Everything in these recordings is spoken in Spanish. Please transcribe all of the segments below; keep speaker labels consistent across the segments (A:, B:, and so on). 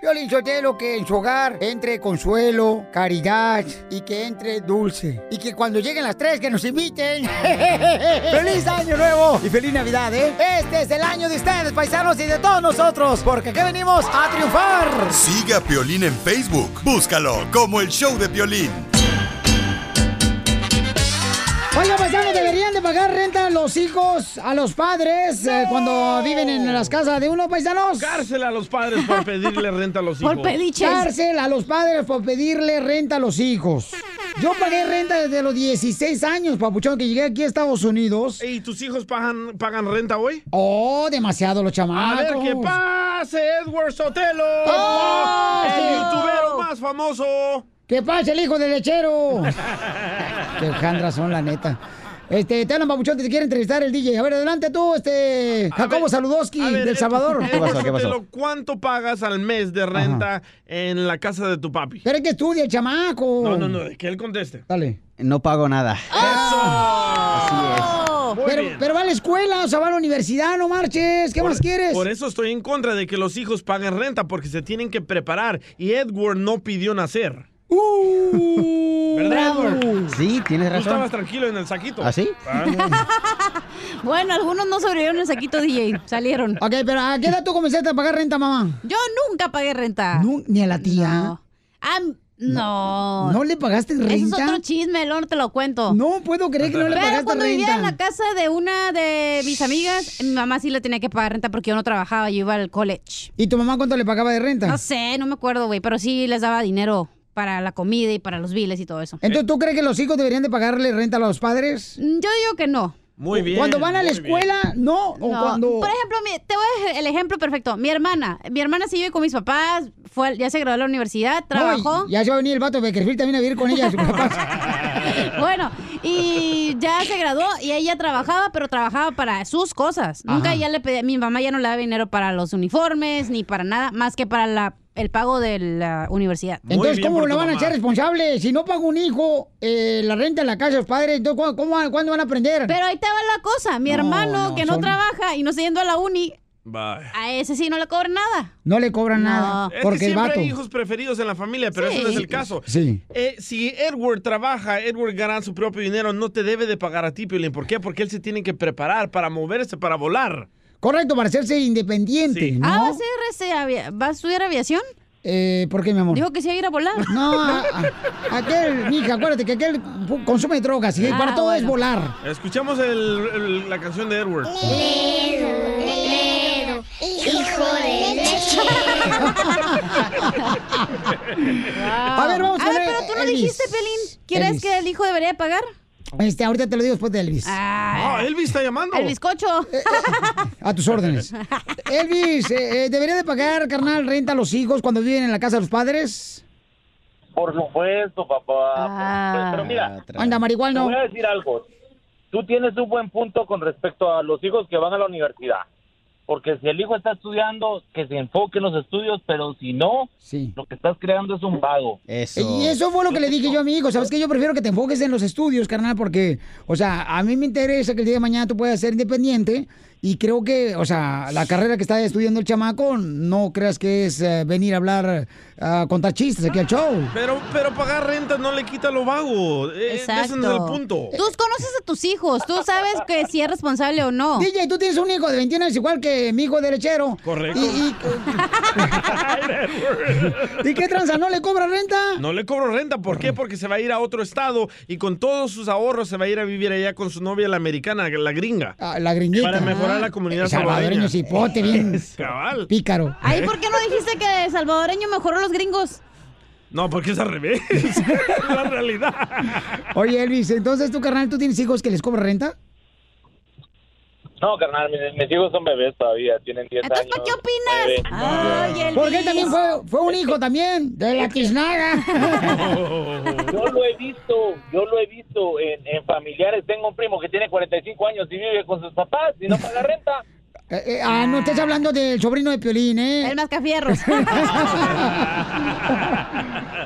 A: Piolín Sotelo, que en su hogar entre consuelo, caridad y que entre dulce. Y que cuando lleguen las tres, que nos inviten. ¡Feliz Año Nuevo! Y feliz Navidad, ¿eh? Este es el año de ustedes, paisanos, y de todos nosotros, porque aquí venimos a triunfar.
B: Siga a Piolín en Facebook. Búscalo como el show de Piolín.
A: Oiga, paisanos, deberían de pagar renta a los hijos, a los padres, eh, cuando viven en las casas de unos paisanos.
C: Cárcel a los padres por pedirle renta a los hijos.
A: Cárcel a los padres por pedirle renta a los hijos. Yo pagué renta desde los 16 años, papuchón, que llegué aquí a Estados Unidos.
C: ¿Y tus hijos pagan, pagan renta hoy?
A: Oh, demasiado los
C: A
A: chamacos.
C: ver, que pase Edward Sotelo.
A: pase!
C: El youtubero más famoso.
A: Que pase ¡Oh! el hijo del lechero. Qué jandras son, la neta. Este, te hablan, papuchón, te quiere entrevistar el DJ. A ver, adelante tú, este, Jacobo Saludowski,
C: A ver,
A: del
C: Ed-
A: Salvador.
C: Edward Sotelo, ¿Cuánto pagas al mes de renta en la casa de tu papi?
A: Pero es que estudia el chamaco.
C: No, no, no, que él conteste.
A: Dale.
D: No pago nada.
C: Muy
A: Pero,
C: bien.
A: pero va a la escuela, o sea, va a la universidad, no marches. ¿Qué más quieres?
C: Por eso estoy en contra de que los hijos paguen renta porque se tienen que preparar y Edward no pidió nacer.
A: Uh,
C: ¿Verdad,
A: bravo.
C: Edward?
D: Sí, tienes
C: Tú
D: razón.
C: estabas tranquilo en el saquito.
D: ¿Ah, sí?
E: Bueno, algunos no sobrevivieron el saquito DJ, salieron.
A: Ok, pero ¿a qué edad tú comenzaste a pagar renta, mamá?
E: Yo nunca pagué renta.
A: No, ni a la tía.
E: No. Ah, no.
A: ¿No le pagaste renta?
E: Eso es otro chisme, luego no te lo cuento.
A: No puedo creer que no le
E: Pero
A: pagaste
E: cuando vivía
A: renta.
E: en la casa de una de mis amigas, mi mamá sí le tenía que pagar renta porque yo no trabajaba, yo iba al college.
A: ¿Y tu mamá cuánto le pagaba de renta?
E: No sé, no me acuerdo, güey, pero sí les daba dinero para la comida y para los biles y todo eso.
A: Entonces, ¿tú crees que los hijos deberían de pagarle renta a los padres?
E: Mm, Yo digo que no.
C: Muy bien.
A: cuando van a la
C: muy bien.
A: escuela, no, o
E: No.
A: cuando
E: Por ejemplo, mi- te voy a dejar el ejemplo perfecto. Mi hermana, mi hermana sí vive con mis papás, fue, al- ya se graduó de la universidad, trabajó.
A: No, y ya se va a venir el vato de Beckerfield también a vivir con ella. sus papás.
E: Bueno, y ya se graduó y ella trabajaba, pero trabajaba para sus cosas. Nunca
A: Ajá.
E: ya le pedía, mi mamá ya no le daba dinero para los uniformes ni para nada, más que para la, el pago de la universidad.
C: Muy
A: Entonces,
C: bien
A: ¿cómo
C: por
A: lo
C: tu
A: van a
C: mamá.
A: hacer responsable? Si no paga un hijo eh, la renta en la casa de los padres, entonces, ¿cu- ¿cómo, cuándo van a aprender?
E: Pero ahí te va la cosa, mi
A: No,
E: hermano
A: no,
E: que no
A: son-
E: trabaja y no está yendo a la uni,
C: Bye.
E: a ese sí no le cobra nada.
A: no le cobran
E: No.
A: nada.
C: Es
A: Porque
C: que
A: el
C: siempre
A: vato.
C: hay hijos preferidos en la familia, pero
E: Sí.
C: eso no es el caso.
A: Sí.
C: Eh, si Edward trabaja, Edward gana su propio dinero, no te debe de pagar a ti, Piolín. ¿Por qué? Porque él se tiene que preparar para moverse, para volar.
A: Correcto, para hacerse independiente,
C: Sí.
A: ¿no?
E: Ah, ¿va a, ser ese avia- ¿va a estudiar aviación?
A: Eh, ¿Por qué, mi amor?
E: Dijo que sí iba a ir a volar.
A: No, a- a- aquel, mija, acuérdate que aquel fu- consume drogas y
E: Ah,
A: para todo es
E: bueno.
A: volar.
C: Escuchamos el- el- la canción de Edward.
A: A ver, vamos
E: a
A: con
E: ver,
A: el-
E: pero tú no
A: Elvis.
E: dijiste, Pelín. ¿Quieres
A: Elvis.
E: que el hijo debería pagar?
A: Este, ahorita te lo digo después de Elvis.
E: Ah,
C: Ah, Elvis está llamando.
E: el bizcocho.
A: A tus órdenes. Elvis, eh, eh, ¿debería de pagar, carnal, renta a los hijos cuando viven en la casa de los padres?
F: Por supuesto, papá. por
E: Ah.
F: supuesto. Pero mira,
A: Anda,
F: te
A: marihuana.
F: voy a decir algo. Tú tienes un buen punto con respecto a los hijos que van a la universidad. Porque si el hijo está estudiando, que se enfoque en los estudios, pero si no,
A: Sí.
F: lo que estás creando es un vago.
D: Eso.
A: Y eso fue lo que le dije yo a mi hijo. Sabes que yo prefiero que te enfoques en los estudios, carnal, porque, o sea, a mí me interesa que el día de mañana tú puedas ser independiente. Y creo que, o sea, la carrera que está estudiando el chamaco, no creas que es eh, venir a hablar, a contar chistes aquí al show.
C: Pero, pero pagar renta no le quita lo vago. Eh, Ese no es el punto.
E: Tú conoces a tus hijos, tú sabes que si es responsable o no.
A: DJ, tú tienes un hijo de 21 años igual que mi hijo derechero.
C: Correcto.
A: Y, y- ¿Y qué tranza? ¿No le cobra renta?
C: No le cobro renta, ¿por qué? Porque se va a ir a otro estado y con todos sus ahorros se va a ir a vivir allá con su novia la americana, la gringa.
A: Ah, La gringuita.
C: Para mejorar la comunidad
A: Salvadoreño,
C: salvadoreña.
A: cipote, bien
C: Cabal.
A: pícaro.
C: Eh.
E: Ay, ¿por qué no dijiste que salvadoreño mejoró los gringos?
C: No, porque es al revés. Es la realidad.
A: Oye, Elvis, entonces tu carnal, ¿tú tienes hijos que les cobra renta?
F: No, carnal, mis, mis hijos son bebés todavía, tienen 10
E: Entonces,
F: años.
E: ¿para qué opinas? Ah.
F: nueve.
E: Ay, Elvis.
A: Porque él también fue, fue un hijo también, de la tiznaga.
F: Yo lo he visto, yo lo he visto en, en familiares. Tengo un primo que tiene 45 años y vive con sus papás y no paga renta.
A: Eh, eh, ah, no estás hablando del sobrino de Piolín, ¿eh? El
E: mascafierros.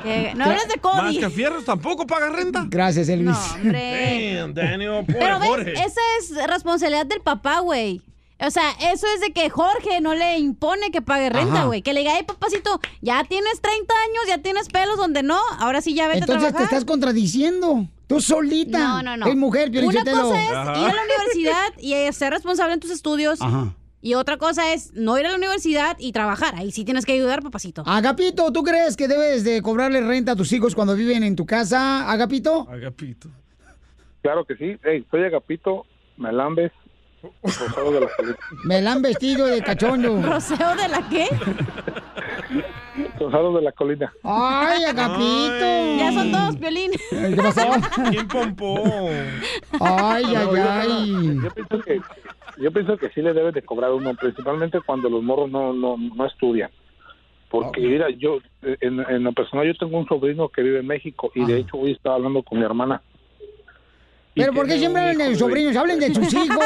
E: Eh, no hablas de Cody.
C: Mascafierros tampoco paga renta.
A: Gracias, Elvis.
E: hombre.
C: Damn, Daniel, pobre
E: Pero ves,
C: Jorge.
E: esa es responsabilidad del papá, güey. O sea, eso es de que Jorge no le impone que pague renta,
A: Ajá.
E: güey. Que le diga, "Ey, papacito, ya tienes 30 años, ya tienes pelos donde no, ahora sí ya vete a
A: Entonces te
E: trabajar.
A: estás contradiciendo. Tú solita.
E: No, no, no.
A: Es mujer, Piolín
E: Una
A: Sotelo.
E: cosa es ir a la universidad y eh, ser responsable en tus estudios.
A: Ajá.
E: Y otra cosa es no ir a la universidad y trabajar. Ahí sí tienes que ayudar, papacito.
A: Agapito, ¿tú crees que debes de cobrarle renta a tus hijos cuando viven en tu casa, Agapito?
C: Agapito.
D: Claro que sí. Hey, soy Agapito, Melambes, Rosado de la Colina.
A: Me la han vestido de cachondo.
E: ¿Roseo de la qué?
D: Rosado de la Colina.
A: ¡Ay, Agapito!
E: Ya son dos, Piolín.
A: Eh, ¿Qué pasó?
C: ¿Quién pompó?
A: ¡Ay,
D: No,
A: ay,
D: yo-
A: ay!
D: Yo pienso que yo pienso que sí le deben de cobrar uno, principalmente cuando los morros no no, no estudian. Porque mira, yo en, en lo personal yo tengo un sobrino que vive en México y de hecho hoy estaba hablando con mi hermana. Y
A: Pero ¿por qué
D: tiene
A: siempre
D: un
A: hablan de
D: hijo
A: los sobrinos? Hablen de sus hijos.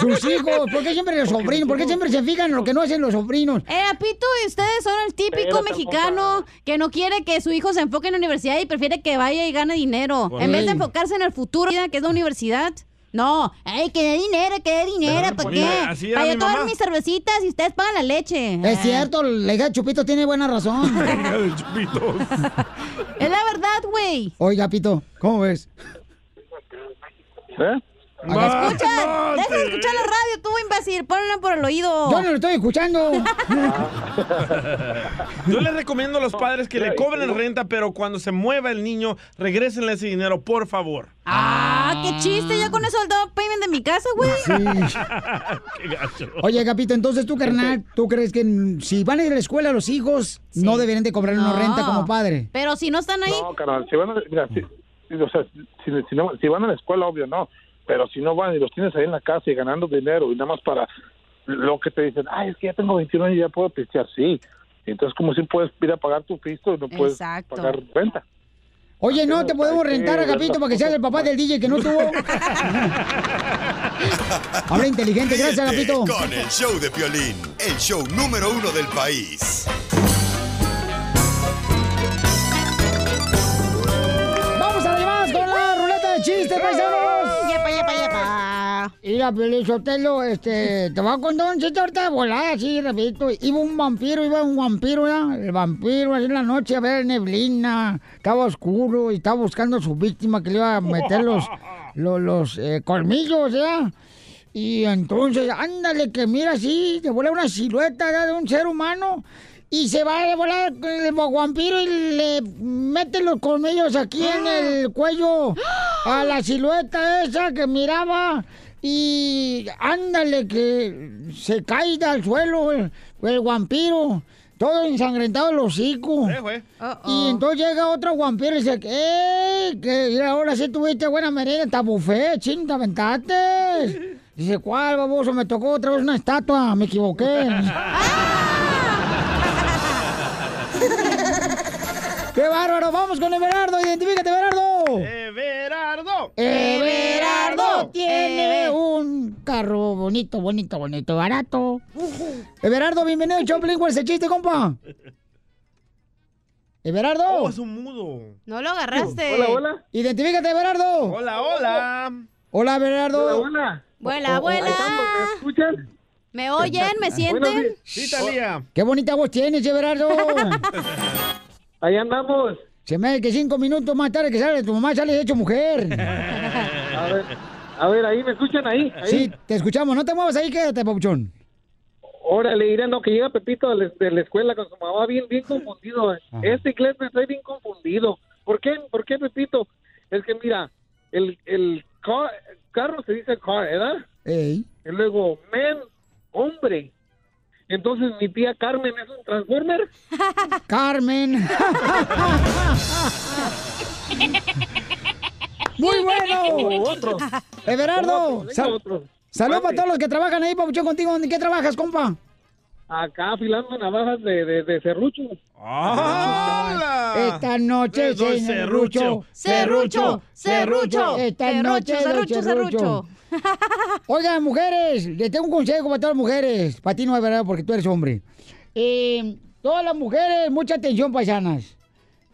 A: Sus hijos. ¿Por qué siempre los sobrinos? ¿Por qué siempre se fijan en lo que no hacen los sobrinos?
E: Eh, Pito, y ustedes son el típico
D: Espérate,
E: mexicano
C: ah.
E: que no quiere que su hijo se enfoque en la universidad y prefiere que vaya y gane dinero. En vez de enfocarse en el futuro, que es la universidad. No, ay, que dé dinero, que dé dinero, ¿para qué?
C: pues, Mira, así era
E: Para
C: mi
E: yo tomar
C: mamá.
E: mis cervecitas y ustedes pagan la leche.
A: Es
E: Ah.
A: cierto, la hija de Chupito tiene buena razón.
C: Venga, de chupitos.
E: Es la verdad, güey.
A: Oiga, Pito, ¿cómo ves?
D: ¿Eh?
C: Más,
E: Escucha,
C: no,
E: deja de
C: sí.
E: escuchar la radio, tú, imbécil. Ponlo por el oído.
A: Yo no lo estoy escuchando.
C: Yo les recomiendo a los padres que le cobren renta, pero cuando se mueva el niño, regrésenle ese dinero, por favor.
E: Ah, qué chiste. Ya con eso el down payment de mi casa, güey.
A: Sí.
C: Qué gacho.
A: Oye, Capito, entonces tú, carnal, ¿tú crees que mm, si van a ir a la escuela los hijos, no deberían de cobrar una
E: No.
A: renta como padre?
E: Pero si no están ahí,
D: No, carnal, si van a, mira, si, si- o sea, si- si no- si van a la escuela, obvio, no. Pero si no van y los tienes ahí en la casa y ganando dinero y nada más para lo que te dicen, ay, es que ya tengo 21 años y ya puedo pistear, sí. Entonces, como si puedes ir a pagar tu pisto y no puedes
E: Exacto.
D: pagar renta.
A: Oye, no te podemos
D: Hay que
A: rentar a
D: ver las
A: Capito para que seas
D: cosas
A: el papá del DJ que no tuvo. Habla inteligente, gracias,
B: Ríete
A: Capito.
B: Con el show de Piolín, el show número uno del país.
A: Vamos a llevar con la ruleta de chistes, paisanos.
E: yepa, yepa, yepa.
A: Mira, Piolín Sotelo, este, te voy a contar un chiste ahorita de volada, así, repito. Iba un vampiro, iba un vampiro, ¿ya? El vampiro, así en la noche, a ver neblina, estaba oscuro y estaba buscando a su víctima que le iba a meter los, los, los, eh, colmillos, ¿ya? Y entonces, ándale, que mira así, se vuela una silueta ¿ya? de un ser humano y se va a volar el vampiro y le mete los colmillos aquí en el cuello a la silueta esa que miraba. Y ándale, que se caiga al suelo el, el vampiro, todo ensangrentado el hocico.
C: Eh, güey.
E: Oh, oh.
A: Y entonces llega otro vampiro y dice, ¡Ey! Que mira, ahora sí tuviste buena merenda, está buffet, ching, te aventaste. Dice, ¿cuál, baboso? Me tocó otra vez una estatua, me equivoqué. ¡Qué bárbaro! ¡Vamos con Everardo! ¡Identifícate, Everardo!
C: Everardo.
A: Eh, Everardo tiene un carro bonito, bonito, bonito, barato. Everardo, bienvenido al show, Piolín. ¿Cuál es el chiste, compa? Everardo.
C: Oh, es un mudo.
E: No lo agarraste.
D: Hola, hola.
A: Identifícate, Berardo.
C: Hola, hola.
A: Hola,
D: Hola,
A: Berardo.
D: hola. Oh,
E: Vuela, vuela.
D: Ahí estamos, ¿Me escuchan?
E: ¿Me oyen? ¿Me
D: Buenos
E: sienten?
D: días. Oh.
C: Sí, Talía.
A: Qué bonita voz tienes, eh, Berardo.
D: Ahí andamos.
A: Se me hace que cinco minutos más tarde que sale tu mamá, sale hecho mujer.
D: A ver, a ver, ahí me escuchan, ahí. ahí.
A: Sí, te escuchamos. No te muevas ahí, quédate, papuchón.
D: Órale, irá, no, que llega Pepito de la, de la escuela con su mamá bien, bien confundido. Este inglés me estoy bien confundido. ¿Por qué, por qué Pepito? Es que mira, el, el ca- carro se dice car, ¿verdad?
A: Ey.
D: Y luego, men, hombre. Entonces, mi tía Carmen es un transformer.
A: Carmen. Muy bueno.
D: Otro.
A: Everardo,
D: Otro,
A: sal-
D: otro.
A: saludos para
D: Mande.
A: todos los que trabajan ahí, papuchón, contigo. ¿En qué trabajas, compa?
D: Acá afilando navajas de, de, de serrucho.
C: Hola.
A: Esta noche,
C: Les doy
A: señor Rucho.
E: Serrucho, serrucho,
A: Esta
E: serrucho,
A: noche,
E: serrucho,
A: serrucho.
E: serrucho.
A: Oigan, mujeres, les tengo un consejo para todas las mujeres. Para ti no es verdad porque tú eres hombre. Eh, todas las mujeres, mucha atención, paisanas.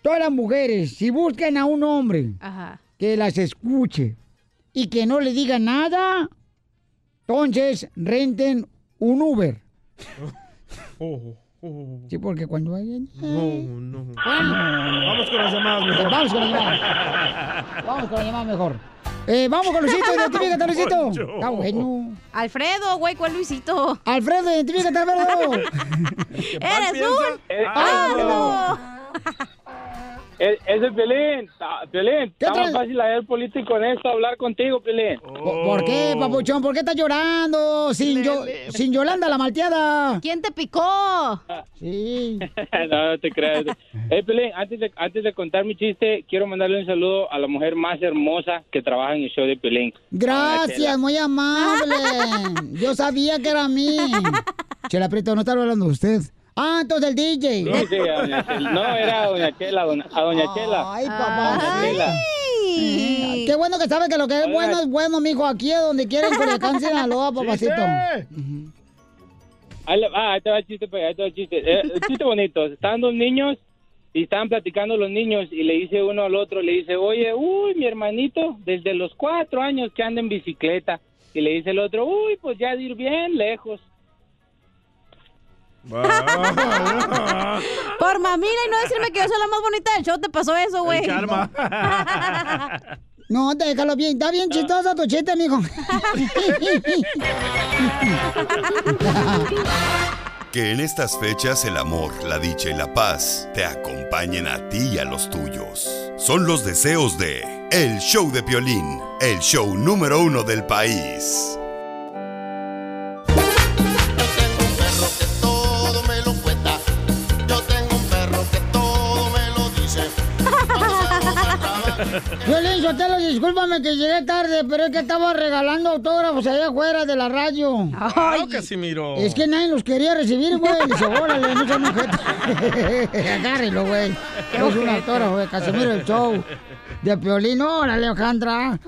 A: Todas las mujeres, si buscan a un hombre
E: Ajá.
A: que las escuche y que no le diga nada, entonces renten un Uber.
C: Oh, oh.
A: Sí, porque cuando hay...
C: No, no. Vamos con las llamadas mejor.
A: Vamos con las llamadas. Vamos con la llamada mejor. Eh, vamos con Luisito, identifícate, Luisito.
C: Poncho.
A: Está bueno.
E: Alfredo, güey, ¿cuál Luisito?
A: Alfredo, identifícate, Alfredo.
E: ¡Eres un
D: ¡Ah,
E: asno!
D: Es, es el Piolín, Ah, Piolín,
A: ¿Qué
D: está más
A: otra-
D: fácil hacer político en esto, hablar contigo, Piolín.
A: ¿Por, por qué, papuchón? ¿Por qué estás llorando? Sin, yo, sin Yolanda, la malteada.
E: ¿Quién te picó?
A: Sí.
D: no, no te creas. Eh, Piolín, antes de, antes de contar mi chiste, quiero mandarle un saludo a la mujer más hermosa que trabaja en el show de Piolín.
A: Gracias, muy amable. Yo sabía que era a mí. Chela Prieto, no estaba hablando de usted. Ah, entonces el
D: Sí,
A: DJ.
D: sí, a doña Chela. No, era a doña Chela, a doña, a doña Chela.
A: Ay, papá.
D: Doña Chela.
E: Ay.
A: Eh, Qué bueno que sabe que lo que es bueno es bueno, mijo. Aquí es donde quieren que le cansen a loa, papacito.
D: Ahí le- ah, ahí te va el chiste, pues, ahí te va el chiste. Eh, el chiste bonito. Estaban dos niños y estaban platicando los niños y le dice uno al otro, le dice, oye, uy, mi hermanito, desde los cuatro años que anda en bicicleta. Y le dice el otro, uy, pues ya de ir bien lejos.
E: Por mamila y no decirme que yo soy la más bonita del show, te pasó eso, güey.
C: El karma. Ah.
A: No, déjalo bien. Está bien chistosa tu chiste, mijo.
B: Que en estas fechas el amor, la dicha y la paz te acompañen a ti y a los tuyos. Son los deseos de El Show de Piolín, el show número uno del país.
G: todo me lo cuenta. Yo tengo un perro que todo me lo dice.
A: Violín Sotelo, discúlpame que llegué tarde, pero es que estaba regalando autógrafos allá afuera de la radio.
C: Claro que sí, miro.
A: Es que nadie los quería recibir, güey. Le dije, órale, no sean ojete. Agárrelo, güey. Es un autógrafo, güey. Casimiro el show. De Piolín, órale, Alejandra.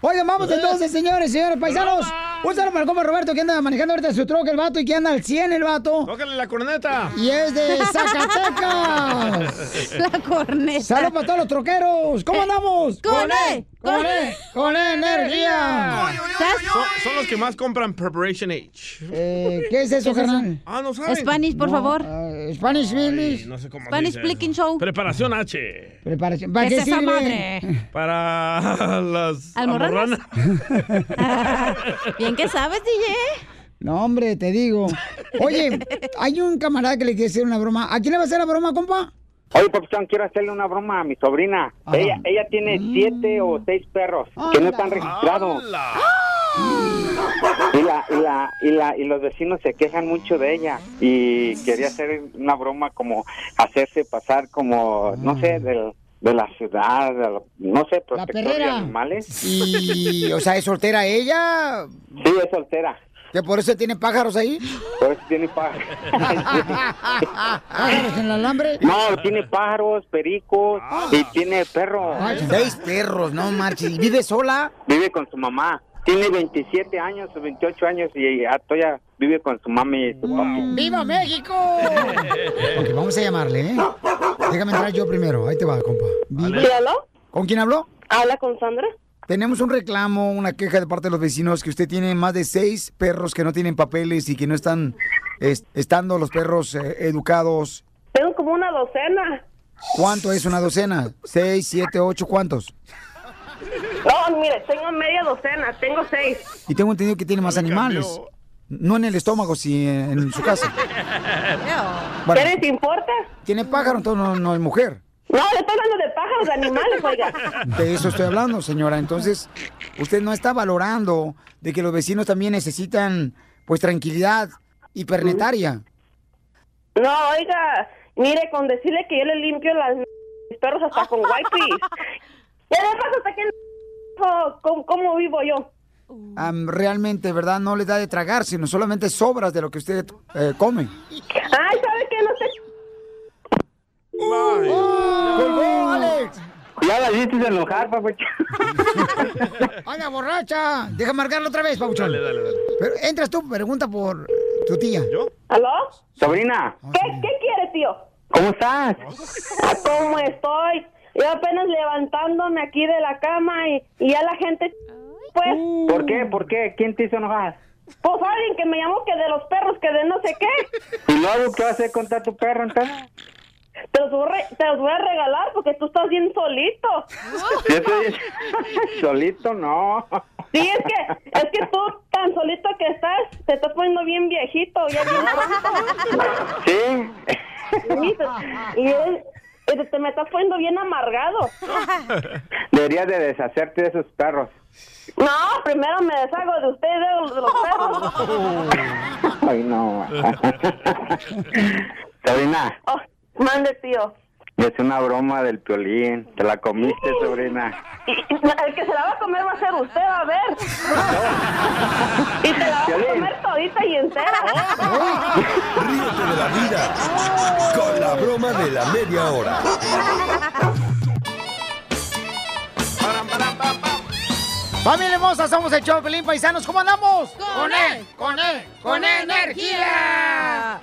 A: Oigan, vamos entonces, señores, señores, paisanos. Un saludo para el compa Roberto que anda manejando ahorita su troca el vato y que anda al 100 el vato.
C: Tócale la corneta.
A: Y es de Zacatecas.
E: La corneta.
A: Saludos para todos los troqueros. ¿Cómo andamos?
E: con E,
A: Con
E: con
A: E, con E, energía.
E: ¿Sabes?
C: Son, son los que más compran Preparation H.
A: Eh, ¿Qué es eso,
E: ¿Qué es eso?
A: carnal?
C: Ah, no saben.
E: Spanish, por favor.
A: Ah, Spanish Village.
C: Sí, no sé cómo
E: Spanish
C: dice eso.
E: Clicking Show.
C: Preparación H.
A: Preparación. ¿Para
E: ¿Qué
A: qué
E: es esa
A: sirve?
E: madre?
C: Para las
E: ¿Almorranas?
C: almorranas.
E: Bien que sabes, DJ.
A: No, hombre, te digo. Oye, hay un camarada que le quiere hacer una broma. ¿A quién le va a hacer la broma, compa?
H: Oye, Papuchón, quiero hacerle una broma a mi sobrina.
A: Ajá.
H: Ella, ella
A: Ah.
H: tiene siete o seis perros que no están registrados.
C: ¡Hala!
H: Y, la, y, la, y, la, y los vecinos se quejan mucho de ella. Y quería hacer una broma como hacerse pasar como,
A: Ah.
H: no sé, del- de la ciudad, de la- no sé, protector de
A: perrera.
H: animales.
A: Y, o sea, es soltera ella,
H: Sí, es soltera.
A: que por eso tiene pájaros ahí.
H: Por eso tiene pájaros.
A: Pájaros en el alambre.
H: no, tiene pájaros, pericos y tiene perros.
A: Ay, Ah, seis perros, no marches. ¿Y vive sola?
H: vive con su mamá. Tiene 27 años o 28 años y Atoya vive con su mami y su papi.
A: ¡Viva México! Ok, vamos a llamarle, ¿eh? Déjame entrar yo primero. Ahí te va, compa. Viva-
I: ¿Aló?
A: ¿Con quién habló?
I: ¿Habla con Sandra?
A: Tenemos un reclamo, una queja de parte de los vecinos que usted tiene más de seis perros que no tienen papeles y que no están es- estando los perros eh, educados.
I: Tengo como una docena.
A: ¿Cuánto es una docena? ¿Seis, siete, ocho? ¿Cuántos?
I: No, mire, tengo media docena, tengo seis.
A: Y tengo entendido que tiene más animales.
C: cambió.
A: No en el estómago, sí en, su casa.
I: ¿Qué
A: Bueno,
I: les importa?
A: tiene pájaro, entonces no, no es mujer.
I: No, le estoy hablando de pájaros, de animales, oiga.
A: De eso estoy hablando, señora. Entonces, usted no está valorando de que los vecinos también necesitan, pues, tranquilidad hipernetaria.
I: No, oiga, mire, con decirle que yo le limpio las mis perros hasta con wipes. ¿Qué le pasa hasta que no- ¿Cómo, cómo vivo yo?
A: Am, realmente, ¿verdad? No les da de tragar, sino solamente sobras de lo que usted eh, come.
I: Ay, ¿sabe qué? No sé.
A: ¡Colgó, Alex!
H: Cuidado, me hiciste enojar, papuchón.
A: ¡Anda, borracha! Deja marcarlo otra vez, Pauchón. Dale,
C: dale, dale.
A: Pero entras tú, pregunta por tu tía.
C: ¿Yo?
I: ¿Aló?
H: Sobrina,
I: ¿Qué, ¿Qué quieres, tío?
H: ¿cómo estás?
I: Ah, ¿Cómo estoy? Yo apenas levantándome aquí de la cama y, y ya la gente... Pues...
H: ¿Por qué? ¿Por qué? ¿Quién te hizo enojar?
I: Pues alguien que me llamó que de los perros, que de no sé qué.
H: ¿Y luego qué vas a hacer contra tu perro entonces?
I: Te los, voy a re- te los voy a regalar porque tú estás bien solito.
H: Yo estoy solito, no.
I: Sí, es que, es que tú tan solito que estás, te estás poniendo bien viejito, ya bien pronto.
H: Sí,
I: Sí, te- Y es- y te- te me estás poniendo bien amargado.
H: deberías de deshacerte de esos perros.
I: No, primero me deshago de ustedes, de los perros.
H: Ay, no. Sobrina,
I: Oh, mande, tío.
H: es una broma del piolín. Te la comiste, sobrina.
I: Y- y el que se la va a comer va a ser usted, a ver. Y te la va a comer todita y entera.
B: Ríete de la vida con la broma de la media hora.
A: Familia hermosa, somos el show de Pelín Paisanos. ¿Cómo andamos?
G: Con
A: él,
G: con él,
A: con energía.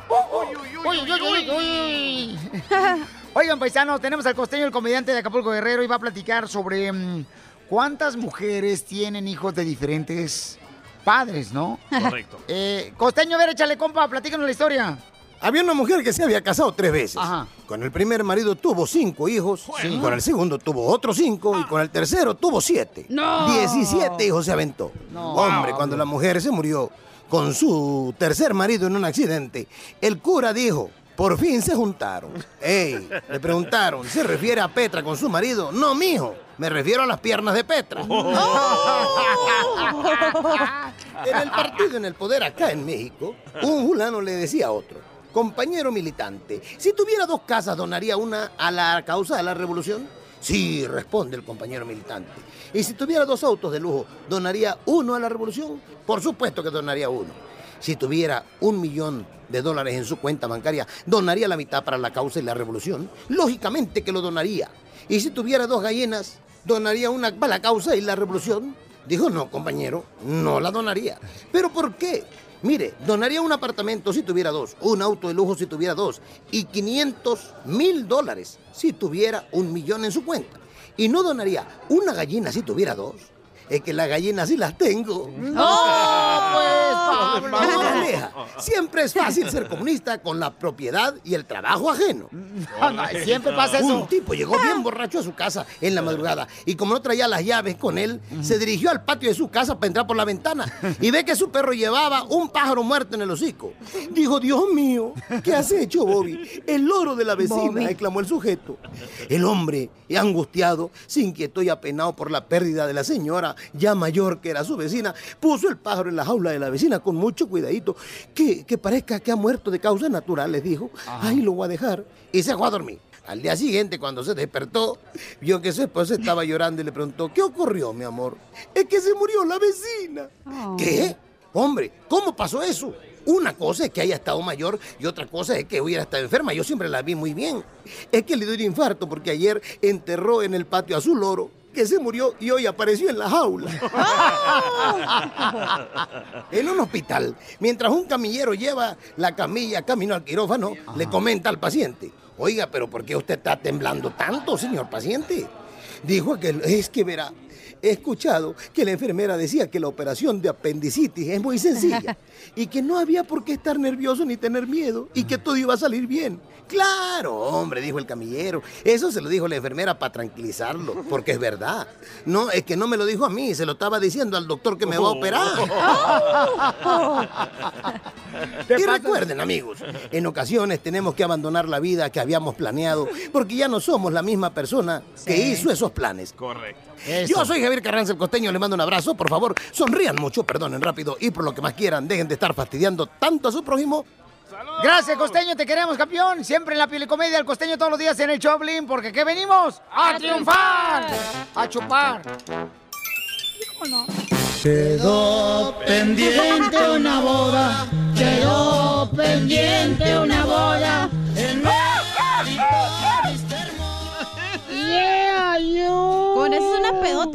A: Uy, uy, uy, uy. Oigan, paisanos, tenemos al costeño, el comediante de Acapulco Guerrero, y va a platicar sobre mm, cuántas mujeres tienen hijos de diferentes padres, ¿no?
G: Correcto.
A: Eh, costeño, a ver, échale compa, platícanos la historia.
J: Había una mujer que se había casado tres veces.
A: Ajá.
J: Con el primer marido tuvo cinco hijos, con el segundo tuvo otros cinco y con el tercero tuvo siete.
G: No.
J: Diecisiete hijos se aventó.
G: No.
J: Hombre, cuando la mujer se murió con su tercer marido en un accidente, el cura dijo, por fin se juntaron. Ey, le preguntaron, ¿se refiere a Petra con su marido? No, mijo, me refiero a las piernas de Petra. En el partido en el poder acá en México, un fulano le decía a otro, compañero militante, si tuviera dos casas donaría una a la causa de la revolución. Sí, responde el compañero militante. Y si tuviera dos autos de lujo, ¿donaría uno a la revolución? Por supuesto que donaría uno. Si tuviera un millón de dólares en su cuenta bancaria, ¿donaría la mitad para la causa y la revolución? Lógicamente que lo donaría. Y si tuviera dos gallinas, ¿donaría una para la causa y la revolución? Dijo, no, compañero, no la donaría. ¿Pero por qué? Mire, donaría un apartamento si tuviera dos, un auto de lujo si tuviera dos, y 500 mil dólares si tuviera un millón en su cuenta. Y no donaría una gallina si tuviera dos. Es que las gallinas sí las tengo.
G: ¡No, pues, Pablo!
J: Moraleja, Siempre es fácil ser comunista con la propiedad y el trabajo ajeno.
G: no, siempre pasa eso.
J: Un tipo llegó bien borracho a su casa en la madrugada y como no traía las llaves con él, se dirigió al patio de su casa para entrar por la ventana y ve que su perro llevaba un pájaro muerto en el hocico. Dijo, Dios mío, ¿qué has hecho, Bobby? El loro de la vecina,
G: Bobby.
J: exclamó el sujeto. El hombre, angustiado, se inquietó y apenado por la pérdida de la señora, ya mayor que era su vecina, puso el pájaro en la jaula de la vecina con mucho cuidadito, que, que parezca que ha muerto de causas naturales, dijo. Ay, lo voy a dejar. Y se fue a dormir. Al día siguiente, cuando se despertó, vio que su esposa estaba llorando y le preguntó, ¿qué ocurrió, mi amor? Es que se murió la vecina.
F: Oh.
J: ¿Qué? Hombre, ¿cómo pasó eso? Una cosa es que haya estado mayor y otra cosa es que hubiera estado enferma. Yo siempre la vi muy bien. Es que le dio un infarto porque ayer enterró en el patio a su loro que se murió y hoy apareció en la jaula. en un hospital, mientras un camillero lleva la camilla camino al quirófano, le comenta al paciente, oiga, pero ¿por qué usted está temblando tanto, señor paciente? Dijo aquel, es que verá, he escuchado que la enfermera decía que la operación de apendicitis es muy sencilla y que no había por qué estar nervioso ni tener miedo y que todo iba a salir bien. Claro, hombre, dijo el camillero. Eso se lo dijo la enfermera para tranquilizarlo, porque es verdad. No, es que no me lo dijo a mí, se lo estaba diciendo al doctor que me va a operar. Y recuerden, amigos, en ocasiones tenemos que abandonar la vida que habíamos planeado porque ya no somos la misma persona que hizo esos planes.
C: Correcto.
J: Yo soy Javier Carranza el Costeño, le mando un abrazo, por favor, sonrían mucho, perdonen rápido y por lo que más quieran, dejen de estar fastidiando tanto a su prójimo.
A: Gracias, costeño, te queremos, campeón. Siempre en la piel y comedia, el costeño todos los días en el Choplin, porque ¿qué venimos? ¡A,
G: ¡A
A: triunfar!
G: triunfar!
A: A chupar.
F: Ah.
G: Quedó pendiente una boda, quedó pendiente una boda. En México,
A: ¡Yeah, you!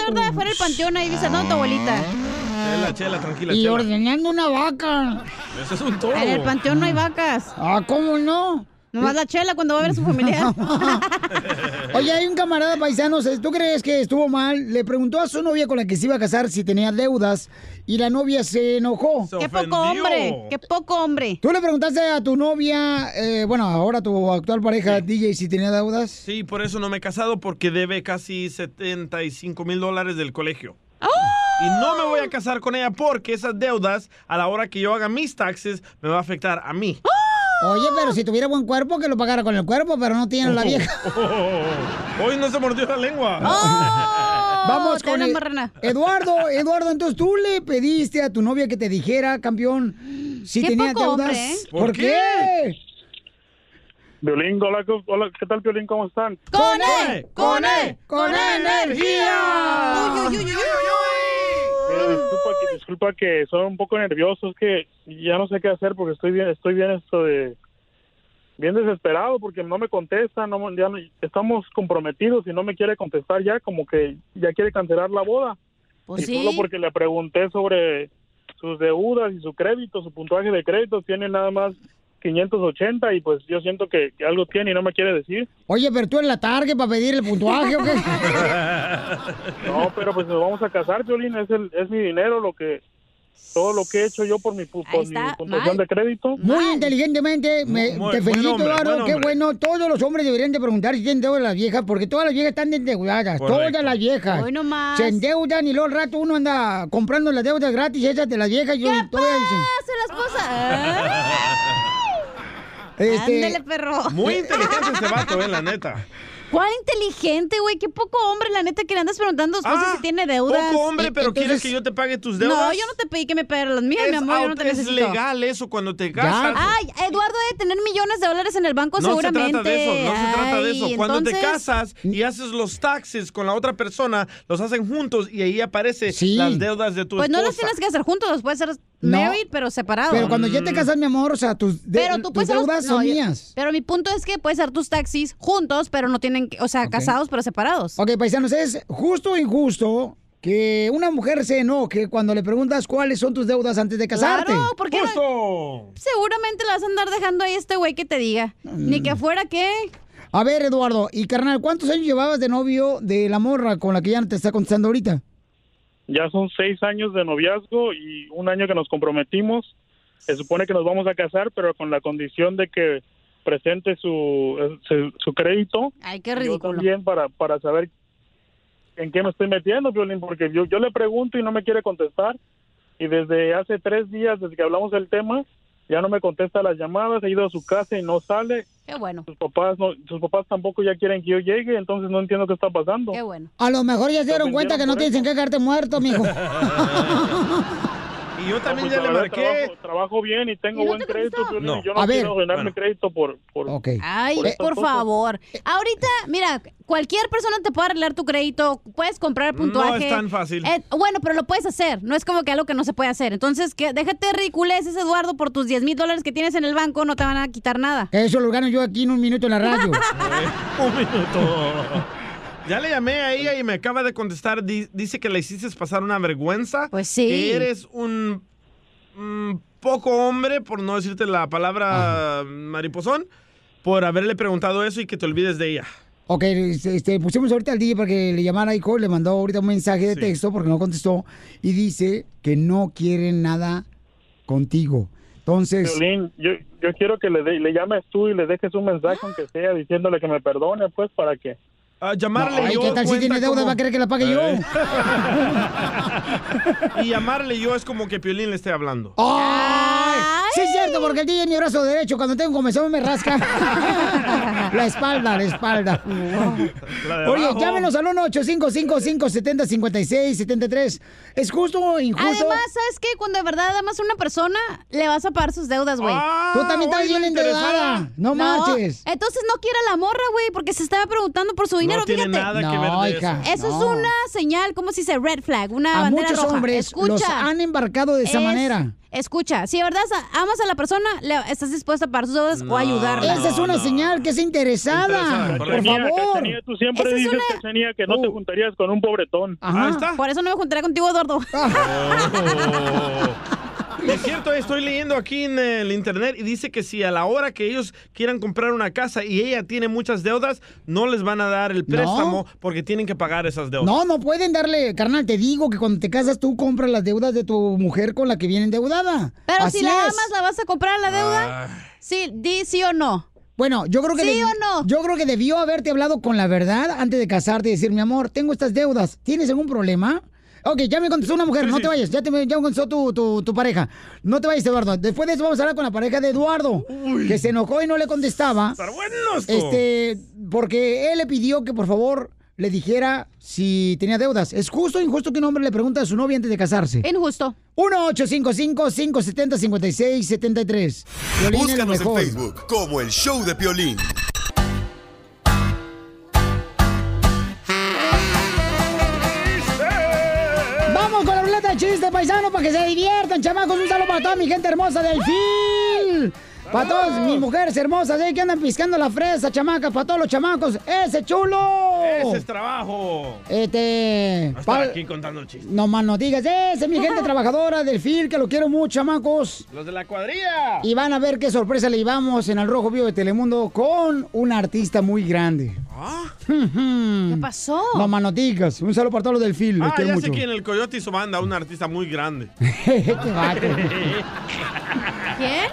E: en el panteón ahí visitando a tu abuelita. Ah.
C: Chela, chela, tranquila,
A: Y
C: chela.
A: ordeñando una vaca.
C: Eso es un toro.
E: En el panteón no hay vacas.
A: Ah, ¿cómo no?
E: Nomás la chela cuando va a ver a su familiar.
A: Oye, hay un camarada paisano, ¿sabes? ¿tú crees que estuvo mal? Le preguntó a su novia con la que se iba a casar si tenía deudas y la novia se enojó.
E: ¡Qué poco hombre! ¡Qué poco hombre!
A: ¿Tú le preguntaste a tu novia, eh, bueno, ahora tu actual pareja, DJ, si tenía deudas?
C: Sí, por eso no me he casado, porque debe casi 75 mil dólares del colegio.
E: ¡Oh!
C: Y no me voy a casar con ella porque esas deudas, a la hora que yo haga mis taxes, me va a afectar a mí.
E: ¡Oh!
A: Oye, pero si tuviera buen cuerpo, que lo pagara con el cuerpo, pero no
E: Oh.
A: tiene la vieja.
C: Oh. Hoy no se mordió la lengua.
E: ¡Oh!
A: Vamos con el- Eduardo, Eduardo, entonces tú le pediste a tu novia que te dijera, campeón, si
E: Qué
A: tenía
E: poco
A: deudas.
E: hombre, ¿eh?
A: ¿Por,
E: ¿Por
A: qué?
D: Violín, hola, co- hola, ¿qué tal, Violín? ¿Cómo están?
E: ¡Con E! ¡Con E! ¡Con E energía! ¡Uy, uy, uy, uy,
D: Mira, disculpa, que, disculpa que soy un poco nervioso, es que ya no sé qué hacer porque estoy bien, estoy bien esto de bien desesperado porque no me contesta, no, me- ya no- estamos comprometidos y no me quiere contestar ya, como que ya quiere cancelar la boda.
E: Pues
D: y solo
E: sí.
D: porque le pregunté sobre sus deudas y su crédito, su puntuaje de crédito, tiene nada más 580 y pues yo siento que, que algo tiene y no me quiere decir.
A: Oye, pero tú en la tarde para pedir el puntuaje o qué.
D: No, pero pues nos vamos a casar, Violín, es, el, es mi dinero, lo que todo lo que he hecho yo por mi, pu- por mi puntuación de crédito.
A: Muy inteligentemente, me-
D: Muy-
A: te
D: buen
A: felicito,
D: hombre,
A: Eduardo,
D: buen
A: qué
D: hombre.
A: bueno. Todos los hombres deberían de preguntar si tienen deudas las viejas, porque todas las viejas están endeudadas,
E: Correcto.
A: todas las viejas.
E: Hoy nomás.
A: Se endeudan y luego al rato uno anda comprando las deudas gratis esas de las viejas y yo todavía dicen,
E: ¡Hace la esposa!
A: este,
E: Ándale, perro.
C: Muy inteligente este vato, eh, la neta.
E: ¿Cuál inteligente, güey? Qué poco hombre, la neta, que le andas preguntando a su esposa Pues, si tiene deudas.
C: Ah, Poco hombre,
E: Y-
C: pero ¿quieres
E: entonces-
C: que yo te pague tus deudas?
E: No, yo no te pedí que me pagaras las mías,
C: Es
E: mi amor, yo no
C: out,
E: te
C: Es
E: necesito.
C: legal eso cuando te casas.
E: Ay, Eduardo debe tener millones de dólares en el banco
C: No se
E: seguramente.
C: trata de eso, no se trata de
E: Ay,
C: eso. Cuando te
E: entonces-
C: casas y haces los taxes con la otra persona, los hacen juntos y ahí aparecen las deudas de tu
E: Pues no
C: esposa.
E: los tienes que hacer juntos, los puedes hacer
C: No.
E: married, pero separados. Mm.
A: pero cuando
D: Mm.
A: ya te casas, mi amor, o sea, tus, de-
E: pero tú
A: tus
E: puedes hacer los-
A: deudas
E: no,
A: son
E: yo-
A: mías.
E: Pero mi punto es que puedes hacer tus taxis juntos, pero no tienen, que- o sea, casados pero separados.
A: Ok, pues, paisanos, es justo o injusto que una mujer se enoje cuando le preguntas cuáles son tus deudas antes de casarte.
E: Claro, porque no- seguramente la vas a andar dejando ahí a este güey que te diga.
A: Mm.
E: Ni que fuera que
A: A ver, Eduardo, y carnal, ¿cuántos años llevabas de novio de la morra con la que ya te está contestando ahorita?
D: Ya son seis años de noviazgo y un año que nos comprometimos. Se supone que nos vamos a casar, pero con la condición de que presente su, eh, su, su crédito.
E: Ay, qué
D: Yo
E: ridículo.
D: también para, para saber en qué me estoy metiendo, Violín, porque yo, yo le pregunto y no me quiere contestar. Y desde hace tres días, desde que hablamos del tema, ya no me contesta las llamadas, he ido a su casa y no sale.
E: Qué bueno.
D: Sus papás, no, sus papás tampoco ya quieren que yo llegue, entonces no entiendo qué está pasando.
E: Qué bueno.
A: A lo mejor ya se dieron cuenta que no tienes en qué quedarte muerto, mijo.
C: Y yo también
D: pues,
C: ya
D: la
C: le
D: verdad,
C: marqué.
D: Trabajo, trabajo bien y tengo buen crédito. Piolín,
C: No.
D: y Yo no
C: A ver.
D: quiero arruinar mi crédito por... por
E: Ay,
D: por
E: por,
D: estas cosas.
E: favor. Ahorita, mira, cualquier persona te puede arreglar tu crédito, puedes comprar
C: No
E: puntuaje.
C: es tan fácil.
E: Eh, bueno, pero lo puedes hacer. No es como que algo que no se puede hacer. Entonces, que déjate de ridiculeces, Eduardo, por tus 10 mil dólares que tienes en el banco, no te van a quitar nada.
A: Que eso lo gano yo aquí en un minuto en la radio.
C: Un minuto. Ya le llamé a ella y me acaba de contestar. Di- dice que le hiciste pasar una vergüenza. Pues
E: sí.
C: Que eres un, un poco hombre, por no decirte la palabra mariposón, por haberle preguntado eso y que te olvides de ella.
A: Ok, este, este, pusimos ahorita al DJ para que le llamara y co- le mandó ahorita un mensaje de texto porque no contestó y dice que no quiere nada contigo. Entonces,
D: Piolín, yo, yo quiero que le, de- le llames tú y le dejes un mensaje, aunque sea, diciéndole que me perdone, pues, para que...
C: llamarle
A: ay, ¿qué tal si tiene deuda? ¿Va a querer que la pague yo?
C: Eh. Y llamarle yo es como que Piolín le esté hablando.
A: Oh. ¡Ay! Sí, es cierto, porque el DJ es mi brazo derecho. Cuando tengo comezón me rasca. la espalda, la espalda.
C: La de
A: Oye,
C: abajo.
A: llámenos al 1-855-570-5673. ¿Es justo o injusto?
E: Además, ¿sabes qué? Cuando de verdad amas a una persona, le vas a pagar sus deudas, güey.
A: Ah, Tú también estás bien endeudada. No, marches.
E: Entonces no quiera la morra, güey, porque se estaba preguntando por su dinero,
A: tiene
E: fíjate.
A: nada que ver No, de eso. hija,
E: Eso es
A: no.
E: una señal, ¿cómo se dice? Red flag, una
A: A
E: bandera
A: muchos
E: roja.
A: hombres
E: Escucha.
A: los han embarcado de esa
E: Es-
A: manera.
E: escucha. Si de verdad amas a la persona, le- estás dispuesta a pagar sus deudas o ayudarla.
A: Esa es una señal que es interesada. por
K: Cachanilla,
A: favor. Oh,
K: Cachanilla, tú siempre
E: Esa es
K: dices,
E: una- Oh.
K: Cachanilla, que no te juntarías con un pobretón.
A: ah.
C: Ah,
E: Por eso no me juntaré contigo, Eduardo.
C: Es cierto, estoy leyendo aquí en el internet y dice que si a la hora que ellos quieran comprar una casa y ella tiene muchas deudas, no les van a dar el préstamo porque tienen que pagar esas deudas.
A: No, no pueden darle, carnal, te digo que cuando te casas tú compras las deudas de tu mujer con la que viene endeudada.
E: Pero
A: Así
E: si la
A: es.
E: amas, ¿la vas a comprar la deuda? Sí, di sí o no.
A: Bueno, yo creo que
E: ¿Sí
A: debi-
E: o no?
A: yo creo que debió haberte hablado con la verdad antes de casarte y decir, mi amor, tengo estas deudas, ¿tienes algún problema? Ok, ya me contestó una mujer, no te vayas, ya, te, ya me contestó tu, tu- tu pareja. No te vayas, Eduardo. Después de eso vamos a hablar con la pareja de Eduardo, que se enojó y no le contestaba.
C: esto.
A: Este, porque él le pidió que por favor le dijera si tenía deudas. ¿Es justo o injusto que un hombre le pregunte a su novia antes de casarse?
E: Injusto.
A: 1-855-570-5673. Piolín es
B: Búscanos en
A: mejor.
B: Facebook como El Show de Piolín.
A: Vamos con la ruleta de chistes, paisanos, para que se diviertan, chamacos. Un saludo para toda mi gente hermosa del fil. Para todas mis mujeres hermosas eh, que andan piscando la fresa, chamacas. Para todos los chamacos. ¡Ese chulo!
C: Ese es trabajo.
A: Este.
C: No estar
A: pa-
C: aquí contando chistes.
A: No más no digas. Ese es mi gente trabajadora del fil, que lo quiero mucho, chamacos.
C: Los de la cuadrilla.
A: Y van a ver qué sorpresa le llevamos en el Rojo Vivo de Telemundo con un artista muy grande.
C: ¿Ah?
A: ¿Qué
E: pasó?
A: No más no digas. Un saludo para todos los del fil. los
C: Ah,
A: quiero
C: ya
A: mucho.
C: sé quién, el Coyote y su banda, un artista muy grande.
A: Qué vato.
E: ¿Quién?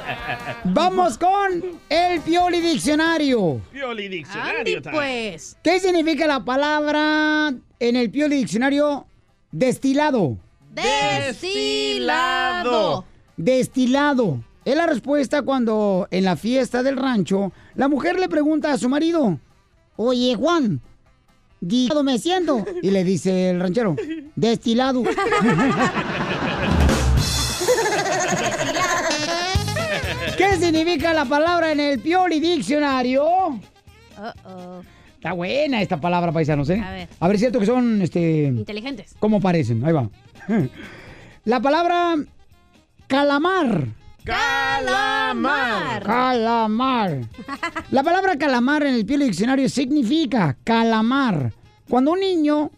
A: Vamos con el Pioli Diccionario.
C: Pioli Diccionario.
E: Andy,
C: time.
E: pues.
A: ¿Qué significa la palabra en el Pioli Diccionario? Destilado.
E: Destilado.
A: Destilado. Es la respuesta cuando en la fiesta del rancho la mujer le pregunta a su marido, oye Juan, ¿destilado me siento? Y le dice el ranchero, destilado. ¿Qué significa la palabra en el Pioli Diccionario?
E: Uh-oh.
A: Está buena esta palabra, paisanos, ¿eh?
E: A ver.
A: A ver, cierto que son, este...
E: Inteligentes.
A: ¿Cómo parecen? Ahí va. La palabra calamar.
C: Calamar.
A: Calamar. La palabra calamar en el pie del diccionario significa calamar. Cuando un niño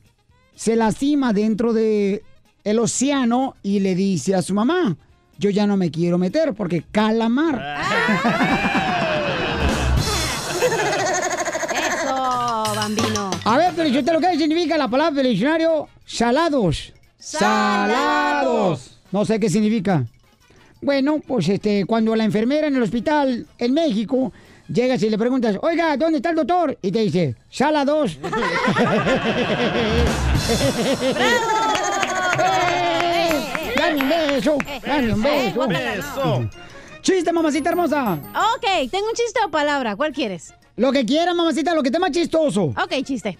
A: se lastima dentro de el océano y le dice a su mamá, yo ya no me quiero meter porque calamar.
E: Eso, bambino.
A: A ver, pero yo te lo que significa la palabra del diccionario, salados. Salados. No sé qué significa. Bueno, pues este, cuando la enfermera en el hospital en México llegas y le preguntas, oiga, ¿dónde está el doctor? Y te dice, sala 2. Dame un beso, dame un beso.
E: Beso.
A: Chiste, mamacita hermosa.
E: Ok, tengo un chiste o palabra. ¿Cuál quieres?
A: Lo que quiera, mamacita, lo que esté más chistoso.
E: Ok, chiste.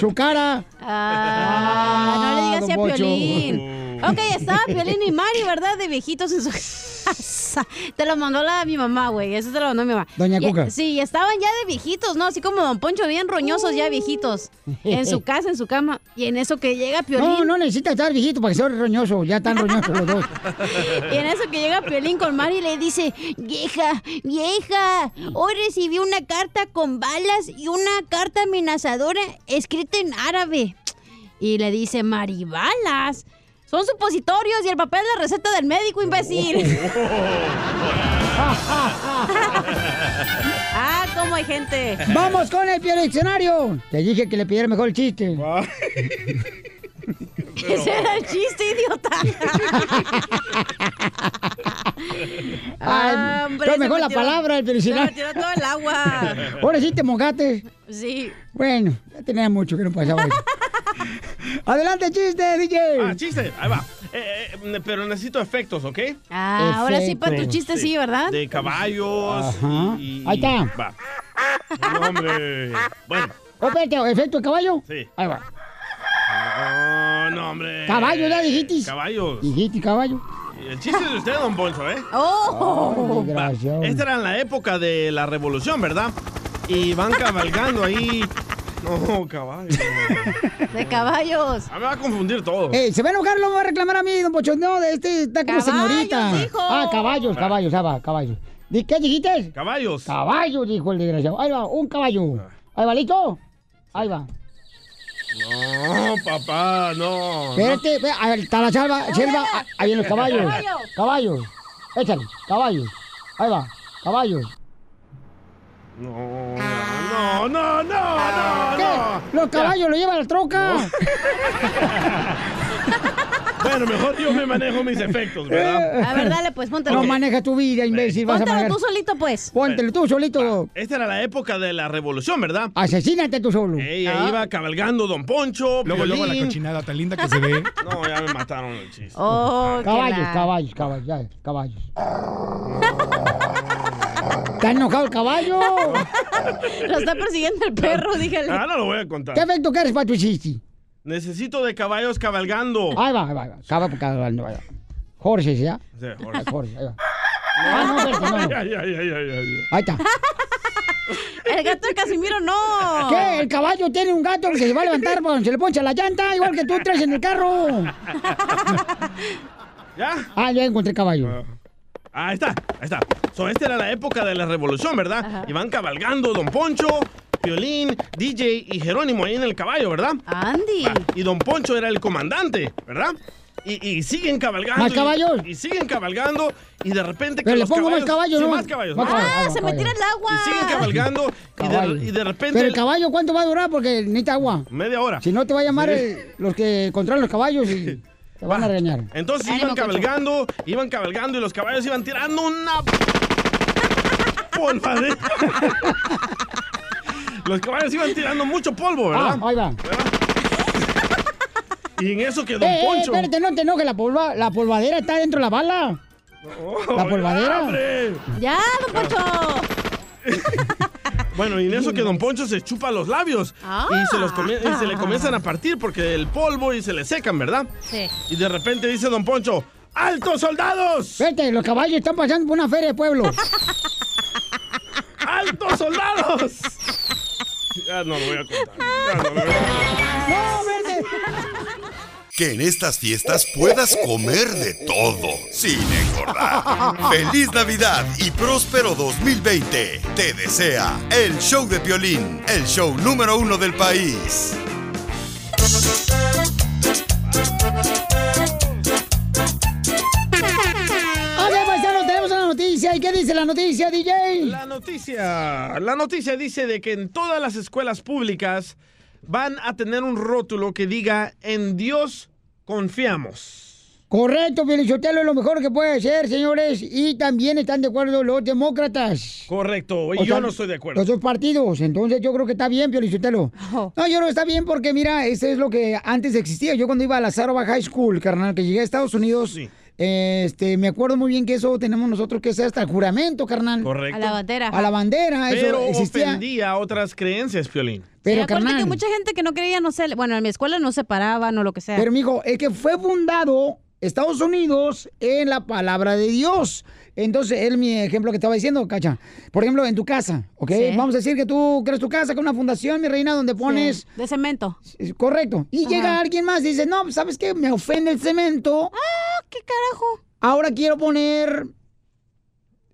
A: Su cara.
E: Ah, no le digas
A: don
E: así a
A: Poncho.
E: Piolín. Ok, estaba Piolín y Mari, ¿verdad? De viejitos en su casa. Te lo mandó la mi mamá, güey. Eso te lo mandó mi mamá.
A: Doña
E: Y-
A: Cuca.
E: sí, estaban ya de viejitos, ¿no? Así como Don Poncho, bien roñosos ya viejitos. En su casa, en su cama. Y en eso que llega Piolín.
A: No, no necesita estar viejito para que sea roñoso. Ya están roñosos los dos.
E: Y en eso que llega Piolín con Mari y le dice, vieja, vieja, hoy recibí una carta con balas y una carta amenazadora escrita en árabe. Y le dice, Mari, balas. Son supositorios y el papel es la receta del médico, imbécil. ah, cómo hay gente.
A: Vamos con el Piolín diccionario. Te dije que le pidiera mejor el chiste.
E: Ese era el chiste, idiota.
A: Ay, pero
E: se
A: mejor
E: me
A: la
E: tiró-
A: palabra, el diccionario.
E: Se me tiró todo el agua.
A: Ahora sí te mojaste.
E: Sí.
A: Bueno, ya tenía mucho que no pasaba eso. Adelante, chiste, DJ.
C: Ah, chiste, ahí va. Eh, eh, pero necesito efectos, ¿ok?
E: Ah, ahora sí para tu chiste sí, ¿verdad?
C: De caballos. y-
A: Ahí está.
C: Va. No, hombre. Bueno,
A: Oh, espérate, efecto de caballo.
C: sí.
A: Ahí va.
C: No, no, hombre.
A: Caballo, ya dijiste.
C: Caballos.
A: Dijiste caballo.
C: El chiste es de usted, don Poncho, ¿eh?
A: Oh. Ay,
C: Va,
A: desgraciado.
C: Esta era en la época de la revolución, ¿verdad? Y van cabalgando ahí No, caballo.
E: De caballos.
C: Ah, me va a confundir todo.
A: Eh, se va a enojar, lo va a reclamar a mí, don Pocho. No, de este está como
C: Caballos,
A: señorita.
C: dijo.
A: Ah, caballos, caballos, ah, va, caballos. ¿De qué dijiste?
C: Caballos. Ah.
A: Caballos, dijo el desgraciado. Ahí va, un caballo. Ahí va, ¿listo? Ahí va.
C: No, papá, no.
A: Espérate, ve, ahí está la selva, selva, ah, ahí vienen los caballos.
C: Caballo.
A: Caballos. Échale, caballos. Ahí va, caballos.
C: No, no, no, no, no.
A: ¿Qué? Los caballos lo llevan a la troca.
C: Bueno, mejor yo me manejo mis efectos, ¿verdad?
E: A ver, dale, pues, póntelo.
A: Eh, No maneja tu vida, imbécil. Vas a
E: Póntelo
A: manejar.
E: tú solito, pues.
A: Póntelo tú solito.
C: Esta era la época de la revolución, ¿verdad?
A: Ah, Asesínate tú solo.
E: Ah,
C: Ella iba cabalgando Don Poncho.
A: ah. Luego, luego la
C: cochinada tan linda que se ve. No, ya me mataron el chiste.
A: Oh,
E: Oh,
A: caballos, caballos, caballos, ya, caballos. ¿Está enojado el caballo?
E: Lo está persiguiendo el perro, dígale.
C: Ah, no lo voy a contar.
A: ¿Qué efecto quieres para tu chiste?
C: Necesito de caballos cabalgando.
A: Ahí va, ahí va, ahí va. Caballo, caballo, ahí va. Jorge, ¿ya?
C: Sí,
A: Ah,
C: Jorge.
A: Jorge, ahí va. Ah, no, espérate, no, no.
C: Ay, ay, ay, ay, ay.
A: Ahí está.
E: El gato de Casimiro no.
A: ¿Qué? El caballo tiene un gato que se va a levantar cuando se le poncha la llanta, igual que tú traes en el carro.
C: ¿Ya?
A: Ah, ya encontré el caballo.
C: Ah, Ahí está, ahí está. So, esta era la época de la revolución, ¿verdad?
A: Ajá.
C: Iban cabalgando Don Poncho, Violín, DJ y Jerónimo ahí en el caballo, ¿verdad? Ah,
E: Andy.
C: Y Don Poncho era el comandante, ¿verdad? Y, y siguen cabalgando.
A: ¿Más
C: y-
A: caballos?
C: Y, siguen cabalgando y de repente... que
A: Pero le
C: los
A: pongo más caballos,
C: Sí,
A: ¿no?
C: más caballos.
A: Más caballos,
E: Ah, se
A: caballo.
E: metió en el agua.
C: Y siguen cabalgando y de, y de repente...
A: Pero el caballo, ¿cuánto va a durar? Porque necesita agua.
C: Media hora.
A: Si no, te va a llamar
C: Sí.
A: el- los que controlan los caballos y te van a regañar.
C: Entonces
A: Ánimo,
C: iban cabalgando, iban cabalgando y los caballos iban tirando una polva de... Los caballos iban tirando mucho polvo, ¿verdad?
A: Ah, ahí va.
C: Y en eso que
A: Eh,
C: Don
A: eh,
C: Poncho.
A: espérate, no te enojes, la, polva, la polvadera está dentro de la bala.
C: Oh,
A: la polvadera.
E: Ya, don Poncho.
C: Bueno, y en eso que Don Poncho se chupa los labios
E: Ah.
C: y, se los come- y se
A: Ah.
C: le comienzan a partir porque el polvo y se le secan, ¿verdad?
E: Sí.
C: Y de repente dice Don Poncho, ¡Altos soldados!
A: Vete, los caballos están pasando por una feria de pueblo.
C: ¡Altos soldados! Ya no lo voy a contar. ya no lo voy a contar.
B: Que en estas fiestas puedas comer de todo, sin engordar. Feliz Navidad y próspero 2020. Te desea el show de Piolín, el show número uno del país.
A: Ok, paisano, tenemos una noticia. ¿Y qué dice la noticia, DJ?
C: La noticia, la noticia dice de que en todas las escuelas públicas van a tener un rótulo que diga en Dios confiamos.
A: Correcto, Felicitelo es lo mejor que puede ser, señores. Y también están de acuerdo los demócratas.
C: Correcto, y
A: O
C: yo
A: sea,
C: no estoy de acuerdo.
A: Los dos partidos. Entonces yo creo que está bien, Piolichotelo.
C: Oh.
A: No, yo creo que está bien porque, mira, este es lo que antes existía. Yo cuando iba a la Sarova High School, carnal, que llegué a Estados Unidos, este, me acuerdo muy bien que eso tenemos nosotros que hacer hasta el juramento, carnal.
C: Correcto. A la bandera.
A: A la bandera, eso
C: Pero
A: existía.
C: ofendía otras creencias, Piolín.
E: Pero, que mucha gente que no creía, no sé, bueno, en mi escuela no se paraban o lo que sea.
A: Pero, mijo, es que fue fundado Estados Unidos en la palabra de Dios. Entonces, es mi ejemplo que estaba diciendo, Cacha. Por ejemplo, en tu casa, ¿ok?
E: Sí.
A: Vamos a decir que tú creas tu casa con una fundación, mi reina, donde pones...
E: De cemento.
A: Correcto. Y
E: Ajá.
A: llega alguien más y dice, no, pues, ¿sabes qué? Me ofende el cemento. Ah,
E: qué carajo.
A: Ahora quiero poner...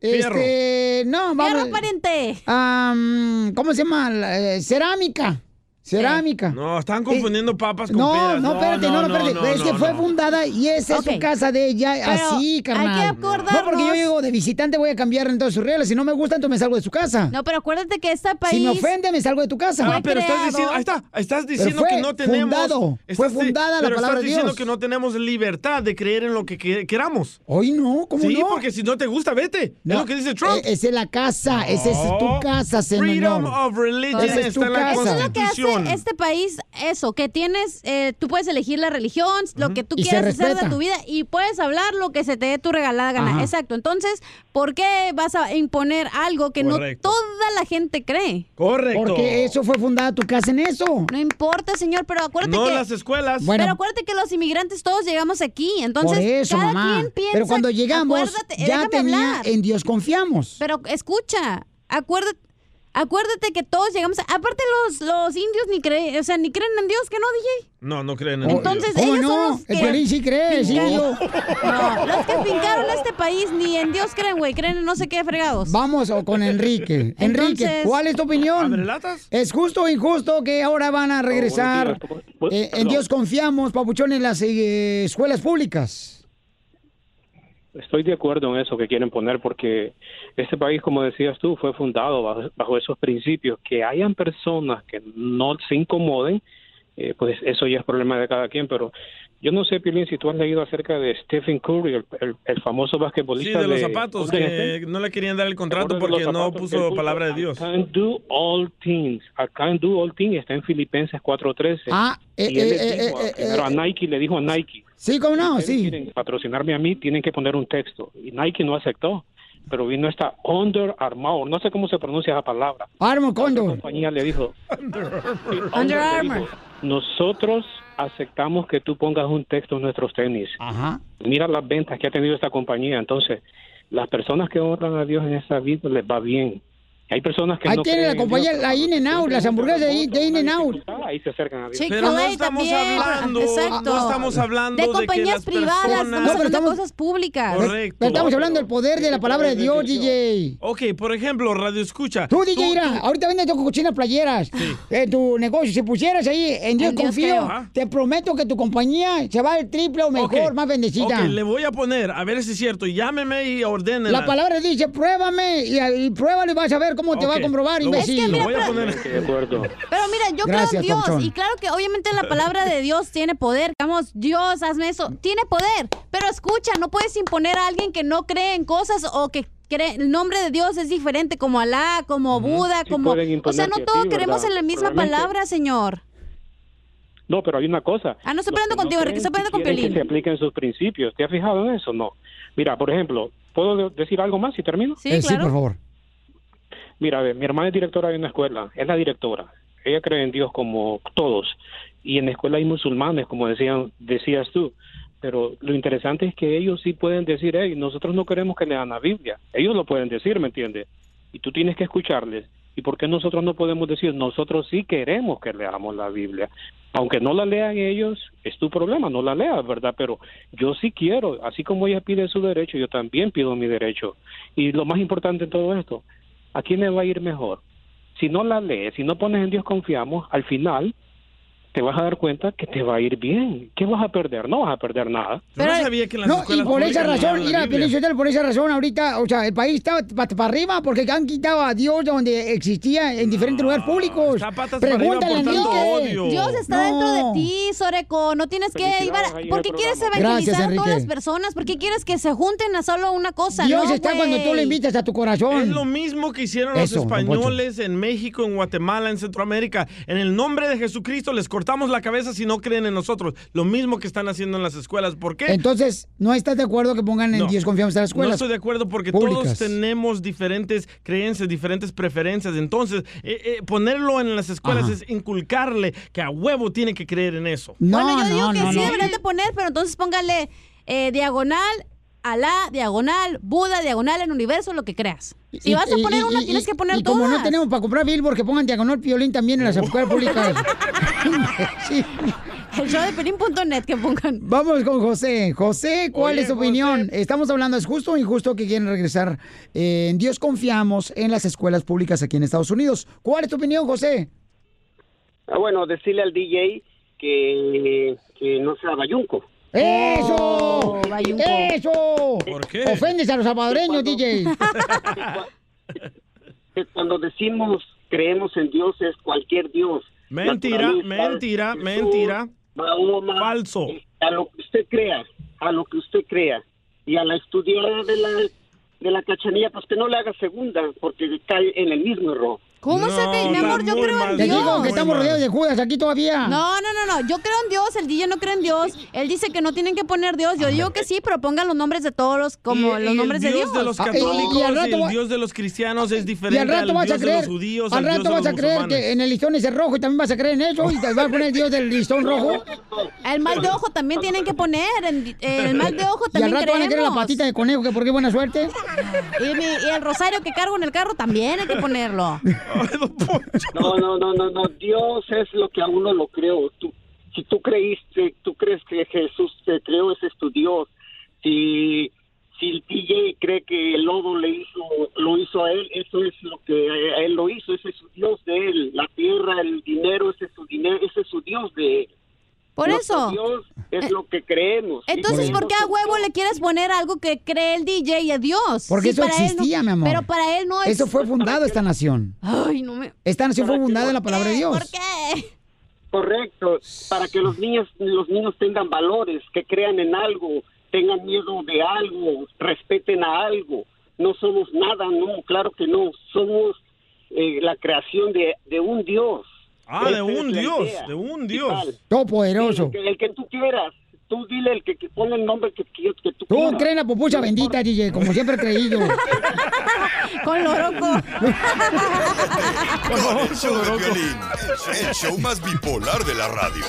E: Fierro.
A: Este... No, vamos...
E: Fierro, pariente.
A: Am, ¿Cómo se llama? La, eh, cerámica. Cerámica.
C: No, están confundiendo papas con
A: No,
C: peras.
A: no, espérate, no, no, espérate. es que fue fundada y esa es su
C: Ok.
A: casa de ella,
C: Pero
A: así,
C: hay
A: carnal.
E: que
A: No, porque yo
E: acordarnos-
A: llego de visitante, voy a cambiar entonces sus reglas. Si no me gusta, entonces me salgo de su casa.
E: No, pero acuérdate que este país.
A: si me ofende, me salgo de tu casa.
C: Ah, pero estás diciendo, ahí está, estás
A: Pero
C: diciendo
A: fue
C: que no tenemos.
A: fundado, fue
C: di-
A: fundada la
C: pero
A: palabra
C: estás
A: de
C: diciendo
A: Dios.
C: que no tenemos libertad de creer en lo que que- queramos.
A: Hoy no, ¿cómo
C: sí,
A: no?
C: porque si no te gusta, vete.
A: No,
C: Es lo que dice Trump.
A: e- esa es la casa, esa es tu
C: No.
A: casa, señor.
C: Freedom of religion
A: Esa es
C: está
A: tu
C: en la
A: casa.
E: Eso es lo que
C: Constitución.
E: hace este país, eso, que tienes, eh, tú puedes elegir la religión, lo que tú
A: Y se
E: quieras hacer de
A: respeta.
E: tu vida y puedes hablar lo que se te dé tu regalada gana.
A: Ajá.
E: Exacto. Entonces, ¿por qué vas a imponer algo que
A: Correcto.
E: no toda la gente cree?
C: Correcto.
A: Porque eso fue fundada tu casa en eso.
E: No importa, señor, pero acuérdate
C: No
E: que...
C: las escuelas.
A: Bueno.
E: pero acuérdate que los inmigrantes todos llegamos aquí, entonces
A: Por eso,
E: cada
A: mamá.
E: quien piensa...
A: Pero cuando llegamos,
E: acuérdate, eh,
A: ya
E: déjame
A: tenía
E: hablar.
A: en Dios confiamos.
E: Pero escucha, acuérdate, Acuérdate que todos llegamos. Aparte, los, los indios ni creen, o sea, ni creen en Dios, que no, DJ.
C: No, no creen en
E: Entonces,
C: Dios.
E: ellos son los que.
A: El Piolín sí cree, sí,
E: pincaron-
A: yo.
E: No, los que pincaron este país ni en Dios creen, güey. Creen en no sé qué fregados.
A: Vamos o con Enrique. Enrique,
E: Entonces-
A: ¿cuál es tu opinión? ¿Es justo o injusto que ahora van a regresar?
E: días,
A: eh, en Dios confiamos, papuchón, en las eh, escuelas públicas.
L: Estoy de acuerdo en eso que quieren poner porque este país, como decías tú, fue fundado bajo, bajo esos principios. Que hayan personas que no se incomoden, eh, pues eso ya es problema de cada quien. Pero yo no sé, Piolín, si tú has leído acerca de Stephen Curry, el, el- el famoso
C: Sí,
L: basquetbolista
C: de los zapatos,
L: Golden
C: que no le querían dar el contrato
L: Recuerda de los
C: porque no
L: zapatos que él
C: puso palabra de Dios.
L: I can do all things. I can do all things. Está en Filipenses 4.13.
A: Ah, eh,
L: y él
A: eh,
L: le
A: eh,
L: dijo a-
A: eh,
L: primero a Nike, le dijo a Nike.
A: Sí, cómo no,
L: ustedes
A: sí.
L: quieren patrocinarme a mí, tienen que poner un texto. Y Nike no aceptó. Pero vino esta Under Armour. No sé cómo se pronuncia esa palabra.
A: Armo
L: La
A: Condor.
L: compañía le dijo,
E: Under
L: le
E: Armour.
L: dijo, nosotros aceptamos que tú pongas un texto en nuestros tenis. Mira las ventas que ha tenido esta compañía. Entonces, las personas que honran a Dios en esta vida les va bien. Hay personas que
A: Ahí
L: no
A: tiene
L: creen
A: la
L: en
A: compañía,
L: Dios,
A: la In and Out, las hamburguesas de In- de In and Out.
L: pero ah, ahí se acercan a Dios.
C: Pero no estamos hablando,
E: Exacto.
C: no estamos hablando
E: de
C: de que
E: compañías
C: las
E: privadas,
C: personas...
E: estamos hablando de cosas públicas.
C: Correcto.
A: Pero estamos hablando del poder de la palabra de Dios, DJ.
C: Ok, por ejemplo, Radio Escucha.
A: Tú, DJ, mira, ahorita vendes tu cochina playeras en tu negocio. Si pusieras ahí, en Dios
C: En Dios creo.
A: confío,
C: Ajá.
A: te prometo que tu compañía se va al triple o mejor,
C: Ok,
A: más bendecida.
C: ok, le voy a poner, a ver si es cierto, llámeme y ordenen.
A: La palabra dice, pruébame y, y pruébalo y vas a ver cómo te va a comprobar, imbécil.
L: De acuerdo.
E: Pero mira, yo creo en
A: Gracias,
E: Dios.
A: Papuchón.
E: Y claro que obviamente la palabra de Dios tiene poder. Vamos, Dios, hazme eso. Tiene poder. Pero escucha, no puedes imponer a alguien que no cree en cosas o que cree. El nombre de Dios es diferente, como Alá, como Buda,
L: Sí
E: como.
L: pueden
E: O sea, no
L: imponerte a
E: todos
L: ti,
E: creemos
L: ¿verdad?
E: en la misma
L: Probablemente.
E: palabra, señor.
L: No, pero hay una cosa.
E: Ah, no estoy peleando contigo, Enrique, estoy peleando con
L: Quieren que
E: Pelín.
L: se apliquen sus principios. ¿Te has fijado en eso? No. Mira, por ejemplo, ¿puedo de- decir algo más si termino?
A: Eh, sí, por favor.
L: Mira, a ver, mi hermana es directora de una escuela, es la directora. Ella cree en Dios como todos. Y en la escuela hay musulmanes, como decían, decías tú. Pero lo interesante es que ellos sí pueden decir, hey, nosotros no queremos que lean la Biblia. Ellos lo pueden decir, ¿me entiendes? Y tú tienes que escucharles. ¿Y por qué nosotros no podemos decir, nosotros sí queremos que leamos la Biblia? Aunque no la lean ellos, es tu problema, no la leas, ¿verdad? Pero yo sí quiero, así como ella pide su derecho, yo también pido mi derecho. Y lo más importante en todo esto, ¿a quién le va a ir mejor? Si no la lees, si no pones en Dios confiamos, al final te vas a dar cuenta que te va a ir bien. ¿Qué vas a perder? No vas a perder nada.
C: Pero, no sabía que en las
A: No, y
C: escuelas
A: por esa
C: públicas no
A: razón,
C: hablan
A: mira,
C: Biblia.
A: Piolín Sotelo, por esa razón ahorita, o sea, el país está para arriba porque han quitado a Dios de donde existía en diferentes lugares públicos.
C: para arriba
A: Pregúntale a
C: por tanto
A: Enrique.
C: odio.
E: Dios está dentro de ti, Soreco. No tienes que ir a...
A: ahí en
E: ¿Por
A: el
E: qué quieres
A: programa.
E: evangelizar
A: Gracias,
E: a todas las
A: Enrique.
E: personas? ¿Por qué quieres que se junten a solo una cosa?
A: Dios
E: No,
A: está cuando tú lo
E: güey.
A: invitas a tu corazón.
C: Es lo mismo que hicieron
A: Eso,
C: los
A: don Poncho.
C: españoles en México, en Guatemala, en Centroamérica. En el nombre de Jesucristo les cortamos la cabeza si no creen en nosotros. Lo mismo que están haciendo en las escuelas. ¿Por qué?
A: Entonces, ¿no estás de acuerdo que pongan en
C: No.
A: Dios confianza en las escuelas?
C: No estoy de acuerdo porque
A: públicas.
C: todos tenemos diferentes creencias, diferentes preferencias. Entonces, eh, eh, ponerlo en las escuelas
A: Ajá.
C: es inculcarle que a huevo tiene que creer en eso.
E: bueno, yo digo que sí deberían de poner, pero entonces póngale eh, diagonal, Alá, diagonal, Buda, diagonal, en universo, lo que creas. Si
A: Y-
E: vas a
A: y-
E: poner
A: y-
E: una,
A: y-
E: tienes que poner
A: y como
E: todas.
A: no tenemos para comprar billboard, que pongan diagonal piolín también en las escuelas públicas. Sí.
E: El show de Pelín.net que pongan.
A: Vamos con José. José, ¿cuál
E: Oye,
A: es tu opinión? Estamos hablando, ¿es justo o injusto que quieren regresar? eh, en Dios confiamos en las escuelas públicas aquí en Estados Unidos. ¿Cuál es tu opinión, José?
M: Ah, bueno, decirle al DJ que, que no sea bayunco.
A: ¡Eso!
E: Oh,
M: Bayunco.
A: ¡Eso!
M: ¿Por qué?
A: Ofendes a los salvadoreños,
M: Cuando-
A: DJ.
M: Que Cuando decimos creemos en Dios es cualquier Dios.
C: Mentira,
M: Naturaleza,
C: mentira,
M: Jesús,
C: mentira.
M: Mahoma, eh,
C: Falso.
M: A lo que usted crea, a lo que usted crea. Y a la estudiada de la, de la cachanilla, pues que no le haga segunda, porque cae en el mismo error.
E: ¿Cómo se te- mi amor, yo creo en
A: Te
E: Dios.
A: digo que estamos rodeados de Judas aquí todavía.
E: No, no, no, no. Yo creo en Dios, el DJ no cree en Dios. Él dice que no tienen que poner Dios. Yo digo que sí, pero pongan los nombres de todos los, como
C: Y-
E: los
C: y
E: nombres
C: el
E: de Dios.
C: Dios de
A: Ah,
C: los católicos y, el Dios de los cristianos es
A: Y
C: diferente
A: al rato
C: al
A: vas
C: Dios
A: a creer,
C: de los judíos,
A: al rato vas a creer que en el listón ese rojo y también vas a creer en eso y te vas a poner el Dios del listón rojo.
E: El mal de ojo también tienen que poner. en- El mal de ojo
A: Y al
E: también
A: rato van a creer la
E: creemos.
A: patita de conejo que porque buena suerte.
E: Y, mi- y el rosario que cargo en el carro también hay que ponerlo.
M: No, no, no, no, no. Dios es lo que a uno lo creó. Tú, si tú creíste, tú crees que Jesús te creó, ese es tu Dios. Si, si el DJ cree que el lobo le hizo, lo hizo a él, eso es lo que a él lo hizo. Ese es su Dios de él. La tierra, el dinero, ese es su dinero, ese es su Dios de él.
E: Por
M: Nuestro
E: eso. Eh,
M: Dios es lo que creemos.
E: Entonces, ¿por qué a huevo le quieres poner algo que cree el DJ y a Dios?
A: Porque
E: Si
A: eso
E: para él no-
A: existía, mi amor.
E: Pero para él no es.
A: Eso fue fundado esta nación.
E: Ay, no me.
A: Esta nación fue fundada en la palabra de Dios.
M: Correcto, para que los niños, los niños tengan valores, que crean en algo, tengan miedo de algo, respeten a algo. No somos nada, no, claro que no. Somos eh, la creación de, de un Dios.
C: Ah, de
M: Esa
C: un
M: es la
C: Dios,
M: idea
C: de un
M: principal.
C: Dios.
A: Todopoderoso.
M: El que, el que tú quieras, tú dile el que, que pone el nombre que, que, que tú
A: Tú
M: quieras.
A: crees en la pupucha bendita, DJ, como siempre he creído.
E: Con loroco.
B: Con el show de violín, el show más bipolar de la radio.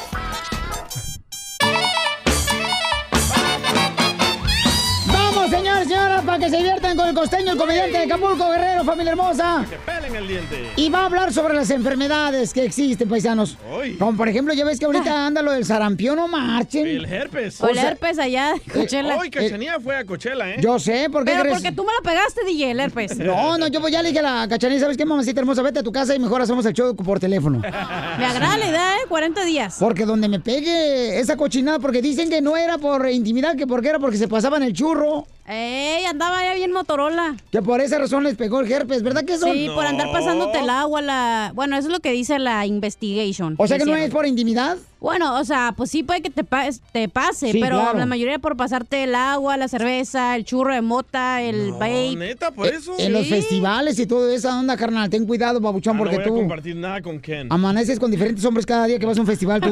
A: Vamos, señores, señoras, para que se diviertan con el costeño, el comediante de Acapulco, Guerrero, familia hermosa.
C: Pelen el diente.
A: Y va a hablar sobre las enfermedades que existen, paisanos.
C: Ay. Ah.
A: Como por ejemplo, ya ves que ahorita anda lo del sarampión, no marchen.
C: El herpes.
A: O sea,
E: allá,
A: Coachella.
C: eh, Hoy Cachanía fue a Coachella, ¿eh?
A: Yo sé, ¿por qué
C: Pero
A: crees?
C: porque
E: tú me lo pegaste, DJ, el herpes.
A: No, no, yo pues ya le dije a la cachanilla, ¿sabes qué, mamacita hermosa? Vete a tu casa y mejor hacemos el show por teléfono.
E: Me agrada la edad, ¿eh? 40 días.
A: Porque donde me pegue esa cochinada, porque dicen que no era por intimidad, que porque era porque se pasaban el churro.
E: ¡Ey! Andaba ya bien Motorola.
A: Que por esa razón les pegó el herpes, ¿verdad que son?
E: Sí, por andar pasándote el agua, la... Bueno, eso es lo que dice la investigation.
A: O sea que no
E: hicieron.
A: es por intimidad.
E: Bueno, o sea, pues sí puede que te, pa- te pase,
A: Sí,
E: pero
A: claro.
E: la mayoría por pasarte el agua, la cerveza, el churro de mota, el vape. ¿Neta?
C: ¿Por eso?
A: Eh, En los festivales y todo esa onda, carnal. Ten cuidado, babuchón,
C: Ah, no
A: porque
C: voy a
A: tú
C: compartir nada con Ken.
A: amaneces con diferentes hombres cada día que vas a un festival. tú.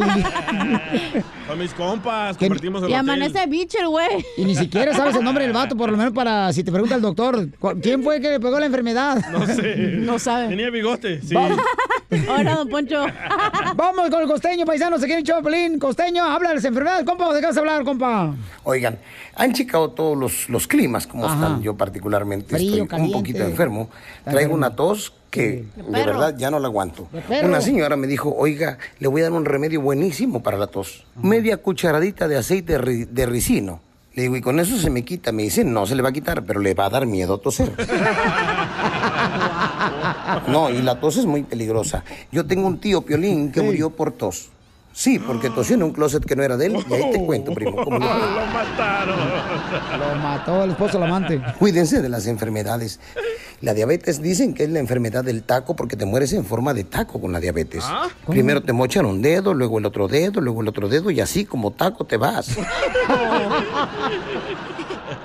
C: Con mis compas, compartimos el
E: Y
C: hotel.
E: amanece bicho el güey.
A: y ni siquiera sabes el nombre del vato, por lo menos para si te pregunta el doctor, ¿cu- ¿quién fue que le pegó la enfermedad?
C: No sé.
E: No sabe.
C: Tenía bigote, sí.
A: Vamos.
E: Hola, don Poncho.
A: Vamos con el costeño, paisano, se quiere Choplin. Costeño, habla de las enfermedades, compa, ¿o ¿de qué vas a hablar, compa?
J: Oigan, han checado todos los, los climas, como están. Yo particularmente
A: Frío,
J: estoy un
A: caliente.
J: poquito enfermo.
A: Está
J: Traigo
A: enfermo.
J: una tos que
A: Sí. De
J: de
A: perro.
J: verdad ya no la aguanto.
A: De perro.
J: Una señora me dijo, oiga, le voy a dar un remedio buenísimo para la tos. Media cucharadita de aceite ri- de ricino. Le digo, y con eso se me quita. Me dice, no se le va a quitar, pero le va a dar miedo a toser. No, y la tos es muy peligrosa. Yo tengo un tío, Piolín, que murió por tos. Sí, porque tosió en un closet que no era de él. Y ahí te cuento, primo. cómo le fue.
C: Lo mataron.
A: Lo mató el esposo, la amante.
J: Cuídense de las enfermedades. La diabetes dicen que es la enfermedad del taco porque te mueres en forma de taco con la diabetes. Primero te mochan un dedo, luego el otro dedo, luego el otro dedo y así como taco te vas.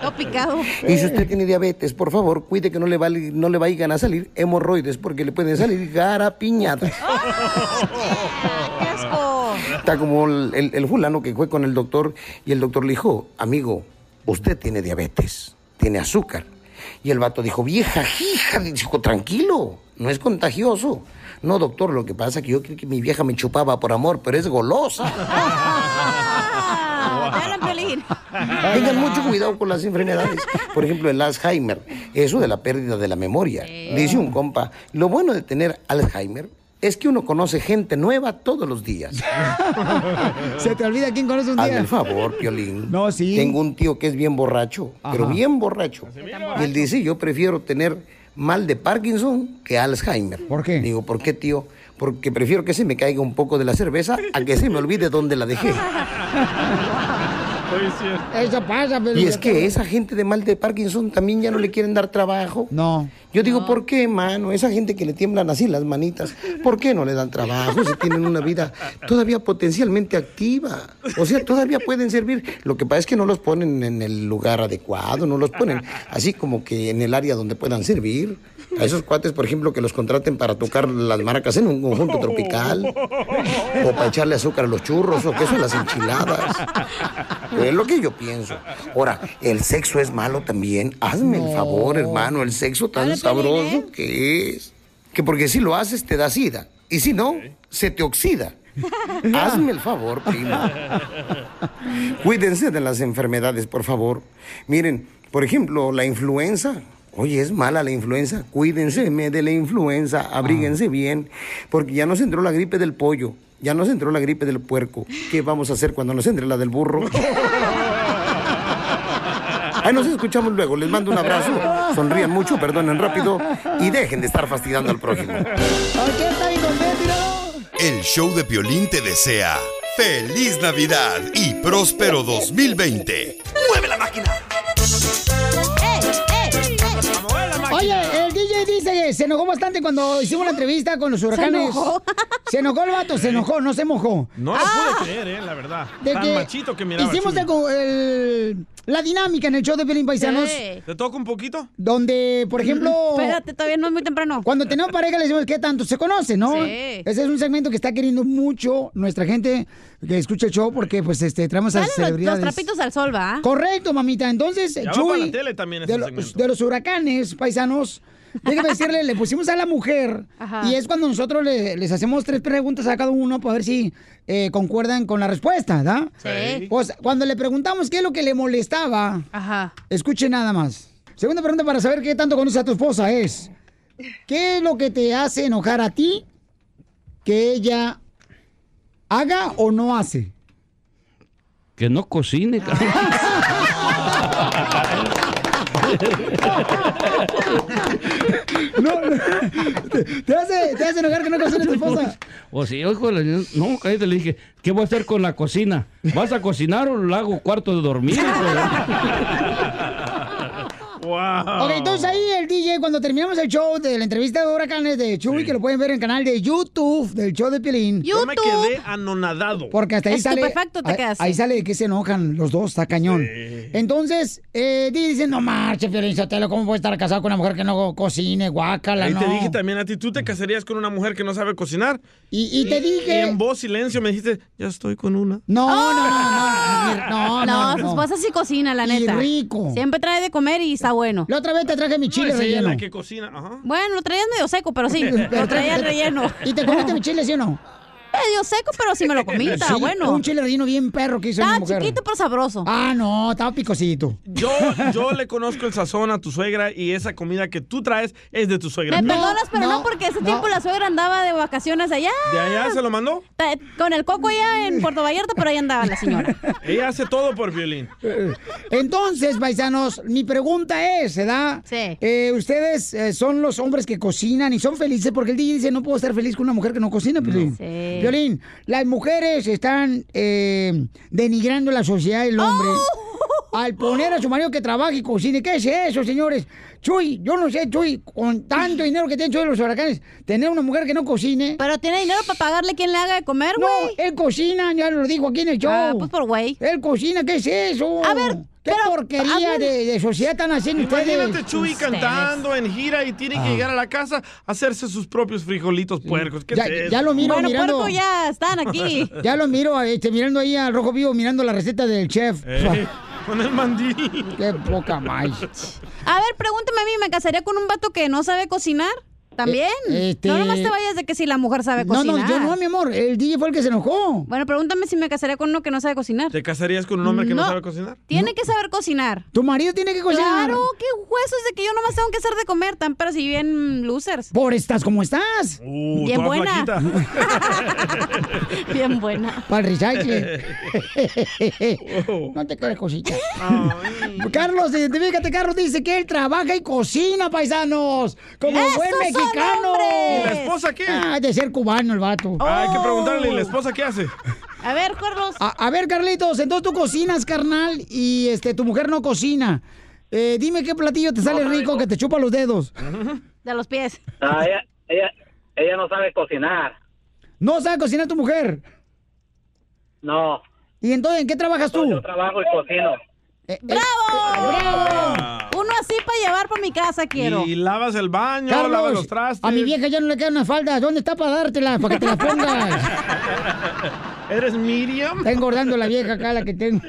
E: Todo picado.
J: Y si usted tiene diabetes, por favor, cuide que no le, vale- no le vayan a salir hemorroides porque le pueden salir garapiñadas. Está como el, el- el fulano que fue con el doctor y el doctor le dijo, amigo, usted tiene diabetes, tiene azúcar. Y el vato dijo, vieja hija, dijo, tranquilo, no es contagioso. No, doctor, lo que pasa es que yo creí que mi vieja me chupaba por amor, pero es golosa.
E: Hablan Piolín.
J: Tengan mucho cuidado con las enfermedades. Por ejemplo, el Alzheimer, eso de la pérdida de la memoria. Dice un compa, lo bueno de tener Alzheimer es que uno conoce gente nueva todos los días.
A: Se te olvida quién conoce un
J: Hazme
A: día.
J: el favor, Piolín. No,
A: sí.
J: Tengo un tío que es bien borracho, pero bien borracho. Y él dice, yo prefiero tener mal de Parkinson que Alzheimer. ¿Por qué? Digo, ¿por qué, tío? Porque prefiero que se me caiga un poco de la cerveza a que se me olvide dónde la dejé.
A: Eso pasa, pero.
J: Y es que esa gente de mal de Parkinson también ya no le quieren dar trabajo. No. Yo digo, ¿por qué, mano? Esa gente que le tiemblan así las manitas, ¿por qué no le dan trabajo si tienen una vida todavía potencialmente activa? O sea, todavía pueden servir. Lo que pasa es que no los ponen en el lugar adecuado, no los ponen así como que en el área donde puedan servir. A esos cuates, por ejemplo, que los contraten para tocar las maracas en un conjunto tropical o para echarle azúcar a los churros o queso a las enchiladas. Es lo que yo pienso. Ahora, el sexo es malo también. Hazme el favor, hermano, el sexo tan sabroso que es. Que porque si lo haces te da sida. Y si no, se te oxida. Hazme el favor, primo. Cuídense de las enfermedades, por favor. Miren, por ejemplo, la influenza. Oye, es mala la influenza. Cuídense me de la influenza. Abríguense bien. Porque ya nos entró la gripe del pollo. Ya nos entró la gripe del puerco. ¿Qué vamos a hacer cuando nos entre la del burro? Ahí nos escuchamos luego. Les mando un abrazo. Sonrían mucho, perdonen rápido. Y dejen de estar fastidiando al prójimo.
B: El show de Piolín te desea feliz Navidad y próspero 2020.
A: ¡Mueve la máquina! Oye, el DJ dice que se enojó bastante cuando hicimos la entrevista con los huracanes.
C: enojó?
A: Se enojó el vato, se enojó, no se mojó.
C: No lo
A: Ah,
C: pude creer, eh, la verdad.
A: de
C: Tan
A: que
C: machito que miraba.
A: Hicimos
C: Chuy.
A: el co- el- la dinámica en el show de Pelín Paisanos.
C: ¿Te toca un poquito?
A: Donde, por ejemplo.
C: Espérate,
A: todavía no es muy temprano. Cuando tenemos pareja, le decimos qué tanto se conoce, ¿no?
C: Sí.
A: Ese es un segmento que está queriendo mucho nuestra gente que escucha el show porque, pues, este, traemos a
E: Dale los, los
A: celebridades.
E: trapitos al sol, ¿va?
A: Correcto, mamita. Entonces,
E: Ya va
A: Chuy,
E: para la tele también
A: de,
E: este
A: los-
E: segmento.
A: Pues, de los huracanes, paisanos, déjame decirle, le pusimos a la mujer
E: Ajá.
A: y es cuando nosotros le- les hacemos tres preguntas a cada uno para ver si eh, concuerdan con la respuesta, ¿da?
E: Sí.
A: Pues cuando le preguntamos qué es lo que le molestaba, escuche nada más. Segunda pregunta para saber qué tanto conoces a tu esposa es, ¿qué es lo que te hace enojar a ti que ella haga o no hace?
N: Que no cocine.
A: No, no. Te, te hace, te hace enojar que no cocine tu esposa.
N: O si, híjole, no, cállate, le dije, ¿qué voy a hacer con la cocina? ¿Vas a cocinar o lo hago cuarto de dormir?
A: Ok, entonces ahí el DJ, cuando terminamos el show de la entrevista de Huracanes de Chuy, que lo pueden ver en el canal de YouTube del show de Piolín.
C: Yo me quedé anonadado.
A: Porque hasta ahí sale. ahí- Ahí sale de que se enojan los dos, está cañón. Entonces, eh, dicen, no marche, Piolín Sotelo, ¿cómo puede estar casado con una mujer que no cocine, guácala,
C: Ahí
A: no?
C: te dije también a ti, tú te casarías con una mujer que no sabe cocinar.
A: Y, te dije-
C: Y en voz silencio me dijiste, ya estoy con una.
A: No, no,
E: ¡Oh!
A: no, no, no, no, no,
E: su
A: no.
E: esposa sí cocina, la
A: Y
E: neta.
A: rico.
E: Siempre trae de comer y está bueno.
A: La otra vez te traje mi
C: No, es ella la que cocina. Ajá.
E: Bueno, lo traías medio seco, pero sí, lo traía relleno.
A: ¿Y te comiste mi chile, sí o no?
E: Medio seco, pero sí me lo comí, está
A: Sí,
E: bueno.
A: Un chile relleno bien perro que hizo mi
E: Estaba
A: mujer.
E: chiquito, pero sabroso.
A: Ah, no, estaba picosito.
C: Yo, yo le conozco el sazón a tu suegra y esa comida que tú traes es de tu suegra.
E: Me perdonas, pero no, porque ese tiempo la suegra andaba de vacaciones allá.
C: ¿De allá se lo mandó?
E: Ta- Con el coco allá en Puerto Vallarta, pero ahí andaba la señora.
C: Ella hace todo por violín.
A: Entonces, paisanos, mi pregunta es, ¿verdad? Sí. ustedes eh, son los hombres que cocinan y son felices porque el DJ dice no puedo estar feliz con una mujer que no cocina, Piolín.
E: Sí.
A: Piolín, las mujeres están eh, denigrando la sociedad del hombre.
E: ¡Oh!
A: Al poner a su marido que trabaje y cocine, ¿qué es eso, señores? Chuy, yo no sé, Chuy, con tanto dinero que tiene Chuy de los huracanes, tener una mujer que no cocine.
E: Pero tiene dinero para pagarle quien le haga de comer, güey.
A: No, él cocina, ya lo dijo aquí en el show.
E: Ah, pues por güey.
A: Él cocina, ¿qué es eso?
E: A ver,
A: ¿Qué porquería de, de sociedad están haciendo
C: Imagínate
A: ustedes?
C: Chuy cantando en gira y tiene
A: Ah.
C: que llegar a la casa a hacerse sus propios frijolitos puercos. Pues, ¿Qué
A: Ya,
C: es
A: ya
C: eso?
A: lo miro mirando. Ya lo miro, este, mirando ahí al rojo vivo, mirando la receta del chef.
C: Eh, con el mandil.
A: Qué poca más.
E: A ver, pregúntame a mí, ¿me casaría con un vato que no sabe cocinar? ¿También?
A: Eh, este-
E: No nomás te vayas de que si la mujer sabe
A: No,
E: cocinar.
A: no, yo no, mi amor. El DJ fue el que se enojó.
E: Bueno, pregúntame si me casaría con uno que no sabe cocinar.
C: ¿Te casarías con un hombre que no,
E: No.
C: sabe cocinar?
E: Tiene que saber cocinar.
A: Tu marido tiene que cocinar.
E: Claro, qué huesos de que yo nomás tengo que hacer de comer, tan para si bien losers.
A: Por estás como estás.
C: Uh,
E: Bien toda buena. Bien buena.
A: Para el recycle. no te creas cosita. Carlos, identifícate. Carlos dice que él trabaja y cocina, paisanos. Como
C: ¡Esos
A: buen
C: son
A: mexicano.
C: hombres! ¿Y la esposa qué?
A: Ah, de ser cubano el vato.
C: Ah, hay que preguntarle, ¿y la esposa qué hace?
E: A ver, Carlos.
A: A, a ver, Carlitos, entonces tú cocinas, carnal, y este tu mujer no cocina. Eh, dime qué platillo te sale rico que te chupa los dedos.
E: De los pies.
F: Ah, ella, ella, ella no sabe cocinar.
A: No sabe cocinar tu mujer.
F: No,
A: ¿Y entonces en qué trabajas tú?
F: trabajo y cocino.
A: Eh,
E: ¡Bravo! ¡Bravo! Uno así para llevar para mi casa quiero.
C: Y lavas el baño, lavas los trastes.
A: a mi vieja ya no le queda una falda. ¿Dónde está para dártela? ah, Para que te la pongas.
C: ¿Eres Miriam?
A: Está engordando la vieja acá, la que tengo.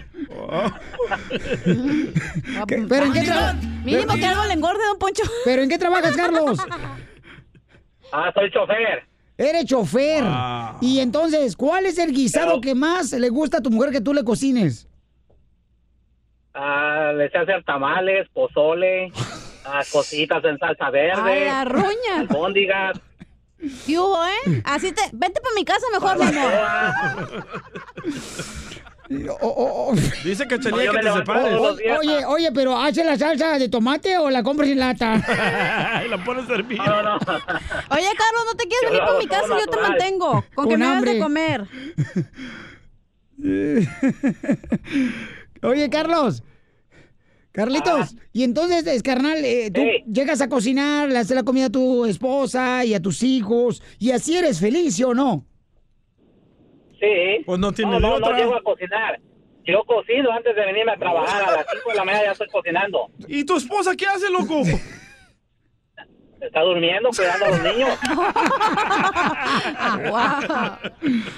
A: ¿Qué- ¿Pero en qué tra-
E: Ah, pues, Mínimo que algo le engorde, don Poncho.
A: ¿Pero en qué trabajas, Carlos?
F: Ah, soy chofer.
A: Eres chofer.
F: Wow.
A: Y entonces, ¿cuál es el guisado
F: Pero-
A: que más le gusta a tu mujer que tú le cocines?
F: Ah, le sé hacer tamales, pozole. Ah, cositas en salsa verde.
E: Ay, la roña.
F: Albóndigas.
E: ¿Qué hubo, eh? Así te... Vente para mi casa mejor, mi amor.
C: oh, Dice que
F: No,
C: Cachanilla
F: yo
C: que
F: me
C: te
F: levanto
C: separes.
F: todos los días. ah.
A: Oye, oye, pero ¿hace la salsa de tomate o la compras en lata?
C: Y la pones a hervir.
E: Oye, Carlos, ¿no te
C: Yo
E: quieres venir para
C: lo
E: mi
C: hago
E: casa?
C: todo
E: Yo te
C: natural.
E: mantengo. Con, que
A: Con
E: me hagas de
A: hambre.
E: comer.
A: oye, Carlos.
F: Ah.
A: Carlitos, y entonces, es, carnal, eh, tú llegas a cocinar, le haces la comida a tu esposa y a tus hijos, y así eres feliz, ¿sí o no?
F: Sí.
C: Pues no
A: tiene
F: no, no,
A: otra.
F: llego a cocinar. Yo cocino antes de venirme a trabajar. A las 5 de la mañana ya estoy cocinando.
C: ¿Y tu esposa qué hace, loco?
F: Está durmiendo, cuidando a los niños.
E: Ah,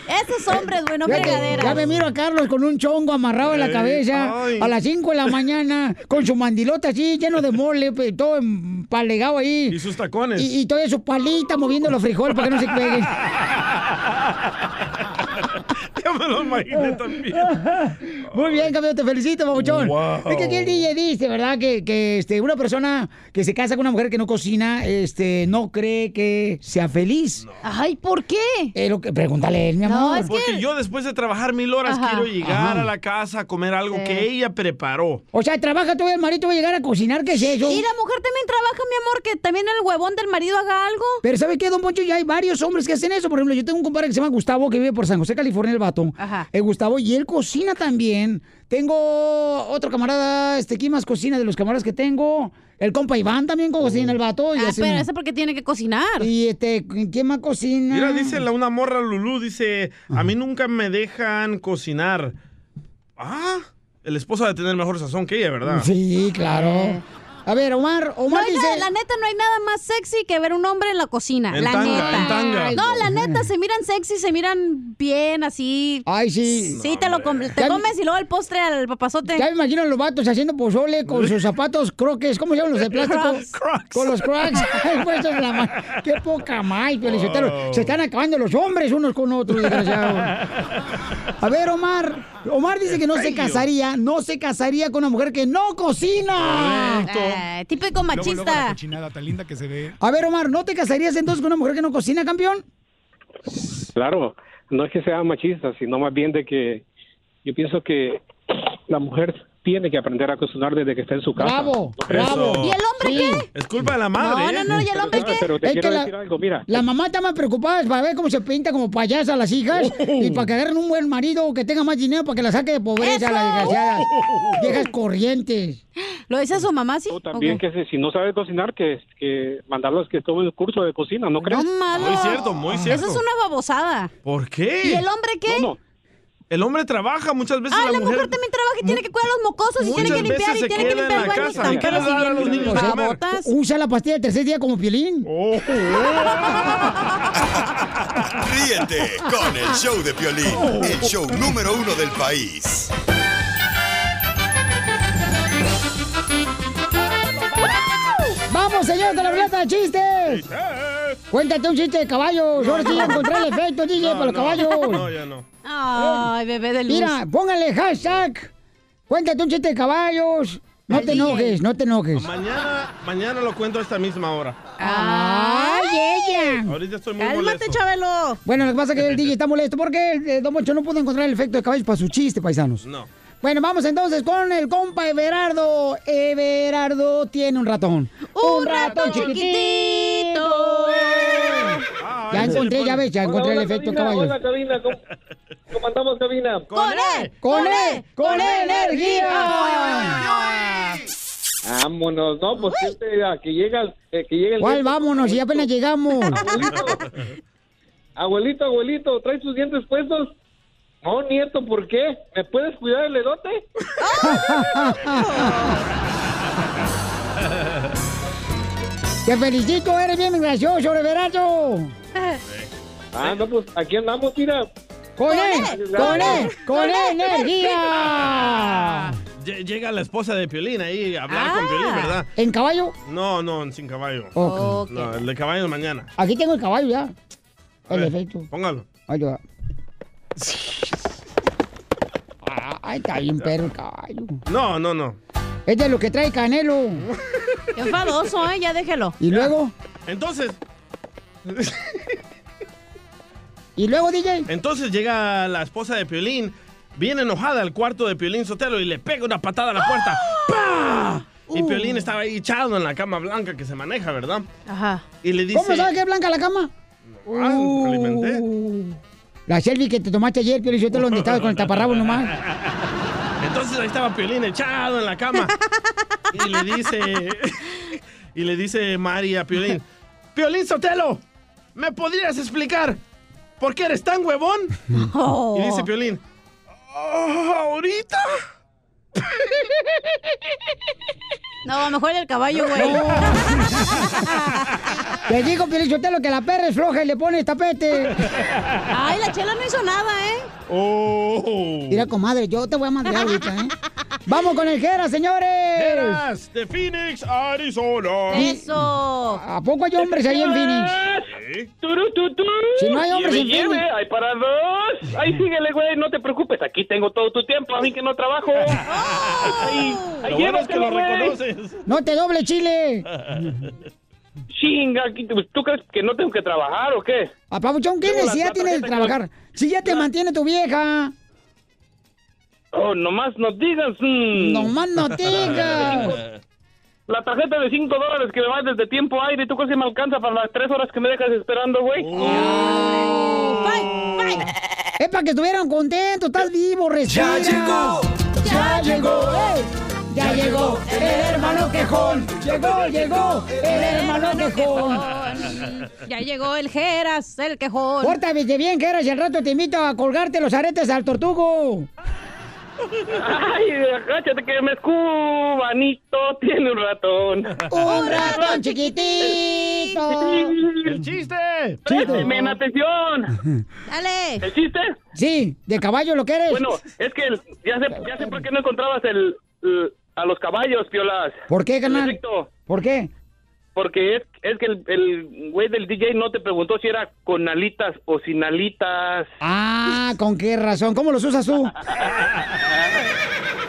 E: Esos hombres, bueno,
A: Ya, te- ya
E: fregaderas.
A: me miro a Carlos con un chongo amarrado en la
E: Ey,
A: cabeza
E: ay.
A: a las 5 de la mañana, con su mandilota así, lleno de mole, pe- todo empalegado ahí. Y
C: sus tacones.
A: Y, todavía su palita moviendo los frijoles para que no se peguen.
C: Ya me lo imaginé también.
A: Muy bien, campeón, te felicito, babuchón.
C: Wow.
A: Es que aquí el DJ dice, ¿verdad? Que, que, este, una persona que se casa con una mujer que no cocina, este, no cree que sea feliz.
E: Ay, ¿por qué?
A: lo que, pregúntale, a él, mi amor.
C: Porque yo después de trabajar mil horas
A: Ajá.
C: quiero llegar
A: Ajá.
C: a la casa a comer algo
E: Sí.
C: que ella preparó.
A: O sea, trabaja todavía el marido va a llegar a cocinar, ¿qué es eso?
E: Y la mujer también trabaja, mi amor, que también el huevón del marido haga algo.
A: Pero ¿sabe qué, don Poncho? Ya hay varios hombres que hacen eso. Por ejemplo, yo tengo un compadre que se llama Gustavo, que vive por San José, California, el vato.
E: Ajá.
A: Eh, Gustavo, y él cocina también. Tengo otro camarada, este, ¿quién más cocina de los camaradas que tengo? El compa Iván también cocina el vato. Y
E: Ah,
A: hacen-
E: pero ese porque tiene que cocinar.
A: Y este, ¿quién más cocina?
C: Mira, dice la una morra Lulú, dice, a mí nunca me dejan cocinar. Ah, el esposo ha de tener mejor sazón que ella, ¿verdad?
A: Sí, claro. A ver, Omar,
E: No
A: Omar
E: hay
A: dice...
E: nada- la neta, no hay nada más sexy que ver un hombre en la cocina.
A: En
E: la
A: tanga,
E: neta.
A: en tanga.
E: No, la neta, se miran sexy, se miran bien, así.
A: Ay, sí.
E: Sí, te lo com- te
A: Ya-
E: comes y luego el postre al papazote.
A: Ya me imagino a los vatos haciendo pozole con sus zapatos croques, ¿cómo se llaman los de plástico?
E: Crocs.
A: Con los crocs. puestos en la mano. Qué poca más,
O: Oh.
A: Piolichotero.
E: Wow.
A: Se están acabando los hombres unos con otros, desgraciados. A ver, Omar. Omar dice que no se
E: Bello.
A: casaría, no se casaría con una mujer que no cocina.
E: Ah, típico
O: Luego, luego la
E: machista.
O: cochinada tan linda que se ve.
A: A ver, Omar, ¿no te casarías entonces con una mujer que no cocina, campeón?
L: Claro, no es que sea machista, sino más bien de que yo pienso que la mujer tiene que aprender a cocinar desde que está en su casa.
A: Bravo,
L: ¿No crees?
A: bravo.
C: Es culpa de la madre.
A: No,
C: ¿eh?
A: no, no, ¿y el hombre qué?
L: Pero te
A: Es
L: quiero
A: que la-
L: decir algo, mira.
A: La mamá está más preocupada para ver cómo se pinta como payasa las hijas y para que agarren un buen marido que tenga más dinero para que la saque de pobreza, las desgraciadas. Viejas corrientes.
E: ¿Lo dice su mamá, sí?
L: También que si- si no sabe cocinar, que, que mandarlos que tomen un curso de cocina, ¿no crees?
E: malo. Muy cierto, muy
L: cierto.
E: Eso es una babosada.
C: ¿Por qué?
E: ¿Y el hombre qué?
C: El hombre trabaja muchas veces.
E: Ah,
C: Pues la, mujer,
E: también trabaja y tiene que cuidar a los mocosos y tiene
C: Muchas
E: que limpiar
C: veces
E: y
C: se
E: tiene que
C: queda en
E: limpiar el
C: la
E: baño.
C: casa,
E: tan
C: ¿qué
E: caros
C: le
E: y
C: dan a Oh.
E: bien
C: los niños de
A: sea,
C: comer?
A: Pues, usa la pastilla del tercer día como piolín.
B: Ríete con el show de Piolín, el show número uno del país.
A: Vamos, señor, de la ruleta de chistes. Cuéntate un chiste de caballos. Ahora sí ya encontré el efecto, DJ, para los caballos.
C: No, ya no.
E: Ay, bebé de luz.
A: Mira, póngale hashtag. Cuéntate un chiste de caballos. No te enojes, no te enojes.
C: Mañana, mañana lo cuento a esta misma hora.
A: ¡Ay, ella!
C: Ahorita estoy muy molesto.
E: Chabelo!
A: Bueno, lo que pasa es que el DJ está molesto porque el, eh, Don Poncho no pudo encontrar el efecto de caballo para su chiste, paisanos.
C: No.
A: Bueno, vamos entonces con el compa Everardo. Everardo tiene un ratón.
E: Un ratón chiquitito.
A: Ya
P: ese
A: encontré,
P: le
A: ya
P: pone-
A: ves, ya encontré el efecto
P: cabina,
A: caballo.
P: Hola, cabina, ¿cómo, cómo andamos, cabina?
E: ¡Con
A: él! ¡Con él! ¡Con E energía!
P: Vámonos, no, pues este, a que llega, eh, que llega el...
A: ¿Cuál vámonos? Si apenas llegamos.
P: Abuelito, abuelito, ¿traes tus dientes puestos? No, nieto, ¿por qué? ¿Me puedes cuidar el elote?
A: Te felicito, eres bien gracioso, Everardo.
P: Ah, no, pues aquí andamos, mira.
A: ¡Con él! ¡Con él! ¡Con energía! Ah.
C: Lle- Llega la esposa de Piolín ahí a hablar con Piolín, ¿verdad?
A: ¿En caballo?
C: No, no, sin caballo.
A: Ok.
C: No, el de caballo mañana.
A: Aquí tengo el caballo ya. El
C: ver,
A: efecto.
C: Póngalo.
A: Ahí te va. Ay, Ah, está bien perro el caballo.
C: No, no, no.
A: Es de lo que trae Canelo.
E: Qué enfadoso, ¿eh? Ya déjelo.
A: ¿Y luego?
C: Entonces.
A: ¿Y luego, DJ?
C: Entonces llega la esposa de Piolín, bien enojada al cuarto de Piolín Sotelo y le pega una patada a la puerta. ¡Pah! Y
A: ¡Ah! Uh.
C: Piolín estaba ahí echado en la cama blanca que se maneja, ¿verdad?
E: Ajá.
C: Y le dice...
A: ¿Cómo sabes que es blanca la cama? Uh.
C: Ah, lo alimenté.
A: La selfie que te tomaste ayer, pero yo te lo estabas con el taparrabo nomás.
C: Entonces ahí estaba Piolín echado en la cama. Y le dice. Y le dice Mari a Piolín: Piolín Sotelo, ¿me podrías explicar por qué eres tan huevón?
E: No.
C: Y dice Piolín: ¿Ahorita?
E: No, mejor el caballo, güey.
A: Te digo, Pielichotelo, que la perra es floja y le pones tapete.
E: Ay, la chela no hizo nada, ¿eh?
C: Oh.
A: Mira, comadre, yo te voy a mandar ahorita, ¿eh? Vamos con el Jera, señores.
C: Eras de Phoenix, Arizona.
E: Eso.
A: ¿A poco hay hombres ahí en Phoenix?
C: ¿Eh?
K: Turu, tu, tu.
A: Si no hay hombres
K: Lleve,
A: en
K: lleve,
A: Phoenix.
K: eh, hay para dos. Ahí síguele, güey, no te preocupes. Aquí tengo todo tu tiempo, a mí que no trabajo. Ahí, ahí
A: Lo bueno es que
K: llévatelo,
A: lo
K: güey.
A: No te doble chile.
K: Chinga, aquí- pues, ¿tú crees que no tengo que trabajar o qué?
A: A Pabuchón, ¿qué
K: Tengo las
A: necesidad
K: papas,
A: tienes
K: ya
A: de
K: tengo las-
A: trabajar? Si ya te mantiene tu vieja.
K: Oh, nomás nos digas. mm.
A: Nomás no digas.
K: La tarjeta de 5 dólares que me va desde tiempo aire, ¿tú crees que me alcanza para las 3 horas que me dejas esperando, güey?
A: Es para que estuvieran contentos, estás vivo, respira.
K: llegó, ya llegó,
A: ey.
F: eh.
A: Ya llegó el hermano quejón. Llegó, llegó el hermano quejón.
E: Ya llegó el Jeras, el quejón.
A: Pórtate bien, Jera, y al rato te invito a colgarte los aretes al tortugo.
K: Ay, agáchate que me escubanito, tiene un ratón.
A: Un ratón chiquitito.
C: ¡El chiste!
K: Présteme atención.
E: Dale.
K: ¿El chiste?
A: Sí, de caballo lo que eres.
K: Bueno, es que el- ya sé, ya sé por qué no encontrabas el, el- a los caballos, piolas.
A: ¿Por qué, carnal?
K: Perfecto.
A: ¿Por qué?
K: Porque es, es que el- el güey del DJ no te preguntó si era con alitas o sin alitas.
A: Ah, ¿con qué razón? ¿Cómo los usas tú?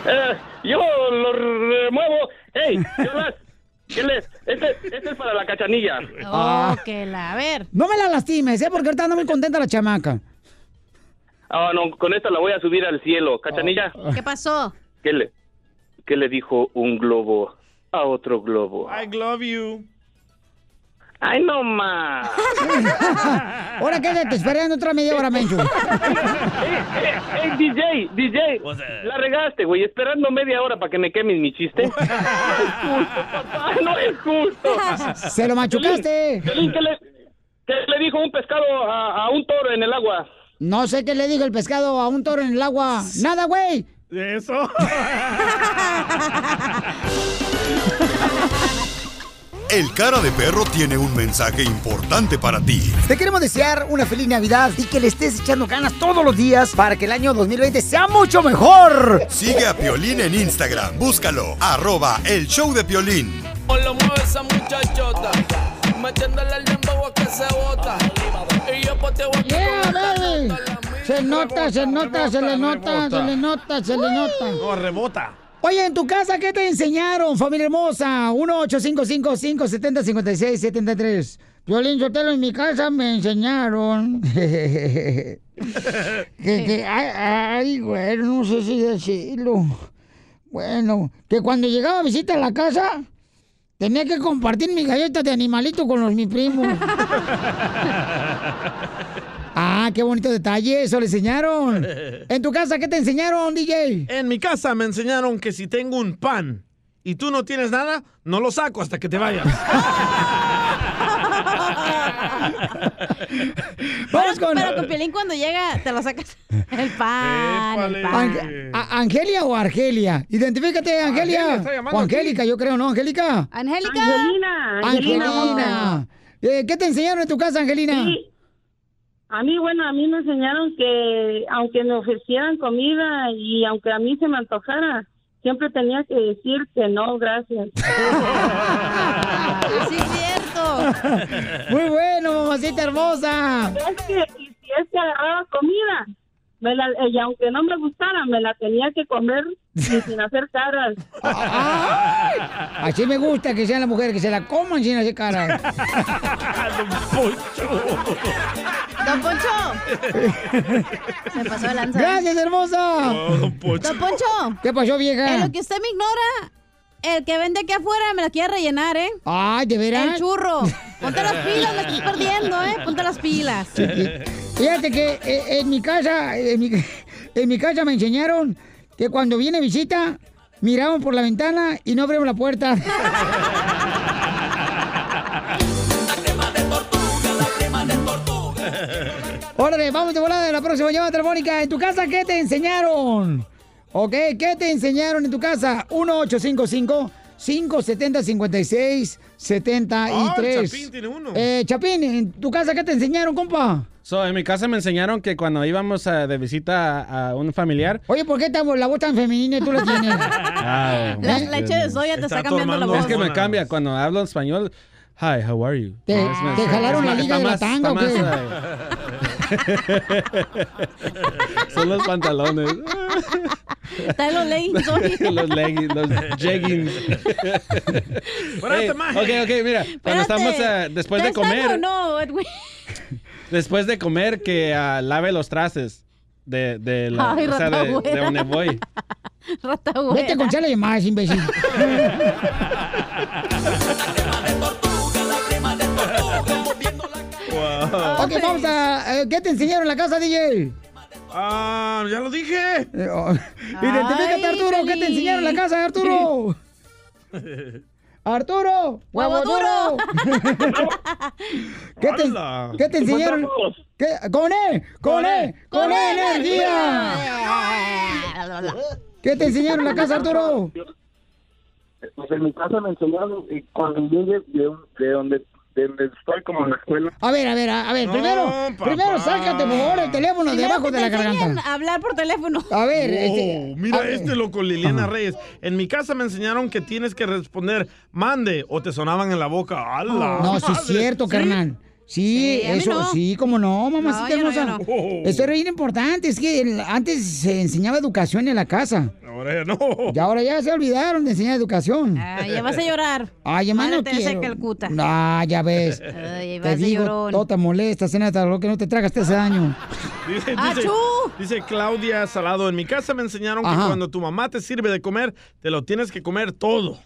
K: Eh, yo lo remuevo. ¡Ey! Piolas, ¿qué les- Este, este es para la cachanilla.
E: Oh, que la, a ver.
A: Ah. No me la lastimes, ¿eh? Porque ahorita anda muy contenta la chamaca.
K: Ah, no, con esta la voy a subir al cielo. Cachanilla,
A: Ah.
E: ¿Qué pasó?
K: ¿qué le, qué le dijo un globo a otro globo?
C: I love you.
K: ¡Ay, no más!
A: Ahora quédate esperando otra media hora, Mencho.
K: ¡Ey, DJ! DJ, la regaste, güey, esperando media hora para que me quemes mi chiste. no es justo, papá, no es justo.
A: Se lo machucaste.
K: Piolín, ¿qué le, qué le dijo un pescado a, a un toro en el agua?
A: No sé qué le dijo el pescado a un toro en el agua. Nada, güey.
E: Oh.
C: Eso.
B: El cara de perro tiene un mensaje importante para ti.
A: Te queremos desear una feliz Navidad y que le estés echando ganas todos los días para que el año 2020 sea mucho mejor.
B: Sigue a Piolín en Instagram, búscalo, arroba el show de Piolín.
O: ¿Cómo lo mueve esa muchachota? Metiéndole el dembow a que se bota. Y yo pues poteo aquí
A: Yeah,
O: con el
A: baby. Se nota, se nota, se le nota, se le nota, se le nota.
C: No, rebota.
A: Oye, en tu casa, ¿qué te enseñaron, familia hermosa? 1-855-570-5673. Violín Sotelo, en mi casa me enseñaron. que, que- ay, ay, güey, no sé si decirlo. Bueno, que cuando llegaba a visita a la casa, tenía que compartir mis galletas de animalito con los mis primos. Ah, qué bonito detalle, eso le enseñaron. En tu casa, ¿qué te enseñaron, DJ?
C: En mi casa me enseñaron que si tengo un pan y tú no tienes nada, no lo saco hasta que te vayas.
A: Vamos
E: Pero,
A: Pues con-
E: pero con Piolín cuando llega, te lo sacas. El pan, el pan.
A: Ange- a- ¿Angelia o Argelia? Identifícate, Angelia.
E: Angelia está llamando
A: o Angélica, yo creo, ¿no, Angélica?
E: Angélica.
Q: Angelina, Angelina.
A: Angelina. Eh, ¿Qué te enseñaron en tu casa, Angelina?
Q: Sí. A mí, bueno, a mí me enseñaron que aunque me ofrecieran comida y aunque a mí se me antojara, siempre tenía que decir que no, gracias.
E: Sí, es cierto.
A: Muy bueno, mamacita hermosa.
Q: Es que, y si es que agarraba comida, me la, y aunque no me gustara, me la tenía que comer y sin hacer caras.
E: Ah.
A: Así me gusta que sean las mujeres, que se la coman sin hacer cara.
E: Don Poncho. Se pasó de lanza.
A: Gracias, hermosa.
E: Oh, Don Poncho.
A: ¿Qué pasó,
E: En
A: vieja?
E: lo que usted me ignora, el que vende aquí afuera me la quiere rellenar, ¿eh?
A: Ay, ¿de
E: El
A: veras?
E: churro. Ponte las pilas, me estás perdiendo, ¿eh? Ponte las pilas.
A: Fíjate que eh, en mi casa, en mi, en mi casa me enseñaron que cuando viene visita, miramos por la ventana y no abrimos la puerta. Órale, vamos de volada a la próxima llamada telefónica. ¿En tu casa qué te enseñaron? ¿Ok? ¿Qué te enseñaron en tu
C: Ah,
A: casa? 1-855-570-5673.
C: Ah, el Chapín tiene uno.
A: Eh, Chapín, ¿en tu casa qué te enseñaron, compa?
R: So, en mi casa me enseñaron que cuando íbamos a- de visita a, a un familiar.
A: Oye, ¿por qué esta vo- la voz tan femenina tú la tienes?
E: La leche de soya te está, cambiando la voz.
R: ah, Es que me cambia cuando hablo en español. Hi, how are you?
A: ¿Te,
R: Es más-
A: te jalaron
R: es
A: la
R: más-
A: liga de la
R: está
A: tanga o
R: más-
A: qué?
R: está más, eh, Son los pantalones.
A: eh.
E: Está en los leggings hoy.
R: los leggings, los jeggings. Hey, ok, ok, mira. Cuando estamos eh, después de
E: ¿Está sano
R: comer.
E: o No, Edwin?
R: Después de comer, que ah, lave los trastes de, de, la-
E: Ay,
R: o sea, de- de,
E: ratabuela.
R: donde voy.
A: Vete con chale más, imbécil. ok, vamos a... eh, ¿Qué te enseñaron en la casa, DJ?
C: Ah, ya lo dije.
A: Eh, oh, Identifícate, Arturo. ¿Qué te enseñaron en la casa, Arturo? Arturo, huevo
E: ¡Huevo
A: duro.
E: duro!
A: ¿Qué, te,
E: ¡Hala!
A: qué te enseñaron?
E: ¡Encontramos!
A: ¿Qué? Con él, con él, con él, energía. ¿Qué te enseñaron en la casa, Arturo?
K: Pues en mi casa me enseñaron y cuando llegue de, un- de donde de donde estoy como en la escuela.
A: A ver, a ver, a a ver,
K: No,
A: primero,
K: papá.
A: primero sácate por favor el teléfono
E: Primero
A: de abajo
E: que
A: de
E: te
A: la garganta.
E: enseñen a hablar por teléfono.
A: A ver,
C: Oh, mira
A: Ah,
C: este
A: eh.
C: loco, Liliana Reyes. En mi casa me enseñaron que tienes que responder mande o te sonaban en la boca. ¡Hala!
A: No, sí es
C: madre!
A: cierto,
C: ¿Sí?
A: carnal. Sí,
C: Sí, a mí
A: eso,
C: no.
A: sí, como no, mamacita
C: No, yo no,
A: hermosa.
C: yo no.
A: Esto era bien importante, es que el- antes se enseñaba educación en la casa.
C: Ahora no.
A: Y ahora ya se olvidaron de enseñar educación.
E: Ah, ya vas a llorar.
A: Ay, hermano,
E: Madre Teresa de
A: quiero.
E: Calcuta.
A: Ah, ya ves.
E: Ay, ahí vas
A: te
E: de
A: digo,
E: llorón.
A: tota molesta, cena hasta lo que no te tragaste hace daño.
C: Dice, dice,
E: ¡Achú!
C: dice Claudia Salado, en mi casa me enseñaron
A: Ajá.
C: que cuando tu mamá te sirve de comer, te lo tienes que comer todo.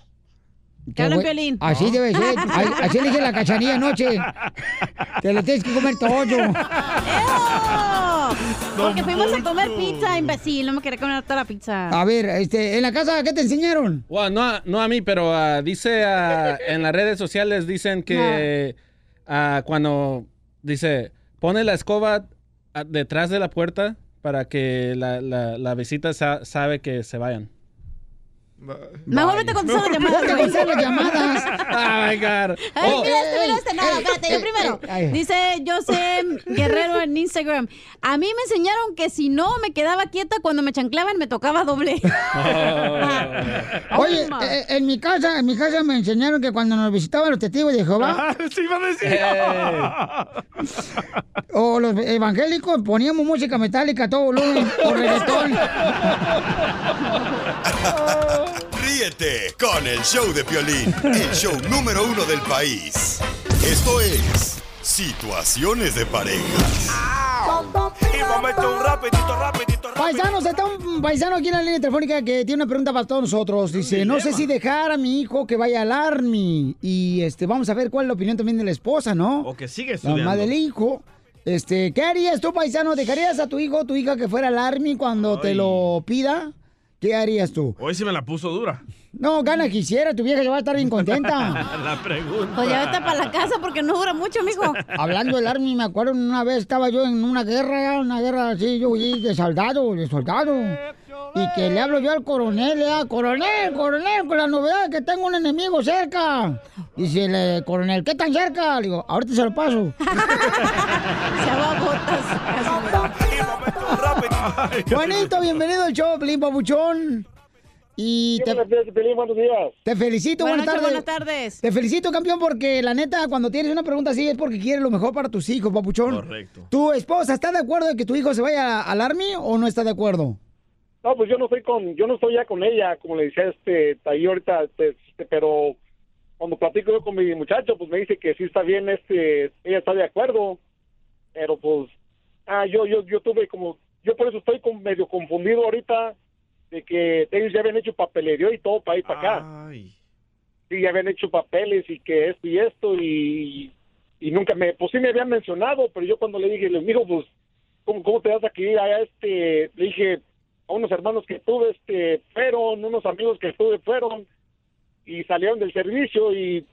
A: Qué buen- Así debe ser. Ay, Así le dije a la cachanilla anoche. Te lo tienes que comer todo.
E: ¡Oh! Porque fuimos a comer pizza, imbécil. No me quería comer toda la pizza.
A: A ver, este, en la casa, ¿qué te enseñaron?
R: Bueno, no, a- no a mí, pero ah, dice ah, en las redes sociales dicen que ah, cuando dice pone la escoba ah, detrás de la puerta para que la, la- la visita sa- sabe que se vayan.
E: Mejor vete con las llamadas.
A: Vete a
E: güey.
A: contestar las llamadas.
R: Oh my God.
E: Ay,
R: Oh.
E: mira este, mira este. No, espérate, yo primero. Dice José Guerrero en Instagram. A mí me enseñaron que si no me quedaba quieta cuando me chanclaban, me tocaba doble.
A: Oye, eh, en mi casa, en mi casa me enseñaron que cuando nos visitaban los testigos de Jehová
C: Sí, iba a decir.
A: Eh. o los evangélicos poníamos música metálica a todo volumen o reggaetón.
B: Ríete con el show de Piolín, el show número uno del país. Esto es Situaciones de Parejas.
A: Paisanos, está un paisano aquí en la línea telefónica que tiene una pregunta para todos nosotros. Dice, no sé si dejar a mi hijo que vaya al army y este vamos a ver cuál es la opinión también de la esposa, ¿no?
C: O que sigue
A: La
C: estudiando.
A: mamá del hijo. Este, ¿qué harías tú, paisano? ¿Dejarías a tu hijo o tu hija que fuera al army cuando te
C: Ay.
A: lo pida? ¿Qué harías tú?
C: Hoy sí me la puso dura.
A: No, gana quisiera, tu vieja ya va a estar bien contenta.
C: la pregunta.
E: Pues ya vete para la casa porque no dura mucho, mijo.
A: Hablando del Army, me acuerdo una vez estaba yo en una guerra, una guerra así, yo fui de soldado, de soldado. Y que le hablo yo al coronel, le digo, coronel, coronel, con la novedad de que tengo un enemigo cerca. Dice el coronel, ¿qué tan cerca? Le digo, ahorita se lo paso.
E: Se va a botas.
A: Juanito, bienvenido al show, Pelín Papuchón. Y te,
S: buenos días.
A: te felicito,
E: Buenas
A: buenas,
E: noches,
A: tardes.
E: buenas tardes.
A: Te felicito, campeón, porque la neta, cuando tienes una pregunta así es porque quieres lo mejor para tus hijos, papuchón.
S: Correcto.
A: ¿Tu esposa está de acuerdo de que tu hijo se vaya al army o no está de acuerdo?
S: No, pues yo no estoy con, yo no estoy ya con ella, como le decía este ahí ahorita, este, este, pero cuando platico yo con mi muchacho, pues me dice que sí está bien, este, ella está de acuerdo, pero pues, ah, yo, yo, yo tuve como, yo por eso estoy con- medio confundido ahorita de que ellos ya habían hecho papelería y todo para ir para acá. Sí, ya habían hecho papeles y que esto y esto y, y nunca me, pues sí me habían mencionado, pero yo cuando le dije, le digo, pues, ¿cómo, cómo te vas a ir allá? Este, le dije, a unos hermanos que tuve, este, fueron, unos amigos que tuve, fueron, y salieron del servicio y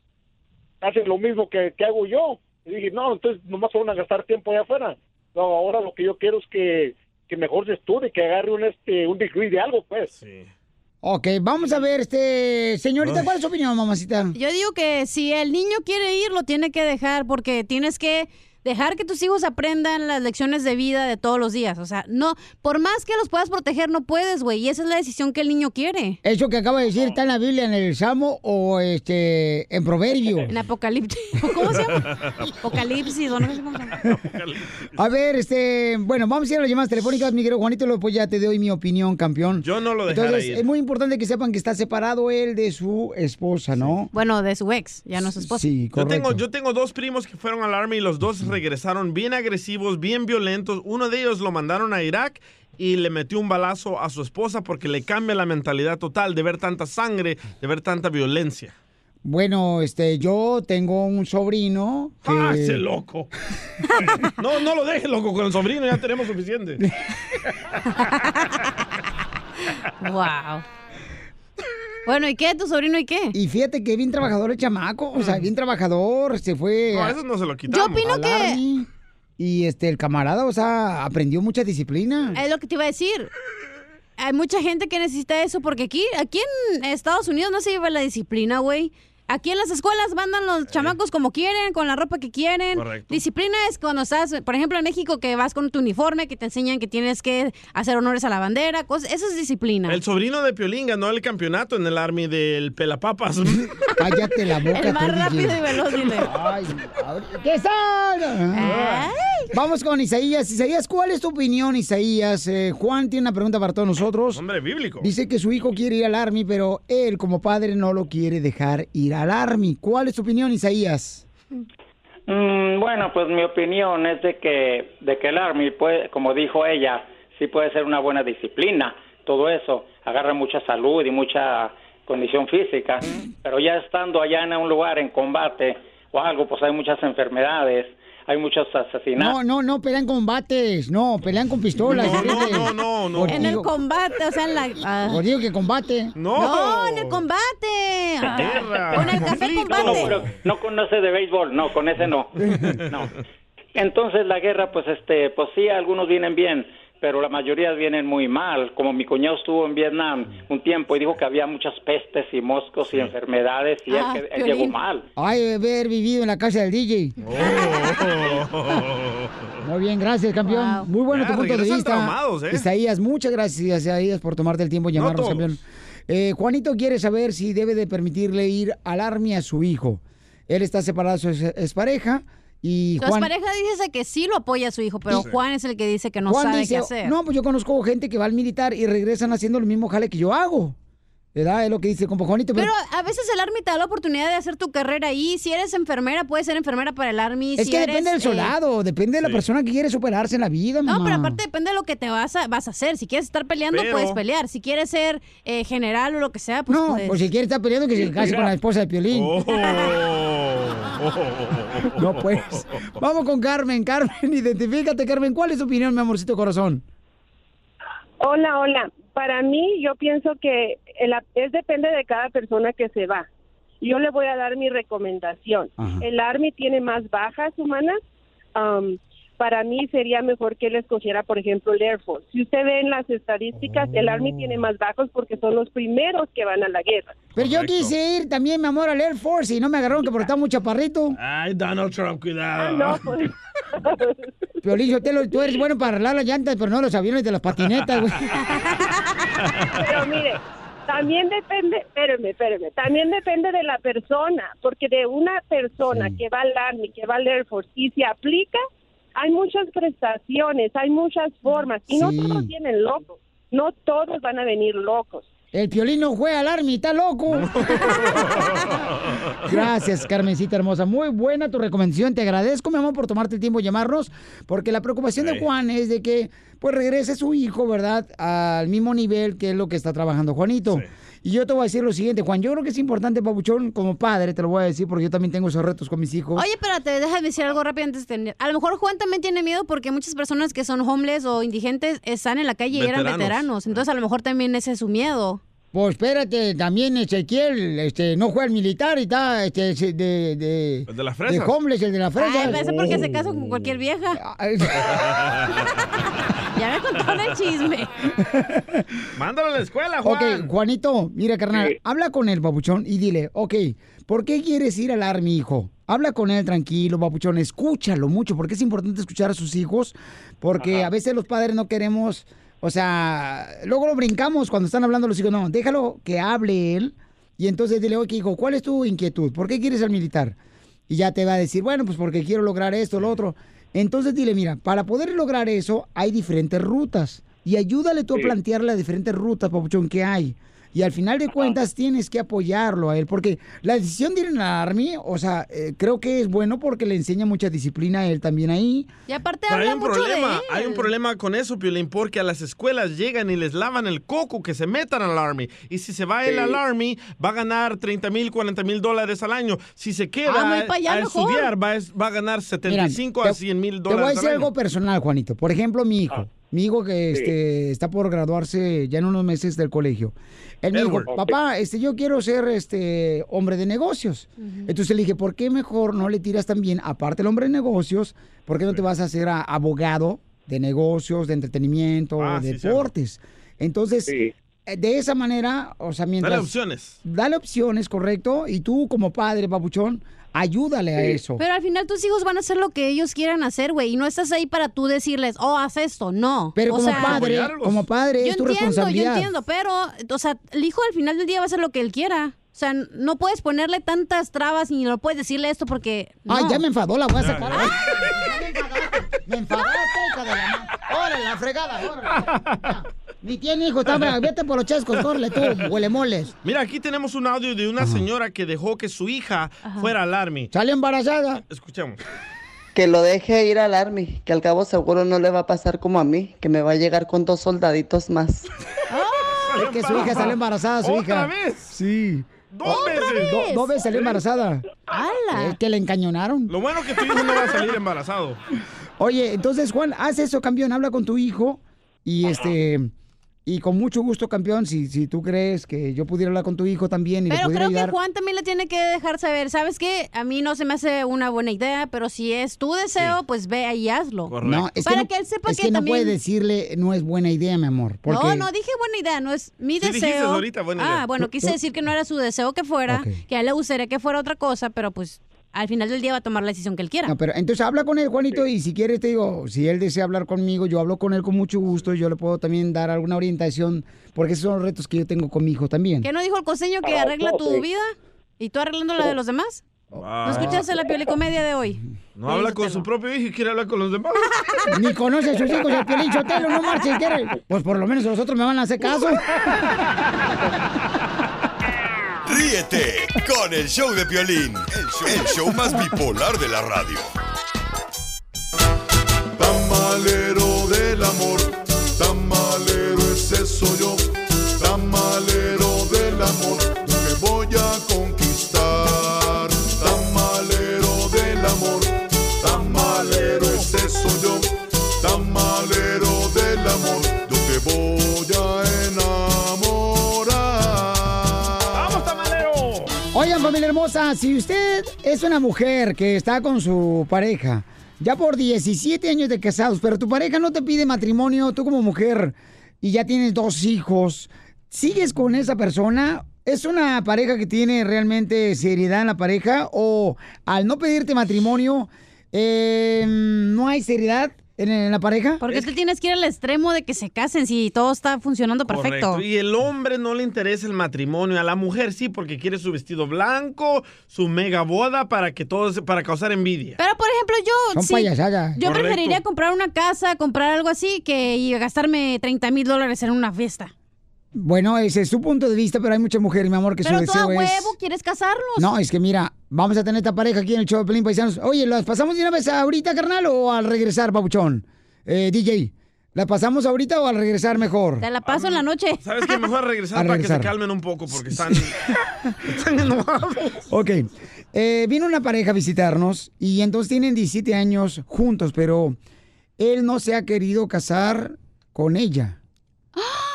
S: hacen lo mismo que, que hago yo. Y dije, no, entonces nomás fueron a gastar tiempo allá afuera. No, ahora lo que yo quiero es que, que mejor se estudie, que agarre un, este, un degree de algo, pues.
A: Ok, vamos a ver, este señorita, ¿cuál es su opinión, mamacita?
E: Yo digo que si el niño quiere ir, lo tiene que dejar porque tienes que dejar que tus hijos aprendan las lecciones de vida de todos los días. O sea, no, por más que los puedas proteger, no puedes, güey. Y esa es la decisión que el niño quiere.
A: ¿Eso que acaba de decir está en la Biblia, en el Salmo o este en Proverbio?
E: En Apocalipsis. ¿Cómo se llama? Apocalipsis, o no sé cómo se llama.
A: A ver, este, bueno, vamos a ir a las llamadas telefónicas, mi querido Juanito, luego pues ya te doy mi opinión, campeón.
C: Yo no lo dejara
A: Entonces,
C: ir.
A: es muy importante que sepan que está separado él de su esposa, ¿no?
E: Bueno, de su ex, ya no es su esposa.
A: Sí,
C: Yo
A: correcto.
C: tengo, yo tengo dos primos que fueron al Army y los dos regresaron bien agresivos, bien violentos. Uno de ellos lo mandaron a Irak y le metió un balazo a su esposa porque le cambia la mentalidad total de ver tanta sangre, de ver tanta violencia.
A: Bueno, este, yo tengo un sobrino que...
C: ¡Ah, ese loco! no, no lo dejes, loco, con el sobrino ya tenemos suficiente.
E: Wow. Bueno, ¿y qué? ¿Tu sobrino y qué?
A: Y fíjate que bien trabajador el chamaco, o sea, bien trabajador, se fue...
C: Mm. No,
A: a-
C: eso no se lo quitamos.
E: Yo opino
A: al
E: que
A: Army, Y este, el camarada, o sea, aprendió mucha disciplina.
E: es lo que te iba a decir. Hay mucha gente que necesita eso porque aquí, aquí en Estados Unidos no se lleva la disciplina, güey. Aquí en las escuelas mandan los chamacos como quieren, con la ropa que quieren.
F: Correcto.
E: Disciplina es cuando estás, por ejemplo, en México, que vas con tu uniforme, que te enseñan que tienes que hacer honores a la bandera. Cosas, eso es disciplina.
C: El sobrino de Piolín ganó el campeonato en el Army del Pelapapas.
A: Cállate la boca.
E: El más
A: tú, DJ.
E: rápido y veloz, dile.
A: Ay, ahorita- ¿Qué son? Vamos con Isaías. Isaías, ¿cuál es tu opinión, Isaías? Eh, Juan tiene una pregunta para todos nosotros.
C: Hombre bíblico.
A: Dice que su hijo quiere ir al Army, pero él como padre no lo quiere dejar ir al Army. ¿Cuál es tu opinión, Isaías?
T: Mm, bueno, pues mi opinión es de que, de que el Army, puede, como dijo ella, sí puede ser una buena disciplina, todo eso, agarra mucha salud y mucha condición física, pero ya estando allá en un lugar en combate o algo, pues hay muchas enfermedades, hay muchos asesinatos.
A: No, no, no, pelean combates. No, pelean con pistolas.
T: No, no,
A: fíjate.
T: no, no, no.
A: Por-
E: En el
A: digo-
E: combate, o sea, en la... ah.
A: por digo que combate.
E: No, en el combate. Ah, Con el café
T: No,
E: combate.
T: pero no conoce de béisbol, no, con ese no. No. Entonces la guerra, pues este, pues sí, algunos vienen bien, pero la mayoría vienen muy mal. Como mi cuñado estuvo en Vietnam un tiempo y dijo que había muchas pestes y moscos y enfermedades y él
A: Ah,
T: que- él,
A: Piolín.
T: llegó mal.
A: Ay, haber vivido en la casa del DJ.
T: Oh.
A: Muy bien, gracias, campeón. Muy bueno
C: Ya,
A: tu punto de
C: regresan
A: vista.
C: traumados, ¿eh?
A: Isaías, muchas gracias, Isaías, por tomarte el tiempo de
C: No
A: llamarnos,
C: todos.
A: campeón. Eh, Juanito quiere saber si debe de permitirle ir al army a su hijo. Él está separado de su ex- expareja y
E: Su
A: Juan...
E: pareja dice que sí lo apoya a su hijo, pero
A: Sí.
E: Juan es el que dice que no
A: Juan
E: sabe
A: dice,
E: qué hacer.
A: No, pues yo conozco gente que va al militar y regresan haciendo el mismo jale que yo hago. ¿Verdad? Es lo que dice el compa Juanito. pues,
E: pero a veces el Army te da la oportunidad de hacer tu carrera ahí. Si eres enfermera, puedes ser enfermera para el Army.
A: es
E: Si
A: que
E: eres,
A: depende del
E: eh,
A: soldado, depende de la persona que quiere superarse en la vida,
E: No,
A: mamá.
E: pero aparte depende de lo que te vas a, vas a hacer. Si quieres estar peleando,
A: Pero-
E: puedes pelear. Si quieres ser eh, general o lo que sea, pues Oh.
A: No,
E: puedes.
A: pues si quiere estar peleando que se case con la esposa de Piolín. No, pues. Vamos con Carmen. Carmen, identifícate, Carmen. ¿Cuál es tu opinión, mi amorcito corazón?
I: Hola, hola. Para mí, yo pienso que el a- es depende de cada persona que se va. Yo le voy a dar mi recomendación.
U: Ajá.
I: El Army tiene más bajas humanas. Am, para mí sería mejor que él escogiera, por ejemplo, el Air Force. Si usted ve en las estadísticas, el Army tiene más bajos porque son los primeros que van a la guerra.
A: Oh. Pero yo quise ir también, mi amor, al Air Force y no me agarraron que porque estaba muy chaparrito.
C: Ay, Donald Trump,
A: Ah,
C: cuidado.
A: pues, Piolín, yo te lo, tú eres bueno para arreglar las llantas, pero no los aviones de las patinetas, güey.
I: Pero mire, También depende, espérame, espérame, también depende de la persona, porque de una persona que va al Army, que va al Air Force y se aplica, hay muchas prestaciones, hay muchas formas, y no
A: Sí.
I: todos vienen locos, no todos van a venir locos.
A: El piolín no juega al army, está loco. Gracias, Carmencita hermosa. Muy buena tu recomendación. Te agradezco, mi amor, por tomarte el tiempo de llamarnos, porque la preocupación de
J: Sí.
A: Juan es de que pues regrese su hijo, ¿verdad? Al mismo nivel que es lo que está trabajando Juanito. Y yo te voy a decir lo siguiente, Juan, yo creo que es importante, Pabuchón, como padre, te lo voy a decir, porque yo también tengo esos retos con mis hijos.
E: Oye, espérate, déjame decir algo rápido antes de terminar. A lo mejor Juan también tiene miedo porque muchas personas que son homeless o indigentes están en la calle y eran
A: Veteranos.
E: veteranos. Entonces, a lo mejor también ese es su miedo.
A: Pues espérate, también Ezequiel, este, no juega al militar y está, este, ese de, de...
J: El de las
A: De
J: fresas. Uh.
A: homeless, el de la fresa.
E: Ay, parece porque se casa
A: Oh.
E: con cualquier vieja. ya me contaron el chisme.
C: Mándalo a la escuela, Juan.
A: Ok, Juanito, mira, carnal, habla con él, papuchón, y dile, ok, ¿por qué quieres ir al army, hijo? Habla con él tranquilo, papuchón, escúchalo mucho, porque es importante escuchar a sus hijos, porque a veces los padres no queremos, o sea, luego lo brincamos cuando están hablando los hijos, no, déjalo que hable él, y entonces dile, ok, hijo, ¿cuál es tu inquietud? ¿Por qué quieres al militar? Y ya te va a decir, bueno, pues porque quiero lograr esto, lo otro. Entonces dile, mira, para poder lograr eso hay diferentes rutas. Y ayúdale tú a plantear las diferentes rutas, papuchón, que hay. Y al final de cuentas tienes que apoyarlo a él, porque la decisión de ir en la Army, o sea, eh, creo que es bueno porque le enseña mucha disciplina a él también ahí.
E: Y aparte
C: Pero hay
E: habla
C: un
E: mucho de
C: problema,
E: él.
C: hay un problema con eso, Piolín, porque a las escuelas llegan y les lavan el coco que se metan al Army. Y si se va él
V: Sí.
C: al Army, va a ganar 30 mil, 40 mil dólares al año. Si se queda
E: Ah, voy
C: a-
E: pa' allá
C: a
E: mejor.
C: estudiar, va a, es- va a ganar
A: Mira,
C: 75
A: te-
C: a 100 mil
A: Te voy a
C: dólares
A: decir
C: al
A: algo
C: año. Ah.
A: personal, Juanito. Por ejemplo, mi hijo. Mi hijo que este, está por graduarse ya en unos meses del colegio. Él me dijo,
J: Edward.
A: papá, este, yo quiero ser este, hombre de negocios. Entonces le dije, ¿por qué mejor no le tiras también, aparte del hombre de negocios, por qué no te vas a hacer a- abogado de negocios, de entretenimiento,
C: Ah,
A: de
C: sí, cierto.
A: deportes? Entonces, eh, de esa manera, o sea, mientras...
C: Dale opciones.
A: Dale opciones, correcto. Y tú como padre, papuchón, ayúdale a eso.
E: Pero al final tus hijos van a hacer lo que ellos quieran hacer, güey. Y no estás ahí para tú decirles, oh, haz esto. No.
A: Pero
E: O
A: como
E: sea,
A: padre, como padre
E: yo
A: es tu
E: entiendo,
A: responsabilidad.
E: Yo entiendo, pero, o sea, el hijo al final del día va a hacer lo que él quiera. O sea, no puedes ponerle tantas trabas ni no puedes decirle esto porque.
A: Ay,
E: no.
A: Ah, ya me enfadó, la voy a sacar. Me enfadaste, hija de la madre. Órale, la fregada, órale. Ya. Ni tiene hijo, está bravo. Vete por los chescos, corre tú, huele moles.
C: Mira, aquí tenemos un audio de una señora que dejó que su hija fuera al Army.
A: Sale embarazada.
C: Escuchemos.
M: Que lo deje ir al army, que al cabo seguro no le va a pasar como a mí, que me va a llegar con dos soldaditos más.
A: Es que su hija salió embarazada, su hija.
M: ¿Otra
C: vez?
A: Sí.
C: ¿Dos
M: veces?
A: Do- dos veces salió embarazada.
E: ¡Hala!
A: Es que le encañonaron.
C: Lo bueno que tu hijo no va a salir embarazado.
A: Oye, entonces, Juan, haz eso, campeón. Habla con tu hijo y este. Y con mucho gusto, campeón, si, si tú crees que yo pudiera hablar con tu hijo también y le
E: Pero
A: pudiera
E: creo
A: ayudar.
E: que Juan también le tiene que dejar saber, ¿sabes qué? A mí no se me hace una buena idea, pero si es tu deseo, pues ve ahí y hazlo.
A: No, es
E: Para
A: que, no,
E: que él sepa
A: es
E: que,
A: que no
E: también...
A: puede decirle, no es buena idea, mi amor. Porque...
E: No, no dije buena idea, no es mi
A: Sí dijiste
E: deseo.
A: ahorita buena idea.
E: Ah, bueno,
A: Tú-
E: quise
A: tú-
E: decir que no era su deseo que fuera,
A: Ok.
E: que a él le gustaría que fuera otra cosa, pero pues al final del día va a tomar la decisión que él quiera.
A: No, pero entonces habla con él, Juanito, y si quieres te digo, si él desea hablar conmigo, yo hablo con él con mucho gusto, y yo le puedo también dar alguna orientación, porque esos son los retos que yo tengo con mi hijo también.
E: ¿Qué no dijo el coseño que
A: Ah,
E: arregla
A: no,
E: tu
A: sí.
E: vida y tú arreglando la de los demás?
A: Ah.
E: ¿No escuchaste la piolicomedia de hoy?
C: No habla con su Ah. propio hijo y quiere hablar con los demás.
A: Ni conoce a sus hijos, el Piolín Sotelo, no marches, quiere. Pues por lo menos los otros me van a hacer caso.
B: Ríete con el show de Piolín, el show, el show más bipolar de la radio.
G: Tamalero del amor, tamalero ese soy yo, tamalero del amor, me voy a conquistar. Tamalero del amor, tamalero ese soy yo, tamalero del amor, yo te voy a enamorar. ¡Vamos, tamalero!
A: Oigan, familia hermosa, si usted es una mujer que está con su pareja, ya por 17 años de casados, pero tu pareja no te pide matrimonio, tú como mujer, y ya tienes dos hijos, ¿sigues con esa persona? ¿Es una pareja que tiene realmente seriedad en la pareja? ¿O al em, no pedirte matrimonio, eh, no hay seriedad? en, en la pareja?
E: Porque tú tienes que ir al extremo de que se casen si todo está funcionando perfecto.
C: Correcto. Y el hombre no le interesa el matrimonio, a la mujer sí, porque quiere su vestido blanco, su mega boda para que todos, para causar envidia.
E: Pero, por ejemplo, yo.
C: Son payasadas.
E: Yo
C: Correcto.
E: preferiría comprar una casa, comprar algo así, que y gastarme 30 mil dólares en una fiesta.
A: Bueno, ese es su punto de vista, pero hay muchas mujeres, mi amor, que
E: Pero
A: su
E: tú a
A: deseo
E: huevo
A: es...
E: quieres casarnos.
A: No, es que mira, vamos a tener esta pareja aquí en el show de Pelín Paisanos. Oye, ¿las pasamos de una vez ahorita, carnal, o al regresar, papuchón? Eh, DJ, ¿la pasamos ahorita o al regresar mejor?
E: Te la paso en la noche.
C: Ah, ¿Sabes qué? Mejor regresar
A: A
C: para
A: regresar.
C: que se calmen un poco porque están...
A: Ok. Eh, vino una pareja a visitarnos y entonces tienen 17 años juntos, pero él no se ha querido casar con ella.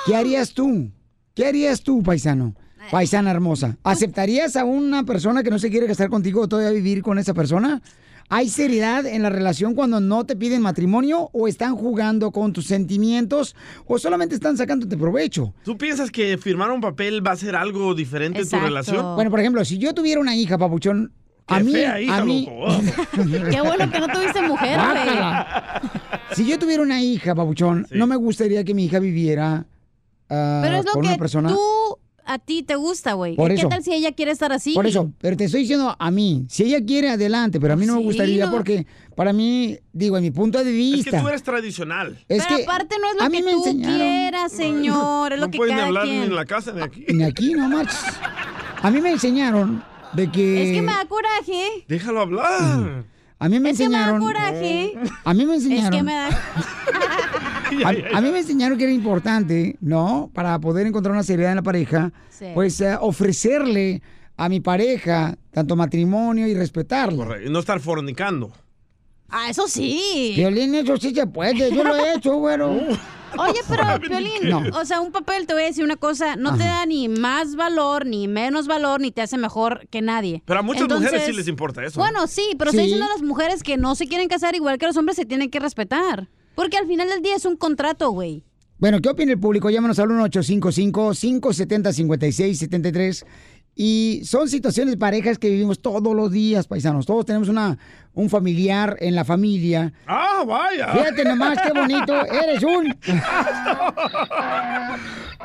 A: ¿Qué harías tú? ¿Qué harías tú, paisano? Paisana hermosa. ¿Aceptarías a una persona que no se quiere casar contigo o todavía vivir con esa persona? ¿Hay seriedad en la relación cuando no te piden matrimonio o están jugando con tus sentimientos o solamente están sacándote provecho?
C: ¿Tú piensas que firmar un papel va a ser algo diferente en tu relación?
A: Bueno, por ejemplo, si yo tuviera una hija, papuchón, a
C: Qué
A: mí,
C: fea hija,
A: a mí,
C: loco.
E: Qué bueno que no tuviste mujer, güey.
A: si yo tuviera una hija, papuchón, no me gustaría que mi hija viviera ah,
E: Pero es lo
A: con
E: que
A: una persona.
E: tú, a ti te gusta, güey.
A: Por
E: ¿Y ¿Qué
A: eso.
E: tal si ella quiere estar así?
A: Por eso, pero te estoy diciendo a mí, si ella quiere adelante, pero a mí no me
E: Sí,
A: gustaría
E: no.
A: porque para mí, digo, en mi punto de
C: Es
A: vista.
C: que tú eres tradicional.
A: Es
E: Pero
A: que
E: aparte no es lo
A: a mí
E: que
A: me
E: tú
A: enseñaron.
E: quieras, señor. Es lo
C: no
E: que
C: puedes
E: cada
C: ni hablar
E: quien.
C: ni en la casa ni aquí.
A: Ni aquí no marches. A mí me enseñaron de que.
E: Es que me da coraje.
C: Déjalo hablar.
A: A mí me
E: Es que me da
A: enseñaron.
E: coraje.
A: A mí me
E: Es
A: enseñaron.
E: que me da.
A: A, a mí me enseñaron que era importante, ¿no? Para poder encontrar una seriedad en la pareja,
E: Sí.
A: pues eh, ofrecerle a mi pareja tanto matrimonio y respetarla.
C: Correcto. eh, No estar fornicando.
E: Ah, eso sí.
A: Violín, eso sí se puede, yo lo he hecho, güero.
E: Oye, pero, Piolín,
A: No.
E: o sea, un papel, te voy a decir una cosa, no te
A: Ajá.
E: da ni más valor, ni menos valor, ni te hace mejor que nadie.
C: Pero a muchas
E: Entonces-
C: mujeres sí les importa
A: ¿eh?
C: eso. ¿eh?
E: Bueno, sí, pero
C: Sí.
E: estoy diciendo a las mujeres que no se quieren casar igual que los hombres se tienen que respetar. Porque al final del día es un contrato, güey.
A: Bueno, ¿qué opina el público? Llámanos al 1-855-570-5673. Y son situaciones de parejas que vivimos todos los días, paisanos. Todos tenemos una, un familiar en la familia.
C: Ah, vaya.
A: Fíjate nomás qué bonito, eres un.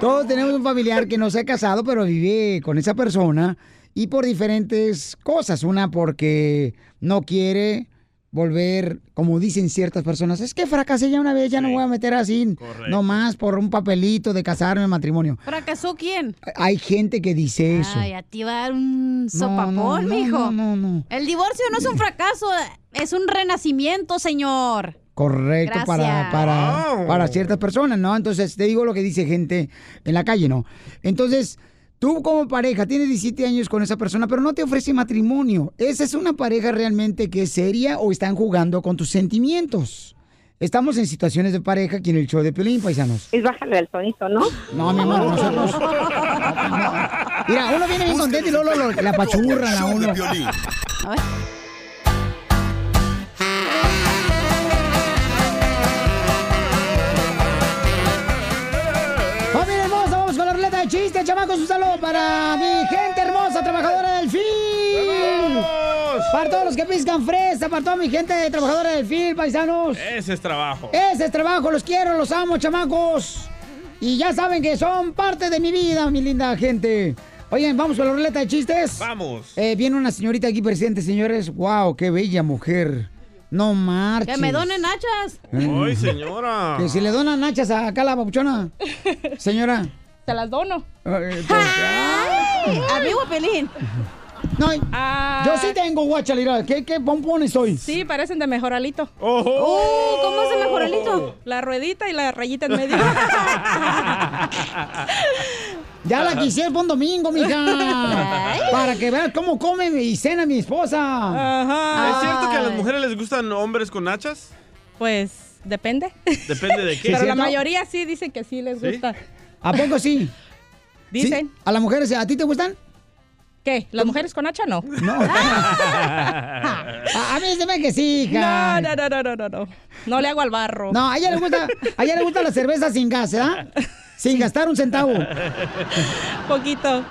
A: Todos tenemos un familiar que no se ha casado, pero vive con esa persona y por diferentes cosas. Una porque no quiere volver, como dicen ciertas personas, es que fracasé ya una vez, ya no voy a meter así, nomás por un papelito de casarme en matrimonio.
E: ¿Fracasó quién?
A: Hay gente que dice Eh, eso.
E: Ay, a ti va a dar un sopapón,
A: no, no,
E: mijo.
A: no, no,
E: El divorcio no es un fracaso, es un renacimiento, señor.
A: Correcto, para,
E: Gracias.
A: para, para ciertas personas, ¿no? Entonces, te digo lo que dice gente en la calle, ¿no? Entonces, tú como pareja tienes 17 años con esa persona, pero no te ofrece matrimonio. ¿Esa es una pareja realmente que es seria o están jugando con tus sentimientos? Estamos en situaciones de pareja aquí en el show de Pelín, paisanos.
I: Es bajarle el tonito, ¿no?
A: No, mi amor, nosotros... Mira, uno viene bien contento y luego lo- lo- la pachurra a uno. ¡Familia hermosa! Vamos con la ruleta de chistes, chamacos. Un saludo para mi gente hermosa, trabajadora del film. Para todos los que piscan fresa, para toda mi gente de trabajadora del film, paisanos.
C: Ese es trabajo.
A: Ese es trabajo, los quiero, los amo, chamacos. Y ya saben que son parte de mi vida, mi linda gente. Oigan, vamos con la ruleta de chistes.
C: Vamos.
A: Eh, viene una señorita aquí presente, señores. ¡Wow! ¡Qué bella mujer! No marches.
E: Que me donen hachas.
C: Ay, señora.
A: Que si le donan nachas a acá la babuchona. Señora.
W: Te las dono.
A: eh, ¡Ay!
W: ¡Amigo Pelín! Ah,
A: No, Yo sí tengo guachalira. ¿Qué, qué pompones soy?
W: Sí, parecen de mejoralito.
A: Oh,
W: uh, ¿Cómo es el mejoralito? La ruedita y la rayita en medio.
A: Ya la quisiera para un domingo, mija. para que veas cómo come y cena mi esposa. Ah.
C: ¿Es cierto que a las mujeres les gustan hombres con hachas?
W: Pues depende.
C: Depende de qué.
W: Pero la mayoría sí dicen que sí les
C: ¿Sí?
W: gusta.
A: ¿A poco sí?
W: Dicen.
A: ¿A las mujeres, a ti te gustan?
W: ¿Qué? ¿Las mujeres con hacha no?
A: No. A, a mí se me que sí, hija.
W: No, no, no, no, no, no. No le hago al barro.
A: No, a ella le gusta, a ella le gusta la cerveza sin gas, ¿verdad? Sin gastar un centavo.
W: Poquito.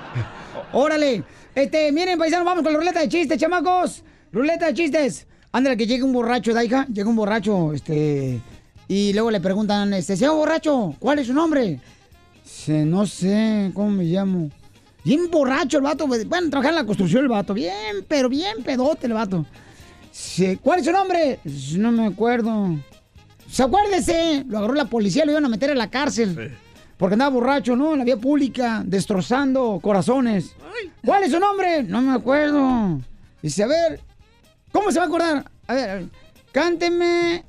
A: Órale. Este, miren, paisanos, vamos con la ruleta de chistes, chamacos. Ruleta de chistes. Ándale, que llegue un borracho, da, hija. Llega un borracho, este, Y luego le preguntan, este, señor borracho, ¿cuál es su nombre? Dice, no sé, ¿cómo me llamo? Bien borracho el vato, pues, bueno, trabajar en la construcción el vato, bien, pero bien pedote el vato. Dice, ¿cuál es su nombre? Dice, no me acuerdo. Dice, Pues, acuérdese, lo agarró la policía, lo iban a meter a la cárcel. Porque andaba borracho, ¿no? En la vía pública, destrozando corazones. ¿Cuál es su nombre? No me acuerdo. Dice, a ver, ¿cómo se va a acordar? A ver, a ver, cánteme,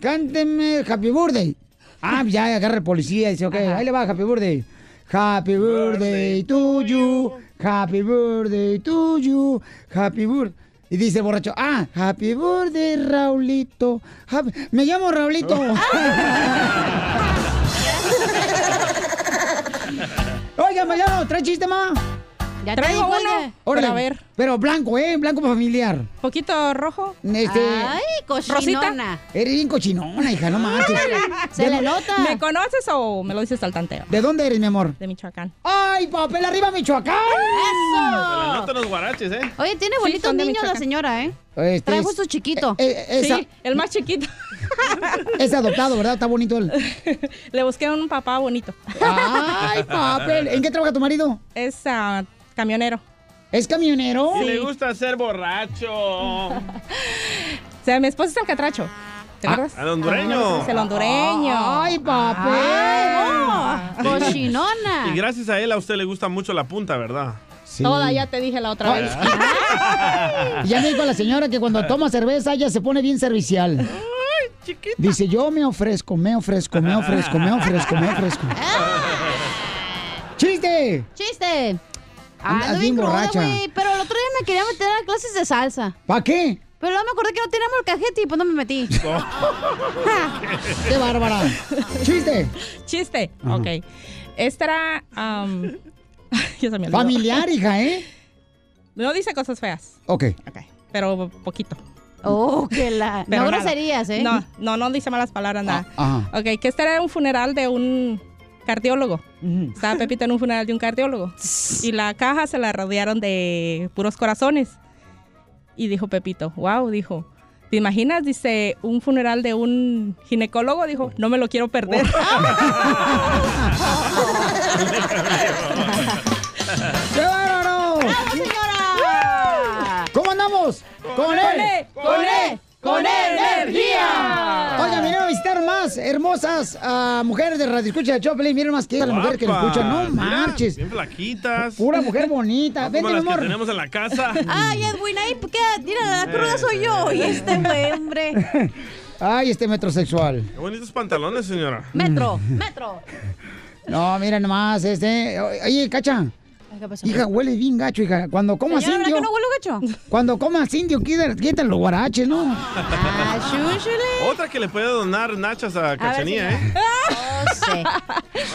A: cánteme Happy Birthday. Ah, ya agarra el policía y dice, ok, ahí le va Happy Birthday. Happy Birthday to you, Happy Birthday to you, Happy Birthday. Y dice el borracho, ah, Happy Birthday, Raulito. Happy- Me llamo Raulito. Oiga, mañana, ¿trae chiste, mamá?
W: Ya Traigo traigo, uno, oiga.
A: Órale,
W: pero a ver.
A: Pero blanco, ¿eh? Blanco familiar.
W: Poquito rojo.
A: Este,
W: Ay, cochinona.
A: Rosita, Eres bien cochinona, hija, no marches. ¿De dó-
W: Ah, ¿Me conoces o me lo dices al tanteo?
A: ¿De dónde eres, mi amor?
W: De Michoacán.
A: ¡Ay, papel arriba, Michoacán!
C: Se le notan los guaraches, ¿eh?
X: Oye, tiene
W: Sí,
X: bonitos
W: son de
X: niños la
W: Michoacán.
X: señora, ¿eh?
A: Este
X: Trae
A: es-
X: justo chiquito.
A: eh, eh, esa-
W: Sí, el más chiquito.
A: Es adoptado, ¿verdad? Está bonito él.
W: Le busqué un papá bonito.
A: ¡Ay, papel! ¿En qué trabaja tu marido?
W: Es ah, camionero.
A: ¿Es camionero?
C: Y le gusta ser borracho.
W: O sea, mi esposo es el catracho. ¿Te acuerdas?
C: al hondureño.
W: Ah, Es el hondureño.
A: ¡Ay, papel!
C: Y gracias a él a usted le gusta mucho la punta, ¿verdad?
W: Toda, ya te dije la otra vez.
E: Ah.
A: Y ya me dijo la señora que cuando toma cerveza ella se pone bien servicial. Dice, yo me ofrezco, me ofrezco, me ofrezco, me ofrezco, me ofrezco. ¡Chiste!
X: ¡Chiste!
A: Andas
X: Ando
A: bien
X: bien cruda,
A: borracha.
X: güey. Pero el otro día me quería meter a clases de salsa.
A: ¿Para qué?
X: Pero luego me acordé que no teníamos el cajete y pues no me metí.
A: ¡Qué bárbara! ¡Chiste!
W: Chiste. Ok. Esta era. am, ya se me olvidó.
A: Familiar, hija, ¿eh?
W: No dice cosas feas,
A: Ok.
W: pero poquito.
X: Oh, que la- no
W: nada.
X: groserías, ¿eh? Ah.
W: No, no, no dice malas palabras, nada.
A: Ajá.
W: Ok, que este era un funeral de un cardiólogo. Estaba Pepita en un funeral de un cardiólogo. Y la caja se la rodearon de puros corazones. Y dijo Pepito, wow, dijo. ¿Te imaginas? Dice, un funeral de un ginecólogo, dijo, no me lo quiero perder.
A: ¡Qué bárbaro! ¡Bravo,
X: señora!
A: ¿Cómo andamos?
X: ¡Con
A: él!
X: E, con E, con E, energía!
A: Oigan, vinieron a visitar más hermosas ah, mujeres de Radio Escucha de Choplin. Miren más que las mujeres que lo
C: Guapas,
A: escuchan. No
C: mira,
A: marches.
C: Bien flaquitas.
A: Pura mujer bonita.
C: Como
A: Vente, mi
C: las que
A: amor.
C: tenemos en la casa. Eh,
X: Ay, Edwin, ahí queda. Mira, la cruda soy yo. Y este güey, hombre.
A: Ay, este metrosexual.
C: Qué bonitos pantalones, señora.
X: Metro,
A: Mm.
X: metro.
A: No, mira nomás, este. Oye, cacha. Hija, huele bien gacho, hija. Cuando comas
X: Señora, ¿verdad
A: indio.
X: que no huele gacho?
A: Cuando comas indio, quita- quítale los guaraches, ¿no?
W: Ah,
C: Otra que le puede donar nachas a Cachanía, ¿eh?
X: Oh,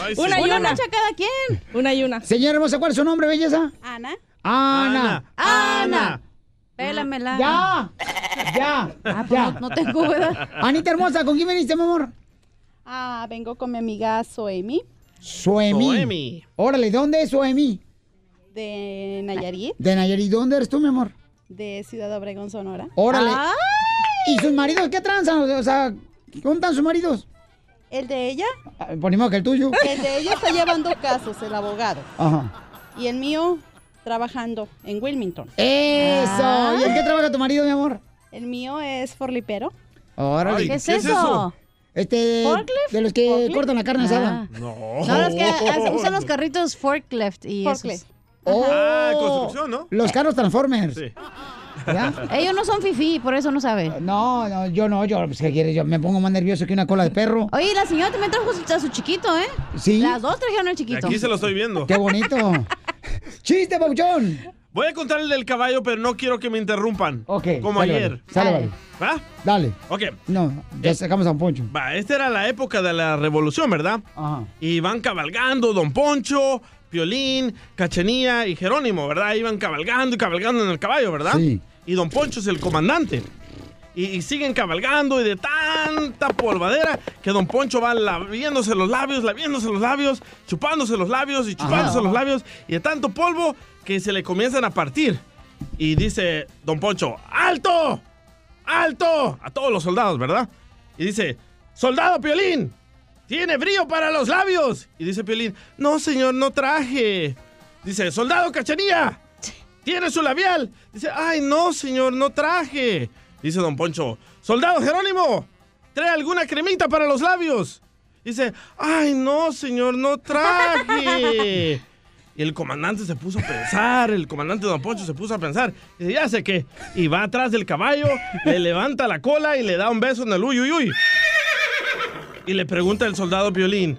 C: Ay, sí.
W: Una y una.
X: cada quien.
W: Una y una.
A: Señora hermosa, ¿cuál es su nombre, belleza?
X: Ana.
A: Ana.
X: Ana. Pélamela.
A: Ya. Ya. ya.
X: Ah. pues no- no tengo, ¿verdad?
A: Anita hermosa, ¿con quién veniste, mi amor?
D: Ah, vengo con mi amiga Soemi
A: Suemi.
D: Suemi.
A: Órale, ¿dónde es Suemi?
D: de Nayarit,
A: De Nayarit, ¿dónde eres tú, mi amor?
D: de Ciudad Obregón, Sonora.
A: Órale.
D: Ah,
A: ¿Y sus maridos qué tranzan? O sea, ¿cómo están sus maridos?
D: el de ella,
A: Ah, Por ni modo que el tuyo.
D: el de ella está llevando casos, el abogado.
A: Ajá.
D: Y el mío trabajando en Wilmington.
A: Eso.
D: Ah.
A: ¿Y en qué trabaja tu marido, mi amor?
D: El mío es forlipero.
A: Órale.
D: Ay, ¿qué es ¿qué es eso? eso?
A: Este,
D: ¿Forklift?
A: de los que
D: ¿Forklift?
A: cortan la carne asada.
C: No.
X: No, los que hacen- usan los carritos forklift y
D: Forklift.
X: esos.
A: Oh.
X: Ah,
C: construcción, ¿no?
A: Los carros Transformers.
X: ¿Ya? Eh, Ellos no son fifí, por eso no saben.
A: Ah, No, no, yo no, yo, pues, ¿qué quieres? Yo me pongo más nervioso que una cola de perro.
X: Oye, y la señora también trajo su- a su chiquito, ¿eh?
A: Sí.
X: Las dos trajeron al
C: Y
X: chiquito.
C: Aquí se lo estoy viendo.
A: Qué bonito. Chiste, Pauchón.
C: Voy a contar el del caballo, pero no quiero que me interrumpan.
A: Ok.
C: Como
A: sale,
C: ayer.
A: vale, Sale, vale.
C: ¿Va?
A: Dale.
C: Ok.
A: No, ya sacamos a un poncho.
C: Va, esta era la época de la revolución, ¿verdad?
A: Ajá.
C: Y van cabalgando Don Poncho, Piolín, Cachenía y Jerónimo, ¿verdad? Iban cabalgando y cabalgando en el caballo, ¿verdad?
A: Sí.
C: Y Don Poncho es el comandante. Y, y siguen cabalgando y de tanta polvadera que Don Poncho va laviéndose los labios, laviéndose los labios, chupándose los labios y chupándose los labios. Y de tanto polvo que se le comienzan a partir. Y dice Don Poncho, ¡alto! ¡Alto! A todos los soldados, ¿verdad? Y dice, Soldado Piolín, tiene brillo para los labios. Y dice Piolín, no señor, no traje. Dice, Soldado Cachanilla, tiene su labial. Dice, ay no señor, no traje. Dice don Poncho, Soldado Jerónimo, trae alguna cremita para los labios. Dice, ay no señor, no traje. Y el comandante se puso a pensar, el comandante Don Poncho se puso a pensar. Y dice, ya sé qué. Y va atrás del caballo, le levanta la cola y le da un beso en el uy, uy, uy. Y le pregunta el soldado Piolín,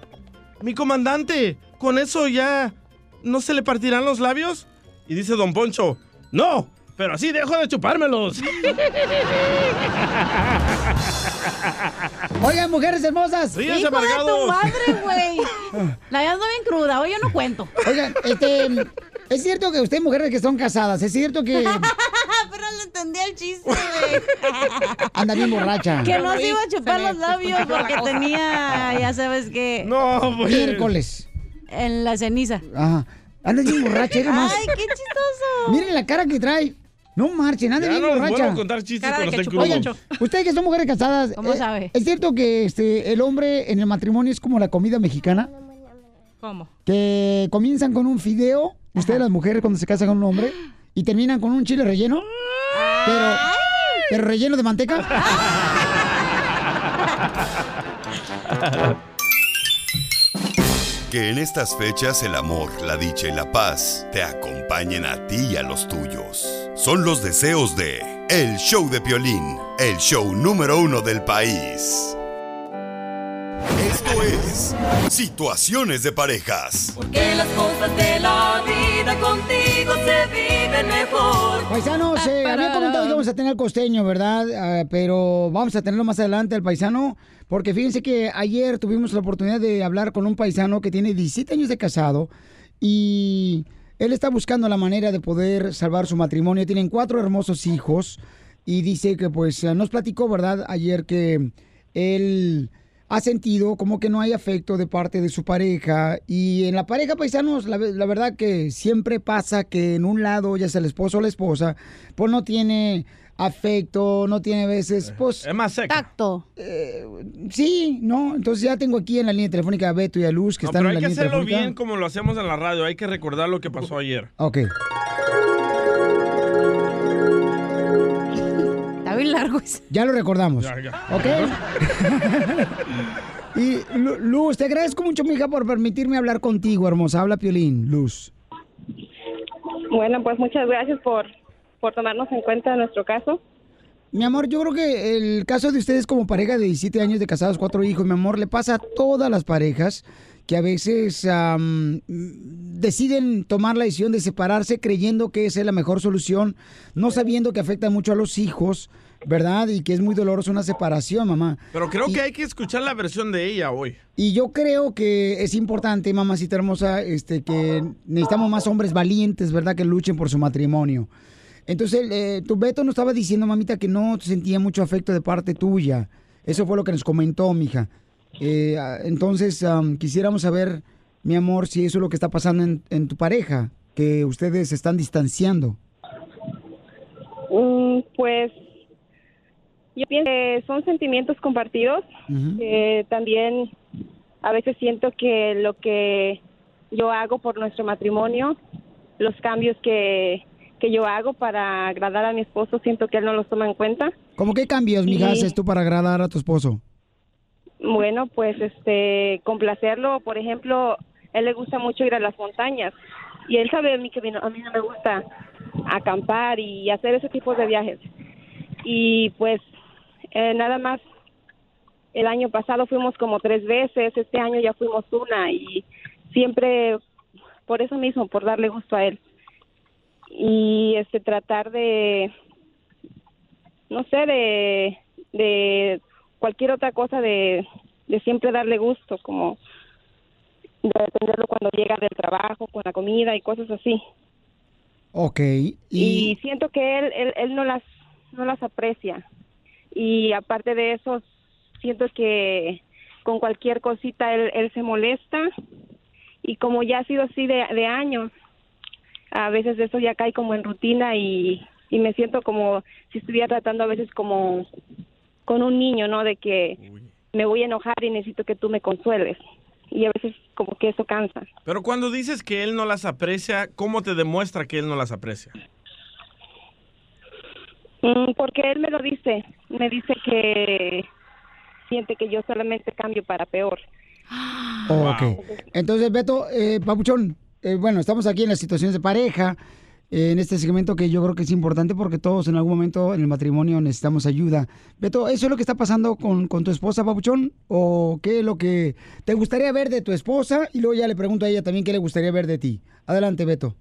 C: mi comandante, ¿con eso ya no se le partirán los labios? Y dice Don Poncho, no, pero así dejo de chupármelos.
A: Oigan, mujeres hermosas.
C: Ríanse,
X: Hijo de tu
C: amargados.
X: madre, güey. La verdad ando bien cruda, hoy yo no cuento.
A: Oigan, este, es cierto que ustedes mujeres que son casadas, es cierto que
X: Pero no entendí el chiste, güey.
A: andan bien borracha.
X: Que no se iba a chupar los labios porque tenía, ya sabes qué.
C: No, pues.
X: pues.
A: güey. Miércoles.
X: En la ceniza.
A: Ajá. Andan bien borracha, era más.
X: Ay, qué chistoso.
A: Miren la cara que trae. No marchen, andan
X: Ya
A: bien
X: no les
A: borracha.
X: vuelvo a contar chistes Cara de cuando que estén chupó
A: Oigan,
X: mucho.
A: ustedes que son mujeres casadas,
X: ¿Cómo
A: eh,
X: sabe?
A: ¿es cierto que este, el hombre en el matrimonio es como la comida mexicana?
W: ¿Cómo?
A: Que comienzan con un fideo, ustedes las mujeres cuando se casan con un hombre, y terminan con un chile relleno, pero, pero relleno de manteca.
B: Que en estas fechas el amor, la dicha y la paz te acompañen a ti y a los tuyos. Son los deseos de El Show de Piolín, el show número uno del país. Esto es Situaciones de Parejas.
I: Que las cosas de la vida contigo se viven mejor.
A: Paisanos, eh, había comentado que vamos a tener al costeño, ¿verdad? Ah, pero vamos a tenerlo más adelante al paisano, porque fíjense que ayer tuvimos la oportunidad de hablar con un paisano que tiene 17 años de casado y él está buscando la manera de poder salvar su matrimonio. Tienen cuatro hermosos hijos y dice que pues ah, nos platicó, ¿verdad? Ayer que él ha sentido como que no hay afecto de parte de su pareja. Y en la pareja, paisanos, la, ve- la verdad que siempre pasa que en un lado, ya sea el esposo o la esposa, pues no tiene afecto, no tiene a veces, pues...
C: Eh,
A: Eh,
C: Es más seca.
X: Tacto.
A: sí, ¿no? Entonces ya tengo aquí en la línea telefónica a Beto y a Luz, que
C: No,
A: están
C: pero
A: en
C: hay
A: la
C: que
A: línea
C: hacerlo
A: telefónica. Oh,
C: bien como lo hacemos en la radio, hay que recordar lo que pasó ayer.
A: Ok.
X: Está bien largo ese.
A: Ya lo recordamos.
X: Ya, ya.
A: ¿Ok? y Lu- Luz, te agradezco mucho, mija, por permitirme hablar contigo, hermosa. Habla Piolín, Luz.
U: Bueno, pues muchas gracias por, por tomarnos en cuenta nuestro caso.
A: Mi amor, yo creo que el caso de ustedes como pareja de 17 años de casados, cuatro hijos, mi amor, le pasa a todas las parejas que a veces am, deciden tomar la decisión de separarse creyendo que esa es la mejor solución, no sabiendo que afecta mucho a los hijos, ¿verdad? Y que es muy dolorosa una separación, mamá.
C: Pero creo que hay que escuchar la versión de ella hoy.
A: Y yo creo que es importante, mamacita hermosa, este, que necesitamos más hombres valientes, ¿verdad? Que luchen por su matrimonio. Entonces, eh, tu Beto nos estaba diciendo, mamita, que no sentía mucho afecto de parte tuya. Eso fue lo que nos comentó, mija. Eh, ah, entonces, am, quisiéramos saber, mi amor, si eso es lo que está pasando en, en tu pareja, que ustedes se están distanciando.
U: Mm, pues yo pienso que son sentimientos compartidos.
A: Ujú.
U: Eh, también a veces siento que lo que yo hago por nuestro matrimonio, los cambios que, que yo hago para agradar a mi esposo, siento que él no los toma en cuenta.
A: ¿Cómo qué cambios, mija,
U: Sí.
A: haces tú para agradar a tu esposo?
U: Bueno, pues este, complacerlo, por ejemplo, a él le gusta mucho ir a las montañas y él sabe a mí que mi- a mí no me gusta acampar y hacer ese tipo de viajes. Y pues eh, nada más, el año pasado fuimos como tres veces, este año ya fuimos una y siempre por eso mismo, por darle gusto a él. Y este, tratar de, no sé, de, de cualquier otra cosa de, de siempre darle gusto, como de atenderlo cuando llega del trabajo, con la comida y cosas así.
A: Ok.
U: Y, siento que él, él, él no las no las aprecia. Y aparte de eso, siento que con cualquier cosita él, él se molesta. Y como ya ha sido así de, de años, a veces eso ya cae como en rutina y, y me siento como si estuviera tratando a veces como con un niño, ¿no? De que me voy a enojar y necesito que tú me consueles. Y a veces como que eso cansa.
C: Pero cuando dices que él no las aprecia, ¿cómo te demuestra que él no las aprecia?
U: Mm, Porque él me lo dice, me dice que siente que yo solamente cambio para peor.
A: Ok. Entonces, Beto, eh, Papuchón, eh, bueno, estamos aquí en las situaciones de pareja, eh, en este segmento que yo creo que es importante porque todos en algún momento en el matrimonio necesitamos ayuda. Beto, ¿eso es lo que está pasando con, con tu esposa, Papuchón? ¿O qué es lo que te gustaría ver de tu esposa? Y luego ya le pregunto a ella también qué le gustaría ver de ti. Adelante, Beto.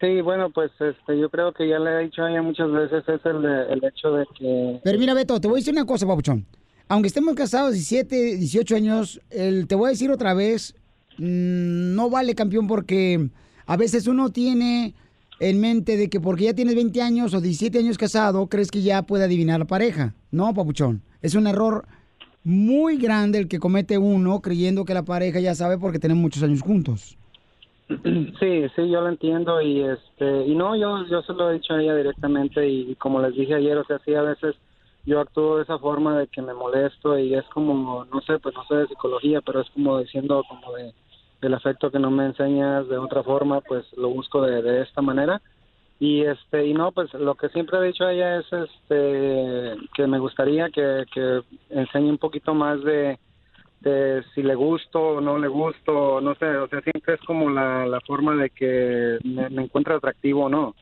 Y: Sí, bueno, pues este, yo creo que ya le he dicho a ella muchas veces es el, el hecho de que...
A: Pero mira, Beto, te voy a decir una cosa, Papuchón. Aunque estemos casados 17, 18 años, el- te voy a decir otra vez, mm, no vale campeón porque a veces uno tiene en mente de que porque ya tienes 20 años o 17 años casado, crees que ya puede adivinar la pareja. No, Papuchón, es un error muy grande el que comete uno creyendo que la pareja ya sabe porque tienen muchos años juntos.
Y: Sí, sí, yo lo entiendo y este y no, yo yo se lo he dicho a ella directamente y, como les dije ayer, o sea, sí a veces yo actúo de esa forma de que me molesto y es como no sé, pues no sé de psicología, pero es como diciendo como de del afecto que no me enseñas de otra forma, pues lo busco de, de esta manera. Y este y no, pues lo que siempre he dicho a ella es este que me gustaría que que enseñe un poquito más de de si le gusto o no le gusto, no sé, o sea, siempre es como la, la forma de que me, me encuentra atractivo o no.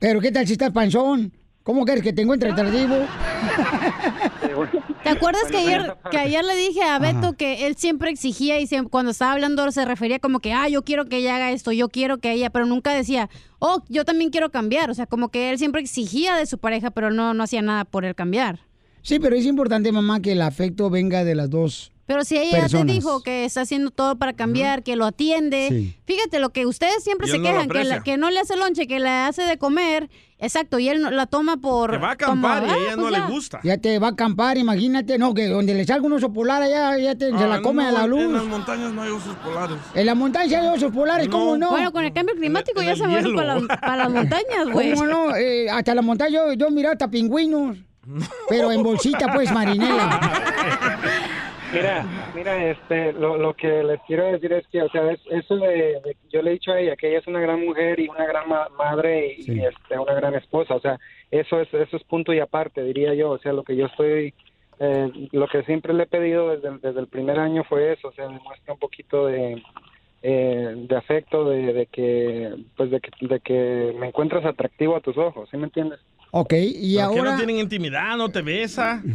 A: Pero ¿qué tal si estás panzón? ¿Cómo quieres que te encuentre atractivo?
E: ¿Te acuerdas que ayer, que ayer le dije a Beto que él siempre exigía y siem- cuando estaba hablando se refería como que, ah, yo quiero que ella haga esto, yo quiero que ella, pero nunca decía, oh, yo también quiero cambiar. O sea, como que él siempre exigía de su pareja, pero no, no hacía nada por él cambiar.
A: Sí, pero es importante, mamá, que el afecto venga de las dos.
E: Pero si ella te
A: Personas.
E: dijo que está haciendo todo para cambiar, que lo atiende,
A: Sí.
E: fíjate lo que ustedes siempre
A: Y
E: se
A: él no lo
E: quejan, que, la-
A: aprecia.
E: que no le hace lonche, que le hace de comer, exacto, y él no- la toma por...
A: Te va a
E: como,
A: acampar y
E: "Ah,
A: ella no
E: pues
A: le
E: ya".
C: gusta.
A: Ya te va a acampar, imagínate, no, que donde le salga un oso polar allá, ya te, se la come
C: Ah,
A: a la
C: no,
A: luz.
C: En las montañas no hay osos polares.
A: En la montaña hay osos polares, ¿cómo no?
E: Bueno, con el cambio climático
C: en
E: ya
C: el
E: se van
C: hielo.
E: para, las- para las montañas, güey.
A: ¿Cómo no? Eh, hasta la montaña yo, yo miraba hasta pingüinos. Pero en bolsita, pues, marinela.
Y: Mira, mira, este, lo, lo que les quiero decir es que, o sea, es- eso de, de- yo le he dicho a ella que ella es una gran mujer y una gran ma- madre y, y, este, una gran esposa, o sea, eso es, eso es punto y aparte, diría yo, o sea, lo que yo estoy, eh, lo que siempre le he pedido desde, el- desde el primer año fue eso, o sea, demuestra un poquito de, eh, de afecto, de, de que, pues, de que, de que me encuentras atractivo a tus ojos, ¿sí me entiendes?
A: Ok, y
C: ¿Por qué
A: ahora...
C: no tienen intimidad? ¿No te besa?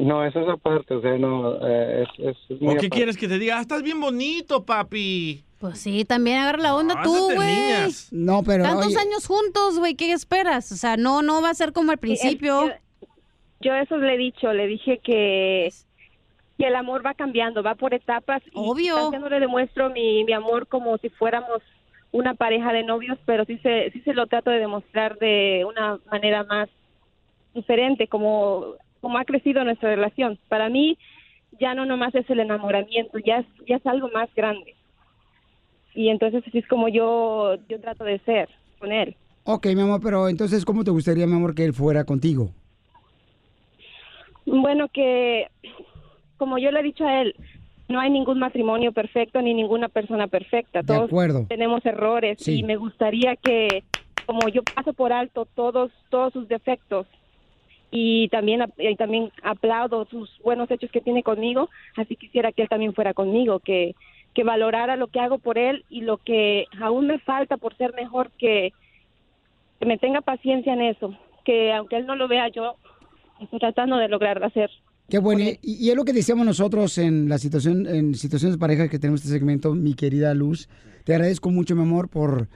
Y: No, eso es aparte, o sea, no, eh, es, es, es muy
C: ¿O qué
Y: aparte.
C: quieres que te diga? Ah, estás bien bonito, papi.
E: Pues sí, también agarra la onda
C: Ah, No,
E: tú,
C: esas de
E: güey.
C: niñas.
A: No, pero...
E: Tantos
A: oye,
E: años juntos, güey, ¿qué esperas? O sea, no, no va a ser como al principio.
U: Yo eso le he dicho, le dije que, que el amor va cambiando, va por etapas. Y
E: Obvio.
U: quizás yo no le demuestro mi, mi amor como si fuéramos una pareja de novios, pero sí se, sí se lo trato de demostrar de una manera más diferente, como, como ha crecido nuestra relación. Para mí ya no nomás es el enamoramiento, ya es, ya es algo más grande. Y entonces así es como yo, yo trato de ser con él.
A: Ok, mi amor, pero entonces, ¿cómo te gustaría, mi amor, que él fuera contigo?
U: Bueno, que como yo le he dicho a él, no hay ningún matrimonio perfecto ni ninguna persona perfecta.
A: De
U: Todos
A: acuerdo.
U: tenemos errores
A: Sí.
U: y me gustaría que, como yo paso por alto todos todos sus defectos y también ap- y también aplaudo sus buenos hechos que tiene conmigo, así quisiera que él también fuera conmigo, que que valorara lo que hago por él y lo que aún me falta por ser mejor, que, que me tenga paciencia en eso, que aunque él no lo vea, yo estoy tratando de lograr hacer.
A: Qué bueno. Y, y es lo que decíamos nosotros en la situación, en situaciones de pareja que tenemos este segmento, mi querida Luz. Te agradezco mucho, mi amor, por,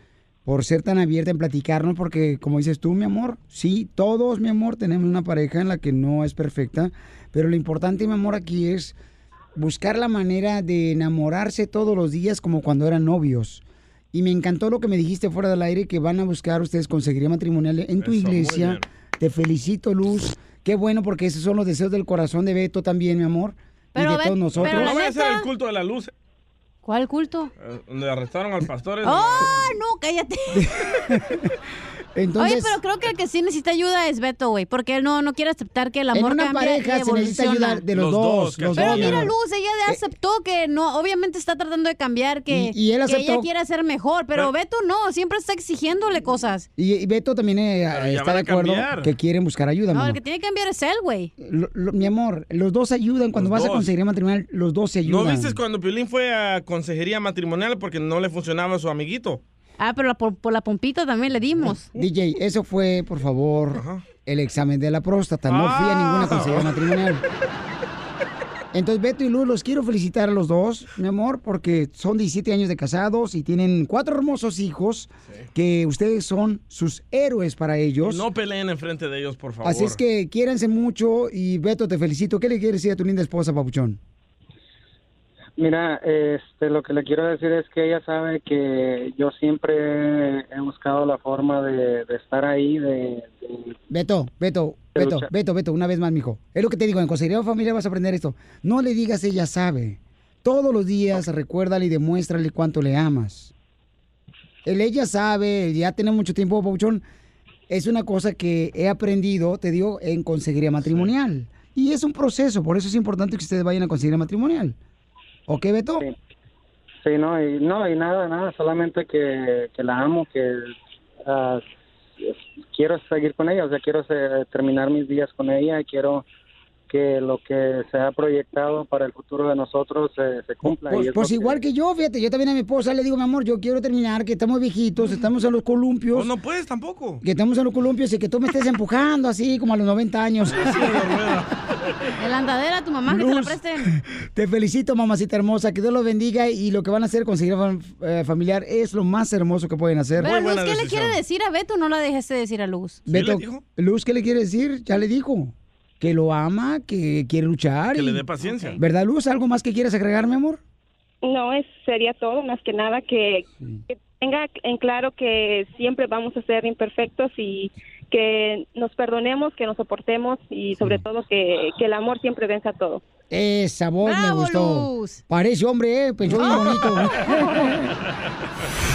A: por ser tan abierta en platicarnos, porque como dices tú, mi amor, sí, todos, mi amor, tenemos una pareja en la que no es perfecta, pero lo importante, mi amor, aquí es buscar la manera de enamorarse todos los días como cuando eran novios. Y me encantó lo que me dijiste fuera del aire, que van a buscar ustedes consejería matrimonial en
J: Eso,
A: tu
J: muy
A: iglesia.
J: bien.
A: Te felicito, Luz. Qué bueno, porque esos son los deseos del corazón de Beto también, mi amor. y de todos nosotros.
C: no voy a hacer el culto de la luz.
E: ¿Cuál culto?
C: eh, Donde arrestaron al pastor.
E: ¡Oh, no! Cállate.
A: Entonces,
E: Oh, Oye, pero creo que el que sí necesita ayuda es Beto, güey, porque él no, no quiere aceptar que el
A: en
E: amor
A: una
E: cambia y
A: pareja se necesita
E: evoluciona.
A: ayudar de los,
C: Los
A: dos.
C: dos,
A: los
E: Pero
A: dos.
E: mira, Luz, ella ya aceptó que no, obviamente está tratando de cambiar, que,
A: Eh, Y- y él
E: que ella
A: aceptó.
E: quiere ser mejor, pero Beto no, siempre está exigiéndole cosas.
A: Y, y Beto también eh, está
E: van a
A: de acuerdo
E: cambiar.
A: que quieren buscar ayuda. mi
E: No,
A: amor.
E: el que tiene que cambiar es él, güey.
A: Lo- lo- mi amor, los dos ayudan. Cuando vas a
C: dos.
A: conseguir matrimonial, los dos se
C: ¿No
A: ayudan.
C: viste cuando Piolín fue a consejería matrimonial porque no le funcionaba a su amiguito?
E: Ah, pero la- por, por la pompita también le dimos.
A: DJ, eso fue, por favor, el examen de la próstata. No fui a
C: Ah.
A: ninguna consejería matrimonial. Entonces, Beto y Luz, los quiero felicitar a los dos, mi amor, porque son 17 años de casados y tienen cuatro hermosos hijos que ustedes son sus héroes para ellos.
C: No peleen enfrente de ellos, por favor.
A: Así es que quiéranse mucho y Beto, te felicito. ¿Qué le quieres decir a tu linda esposa, papuchón?
Y: Mira, este, lo que le quiero decir es que ella sabe que yo siempre he buscado la forma de, de estar ahí, de, de-
A: Beto, Beto,
Y: Pero,
A: Beto,
Y: cha-
A: Beto, Beto, una vez más, mijo. Es lo que te digo, en Consejería de Familia vas a aprender esto. No le digas ella sabe. Todos los días recuérdale y demuéstrale cuánto le amas. El ella sabe, el ya tiene mucho tiempo, Pauchón. Es una cosa que he aprendido, te digo, en consejería matrimonial. Y es un proceso, por eso es importante que ustedes vayan a consejería matrimonial. ¿Ok, Beto?
Y: sí, no, y no, y nada, nada, solamente que, que la amo, que ah, quiero seguir con ella, o sea, quiero eh, terminar mis días con ella, quiero que lo que se ha proyectado para el futuro de nosotros eh, se cumpla. y
A: Pues,
Y: es lo
A: pues
Y: que-
A: igual que yo, fíjate, yo también a mi esposa le digo, mi amor, yo quiero terminar, que estamos viejitos, estamos en los columpios.
C: Oh, no puedes tampoco.
A: Que estamos en los columpios y que tú me estés empujando así como a los 90 años.
E: De la andadera, tu mamá, que te la
A: Luz.
E: presten.
A: Te felicito, mamacita hermosa. Que Dios los bendiga y lo que van a hacer conseguir fam- eh, familiar es lo más hermoso que pueden hacer.
E: Pero Luz, ¿qué le quiere decir a Beto? No la dejaste decir a Luz.
A: Beto, Luz, ¿qué le quiere decir? Ya le dijo. Que lo ama, que quiere luchar.
C: Que le
A: y-
C: dé paciencia.
A: ¿Verdad, Luz? ¿Algo más que quieras agregar, mi amor?
U: No, es, sería todo, más que nada que, que tenga en claro que siempre vamos a ser imperfectos y que nos perdonemos, que nos soportemos y sobre todo que, que el amor siempre venza todo.
A: Esa voz
U: Bravo,
A: me gustó.
U: Luz.
A: Parece hombre, ¿eh? Pensó bien bonito.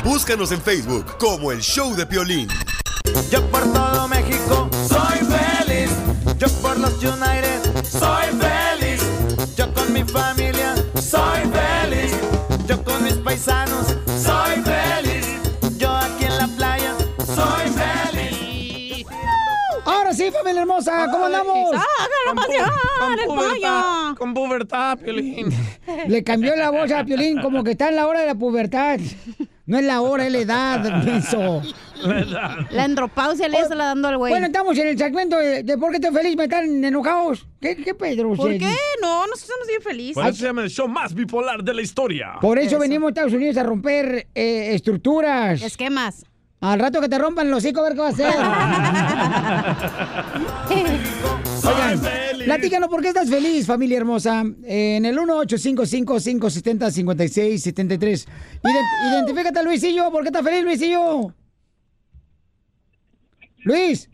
B: Búscanos en Facebook como el show de Piolín.
F: todo México soy feliz. Yo por los United soy feliz. Yo con mi familia soy feliz. Yo con mis paisanos soy feliz. Yo aquí en la playa soy feliz.
A: Ahora sí, familia hermosa, ¿cómo andamos?
E: ah,
C: Con pu- con pubertad, Con pubertad, Piolín.
A: Le cambió la voz a Piolín, como que está en la hora de la pubertad. No es la hora, es la edad, menso.
E: La andropausia le está la dando al güey.
A: Bueno, estamos en el segmento de, de por qué te feliz, me están enojados. ¿Qué, qué Pedro?
E: ¿Por
A: ustedes?
E: qué? Eh, No, nosotros estamos bien felices.
C: Por eso se llama el show más bipolar de la historia.
A: Por eso, venimos a Estados Unidos a romper eh, estructuras.
E: Esquemas.
A: Al rato que te rompan los hocico, a ver qué va a hacer. Oigan, platícanos por qué estás feliz, familia hermosa. Eh, En el 1-855-570-5673. Ident- identifícate, Luisillo. ¿Por qué estás feliz, Luisillo? Luis.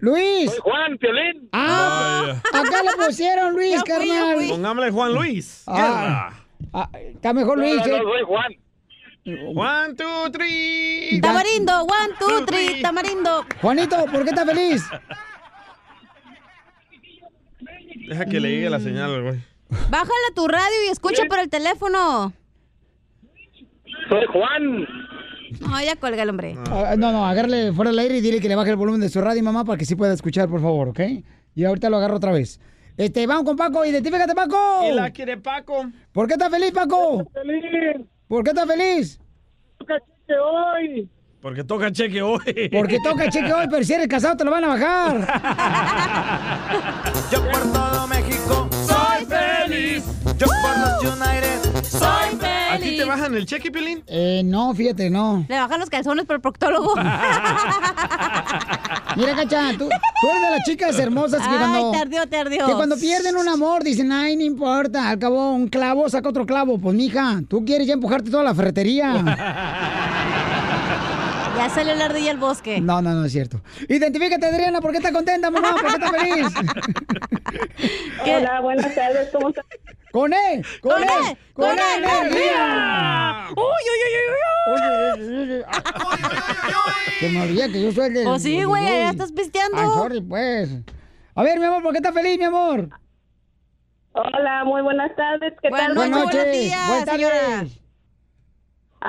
A: Luis.
C: Juan Piolín.
A: Ah, acá le pusieron Luis, carnal.
C: Pongámosle Juan Luis.
A: Ah.
C: Guerra.
A: Ah, está mejor Luis. eh.
C: Juan. One, two, three.
E: Tamarindo, one, two, three, tamarindo.
A: Juanito, ¿por qué estás feliz?
C: Deja que le llegue la señal, güey.
E: Bájale a tu radio y escucha por el teléfono.
C: Soy Juan.
E: No, ya cuelga el hombre.
A: Ah, no, no, agarle fuera del aire y dile que le baje el volumen de su radio, mamá, para que sí pueda escuchar, por favor, ¿ok? Y ahorita lo agarro otra vez. Este, vamos con Paco, identifícate, Paco.
C: Y la quiere Paco.
A: ¿Por qué estás feliz, Paco?
C: Feliz.
A: ¿Por qué estás feliz?
C: hoy. Porque toca cheque hoy.
A: Porque toca cheque hoy, pero si eres casado te lo van a bajar.
F: Yo por todo México soy feliz. Yo por los United soy feliz.
C: ¿A ti te bajan el cheque, Piolín?
A: Eh, no, fíjate, no.
E: Le bajan los calzones por el proctólogo.
A: Mira, Cacha, tú, tú eres de las chicas hermosas que
E: Ay,
A: cuando...
E: tardió, tardió.
A: Que cuando pierden un amor dicen, ay, no importa, al cabo un clavo saca otro clavo. Pues, mija, tú quieres ya empujarte toda la ferretería.
E: Ya salió la ardilla al bosque.
A: No, no, no es cierto. Identifícate, Adriana, ¿por qué estás contenta, mamá? ¿Por qué estás feliz?
U: Hola, buenas tardes, ¿cómo estás?
A: E, ¡Con E. él! ¡Con, él! ¡Con, él!
U: ¡Uy, uy, uy, uy, uy!
A: Que me olvidé que yo soy el del...
E: Pues sí, güey,
A: Ay,
E: ya estás pisteando.
A: Ay, sorry, pues. A ver, mi amor, ¿por qué estás feliz, mi amor?
X: Hola, muy buenas tardes. ¿Qué
E: Buenas
X: tal?
E: noches, Buenas buenos noches. días, Buenas señora.
A: tardes.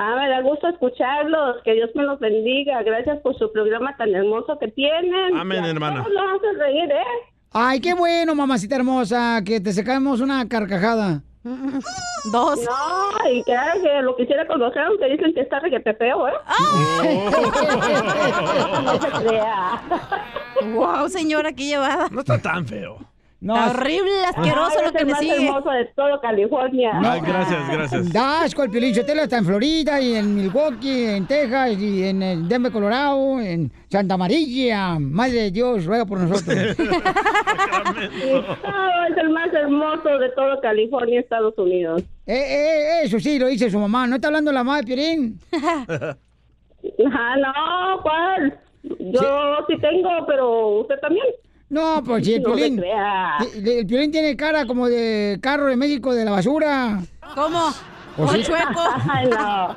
X: Ah, me da gusto escucharlos. Que Dios me los bendiga. Gracias por su programa tan hermoso que tienen.
C: Amén,
X: Y a
C: hermana.
X: todos nos hacen reír, ¿eh?
A: Ay, qué bueno, mamacita hermosa, que te sacamos una carcajada.
E: Dos.
X: No, y claro que lo quisiera conocer, aunque dicen que está requete feo, ¿eh? no se crea.
E: Wow, señora, qué llevada.
C: No está tan feo.
A: No,
E: Está horrible, asqueroso
X: Ay,
E: lo
X: es
E: que
X: el
E: le
X: más
E: sigue.
X: hermoso de todo California.
C: Ay, gracias, gracias.
A: Da asco el Piolín Sotelo está en Florida y en Milwaukee, en Texas y en eh, Denver, Colorado, en Santa María. Madre de Dios, ruega por nosotros.
X: No, es el más hermoso de todo California, Estados Unidos.
A: Eh, eh, eso sí, lo dice su mamá. ¿No está hablando la madre, Piolín?
X: Ah, no, ¿cuál? Yo sí tengo, pero usted también.
A: No, pues sí, el
X: No me
A: Piolín.
X: crea.
A: el- El Piolín tiene cara como de carro de México de la basura.
E: ¿Cómo?
A: Pues sí.
X: Ay, no.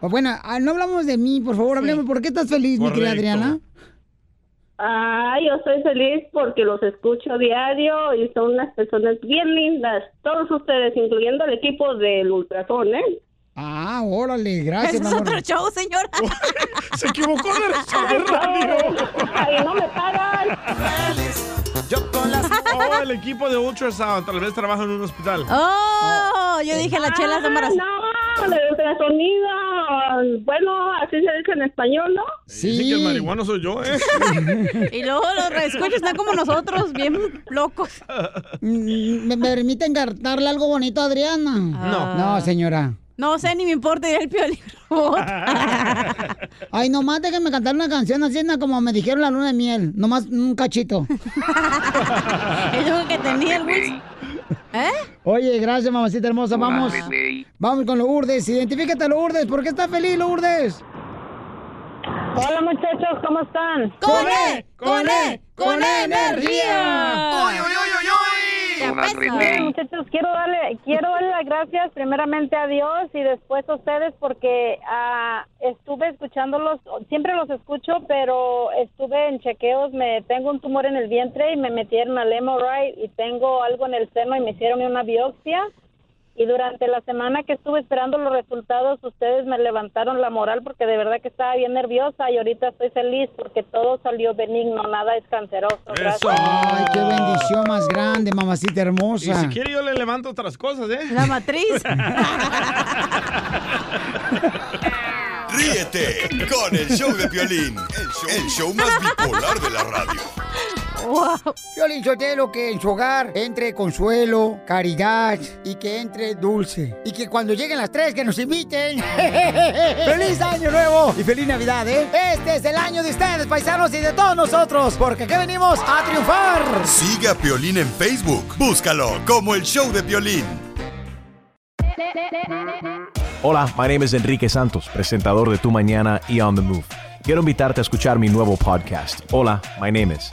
A: Pues bueno, ah, no hablamos de mí, por favor, hablemos. ¿Por qué estás feliz, mi querida
X: Correcto.
A: Adriana?
X: Ay, Ah, yo estoy feliz porque los escucho diario y son unas personas bien lindas, todos ustedes, incluyendo el equipo del Ultrason, ¿eh?
A: Ah, órale,
E: Ese
A: gracias, mi
E: es
A: amor.
E: otro show, señora.
C: Se equivocó de
X: Ay, no me paran.
C: Oh, el equipo de ultrasound tal vez trabaja en un hospital.
E: Oh, yo dije la chela está
X: Ah,
E: embarazada.
X: No, de ultrasonido. Bueno, así se dice en español, ¿no?
C: Dicen que el marihuano soy yo, ¿eh?
E: Y luego los reescuchos están como nosotros, bien locos.
A: Mm, ¿Me permiten cantarle algo bonito a Adriana?
E: No.
A: No, señora.
E: Ah. No sé, ni me importa ir al piolín.
A: Ay, nomás que me cantar una canción así, ¿no? como me dijeron la luna de miel. Nomás un cachito.
E: Es lo que tenía el ¿Eh? Wilson.
A: Oye, gracias, mamacita hermosa. Vamos. Vamos con Lourdes. Identifícate, Lourdes. ¿Por qué estás feliz, Lourdes?
X: Hola, muchachos, ¿cómo están?
A: ¡Con E!
X: ¡Con E!
A: ¡Con E
X: energía!
M: ¡Oy, oy, oy, oy, oy!
X: Bueno, muchachos, quiero darle, quiero darle las gracias primeramente a Dios y después a ustedes porque ah, estuve escuchándolos, siempre los escucho, pero estuve en chequeos, me tengo un tumor en el vientre y me metieron al MRI y tengo algo en el seno y me hicieron una biopsia. Y durante la semana que estuve esperando los resultados, ustedes me levantaron la moral porque de verdad que estaba bien nerviosa y ahorita estoy feliz porque todo salió benigno, nada es canceroso. Gracias.
A: Ay, qué bendición más grande, mamacita
C: Y
A: hermosa.
C: si quiere yo le levanto otras cosas, ¿eh?
E: La matriz.
B: Ríete con el show de Piolín, el show, el show más bipolar de la radio.
A: Piolín Sotelo, que en su hogar entre consuelo, caridad y que entre dulce. Y que cuando lleguen las tres, que nos inviten. ¡Feliz Año Nuevo! Y feliz Navidad, ¿eh? Este es el año de ustedes, paisanos, y de todos nosotros, porque aquí venimos a triunfar.
B: Sigue a Piolín en Facebook, búscalo como el show de Piolín.
Z: Hola, my name is Enrique Santos, presentador de Tu Mañana y On the Move. Quiero invitarte a escuchar mi nuevo podcast, Hola, my name is,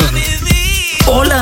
F: Hola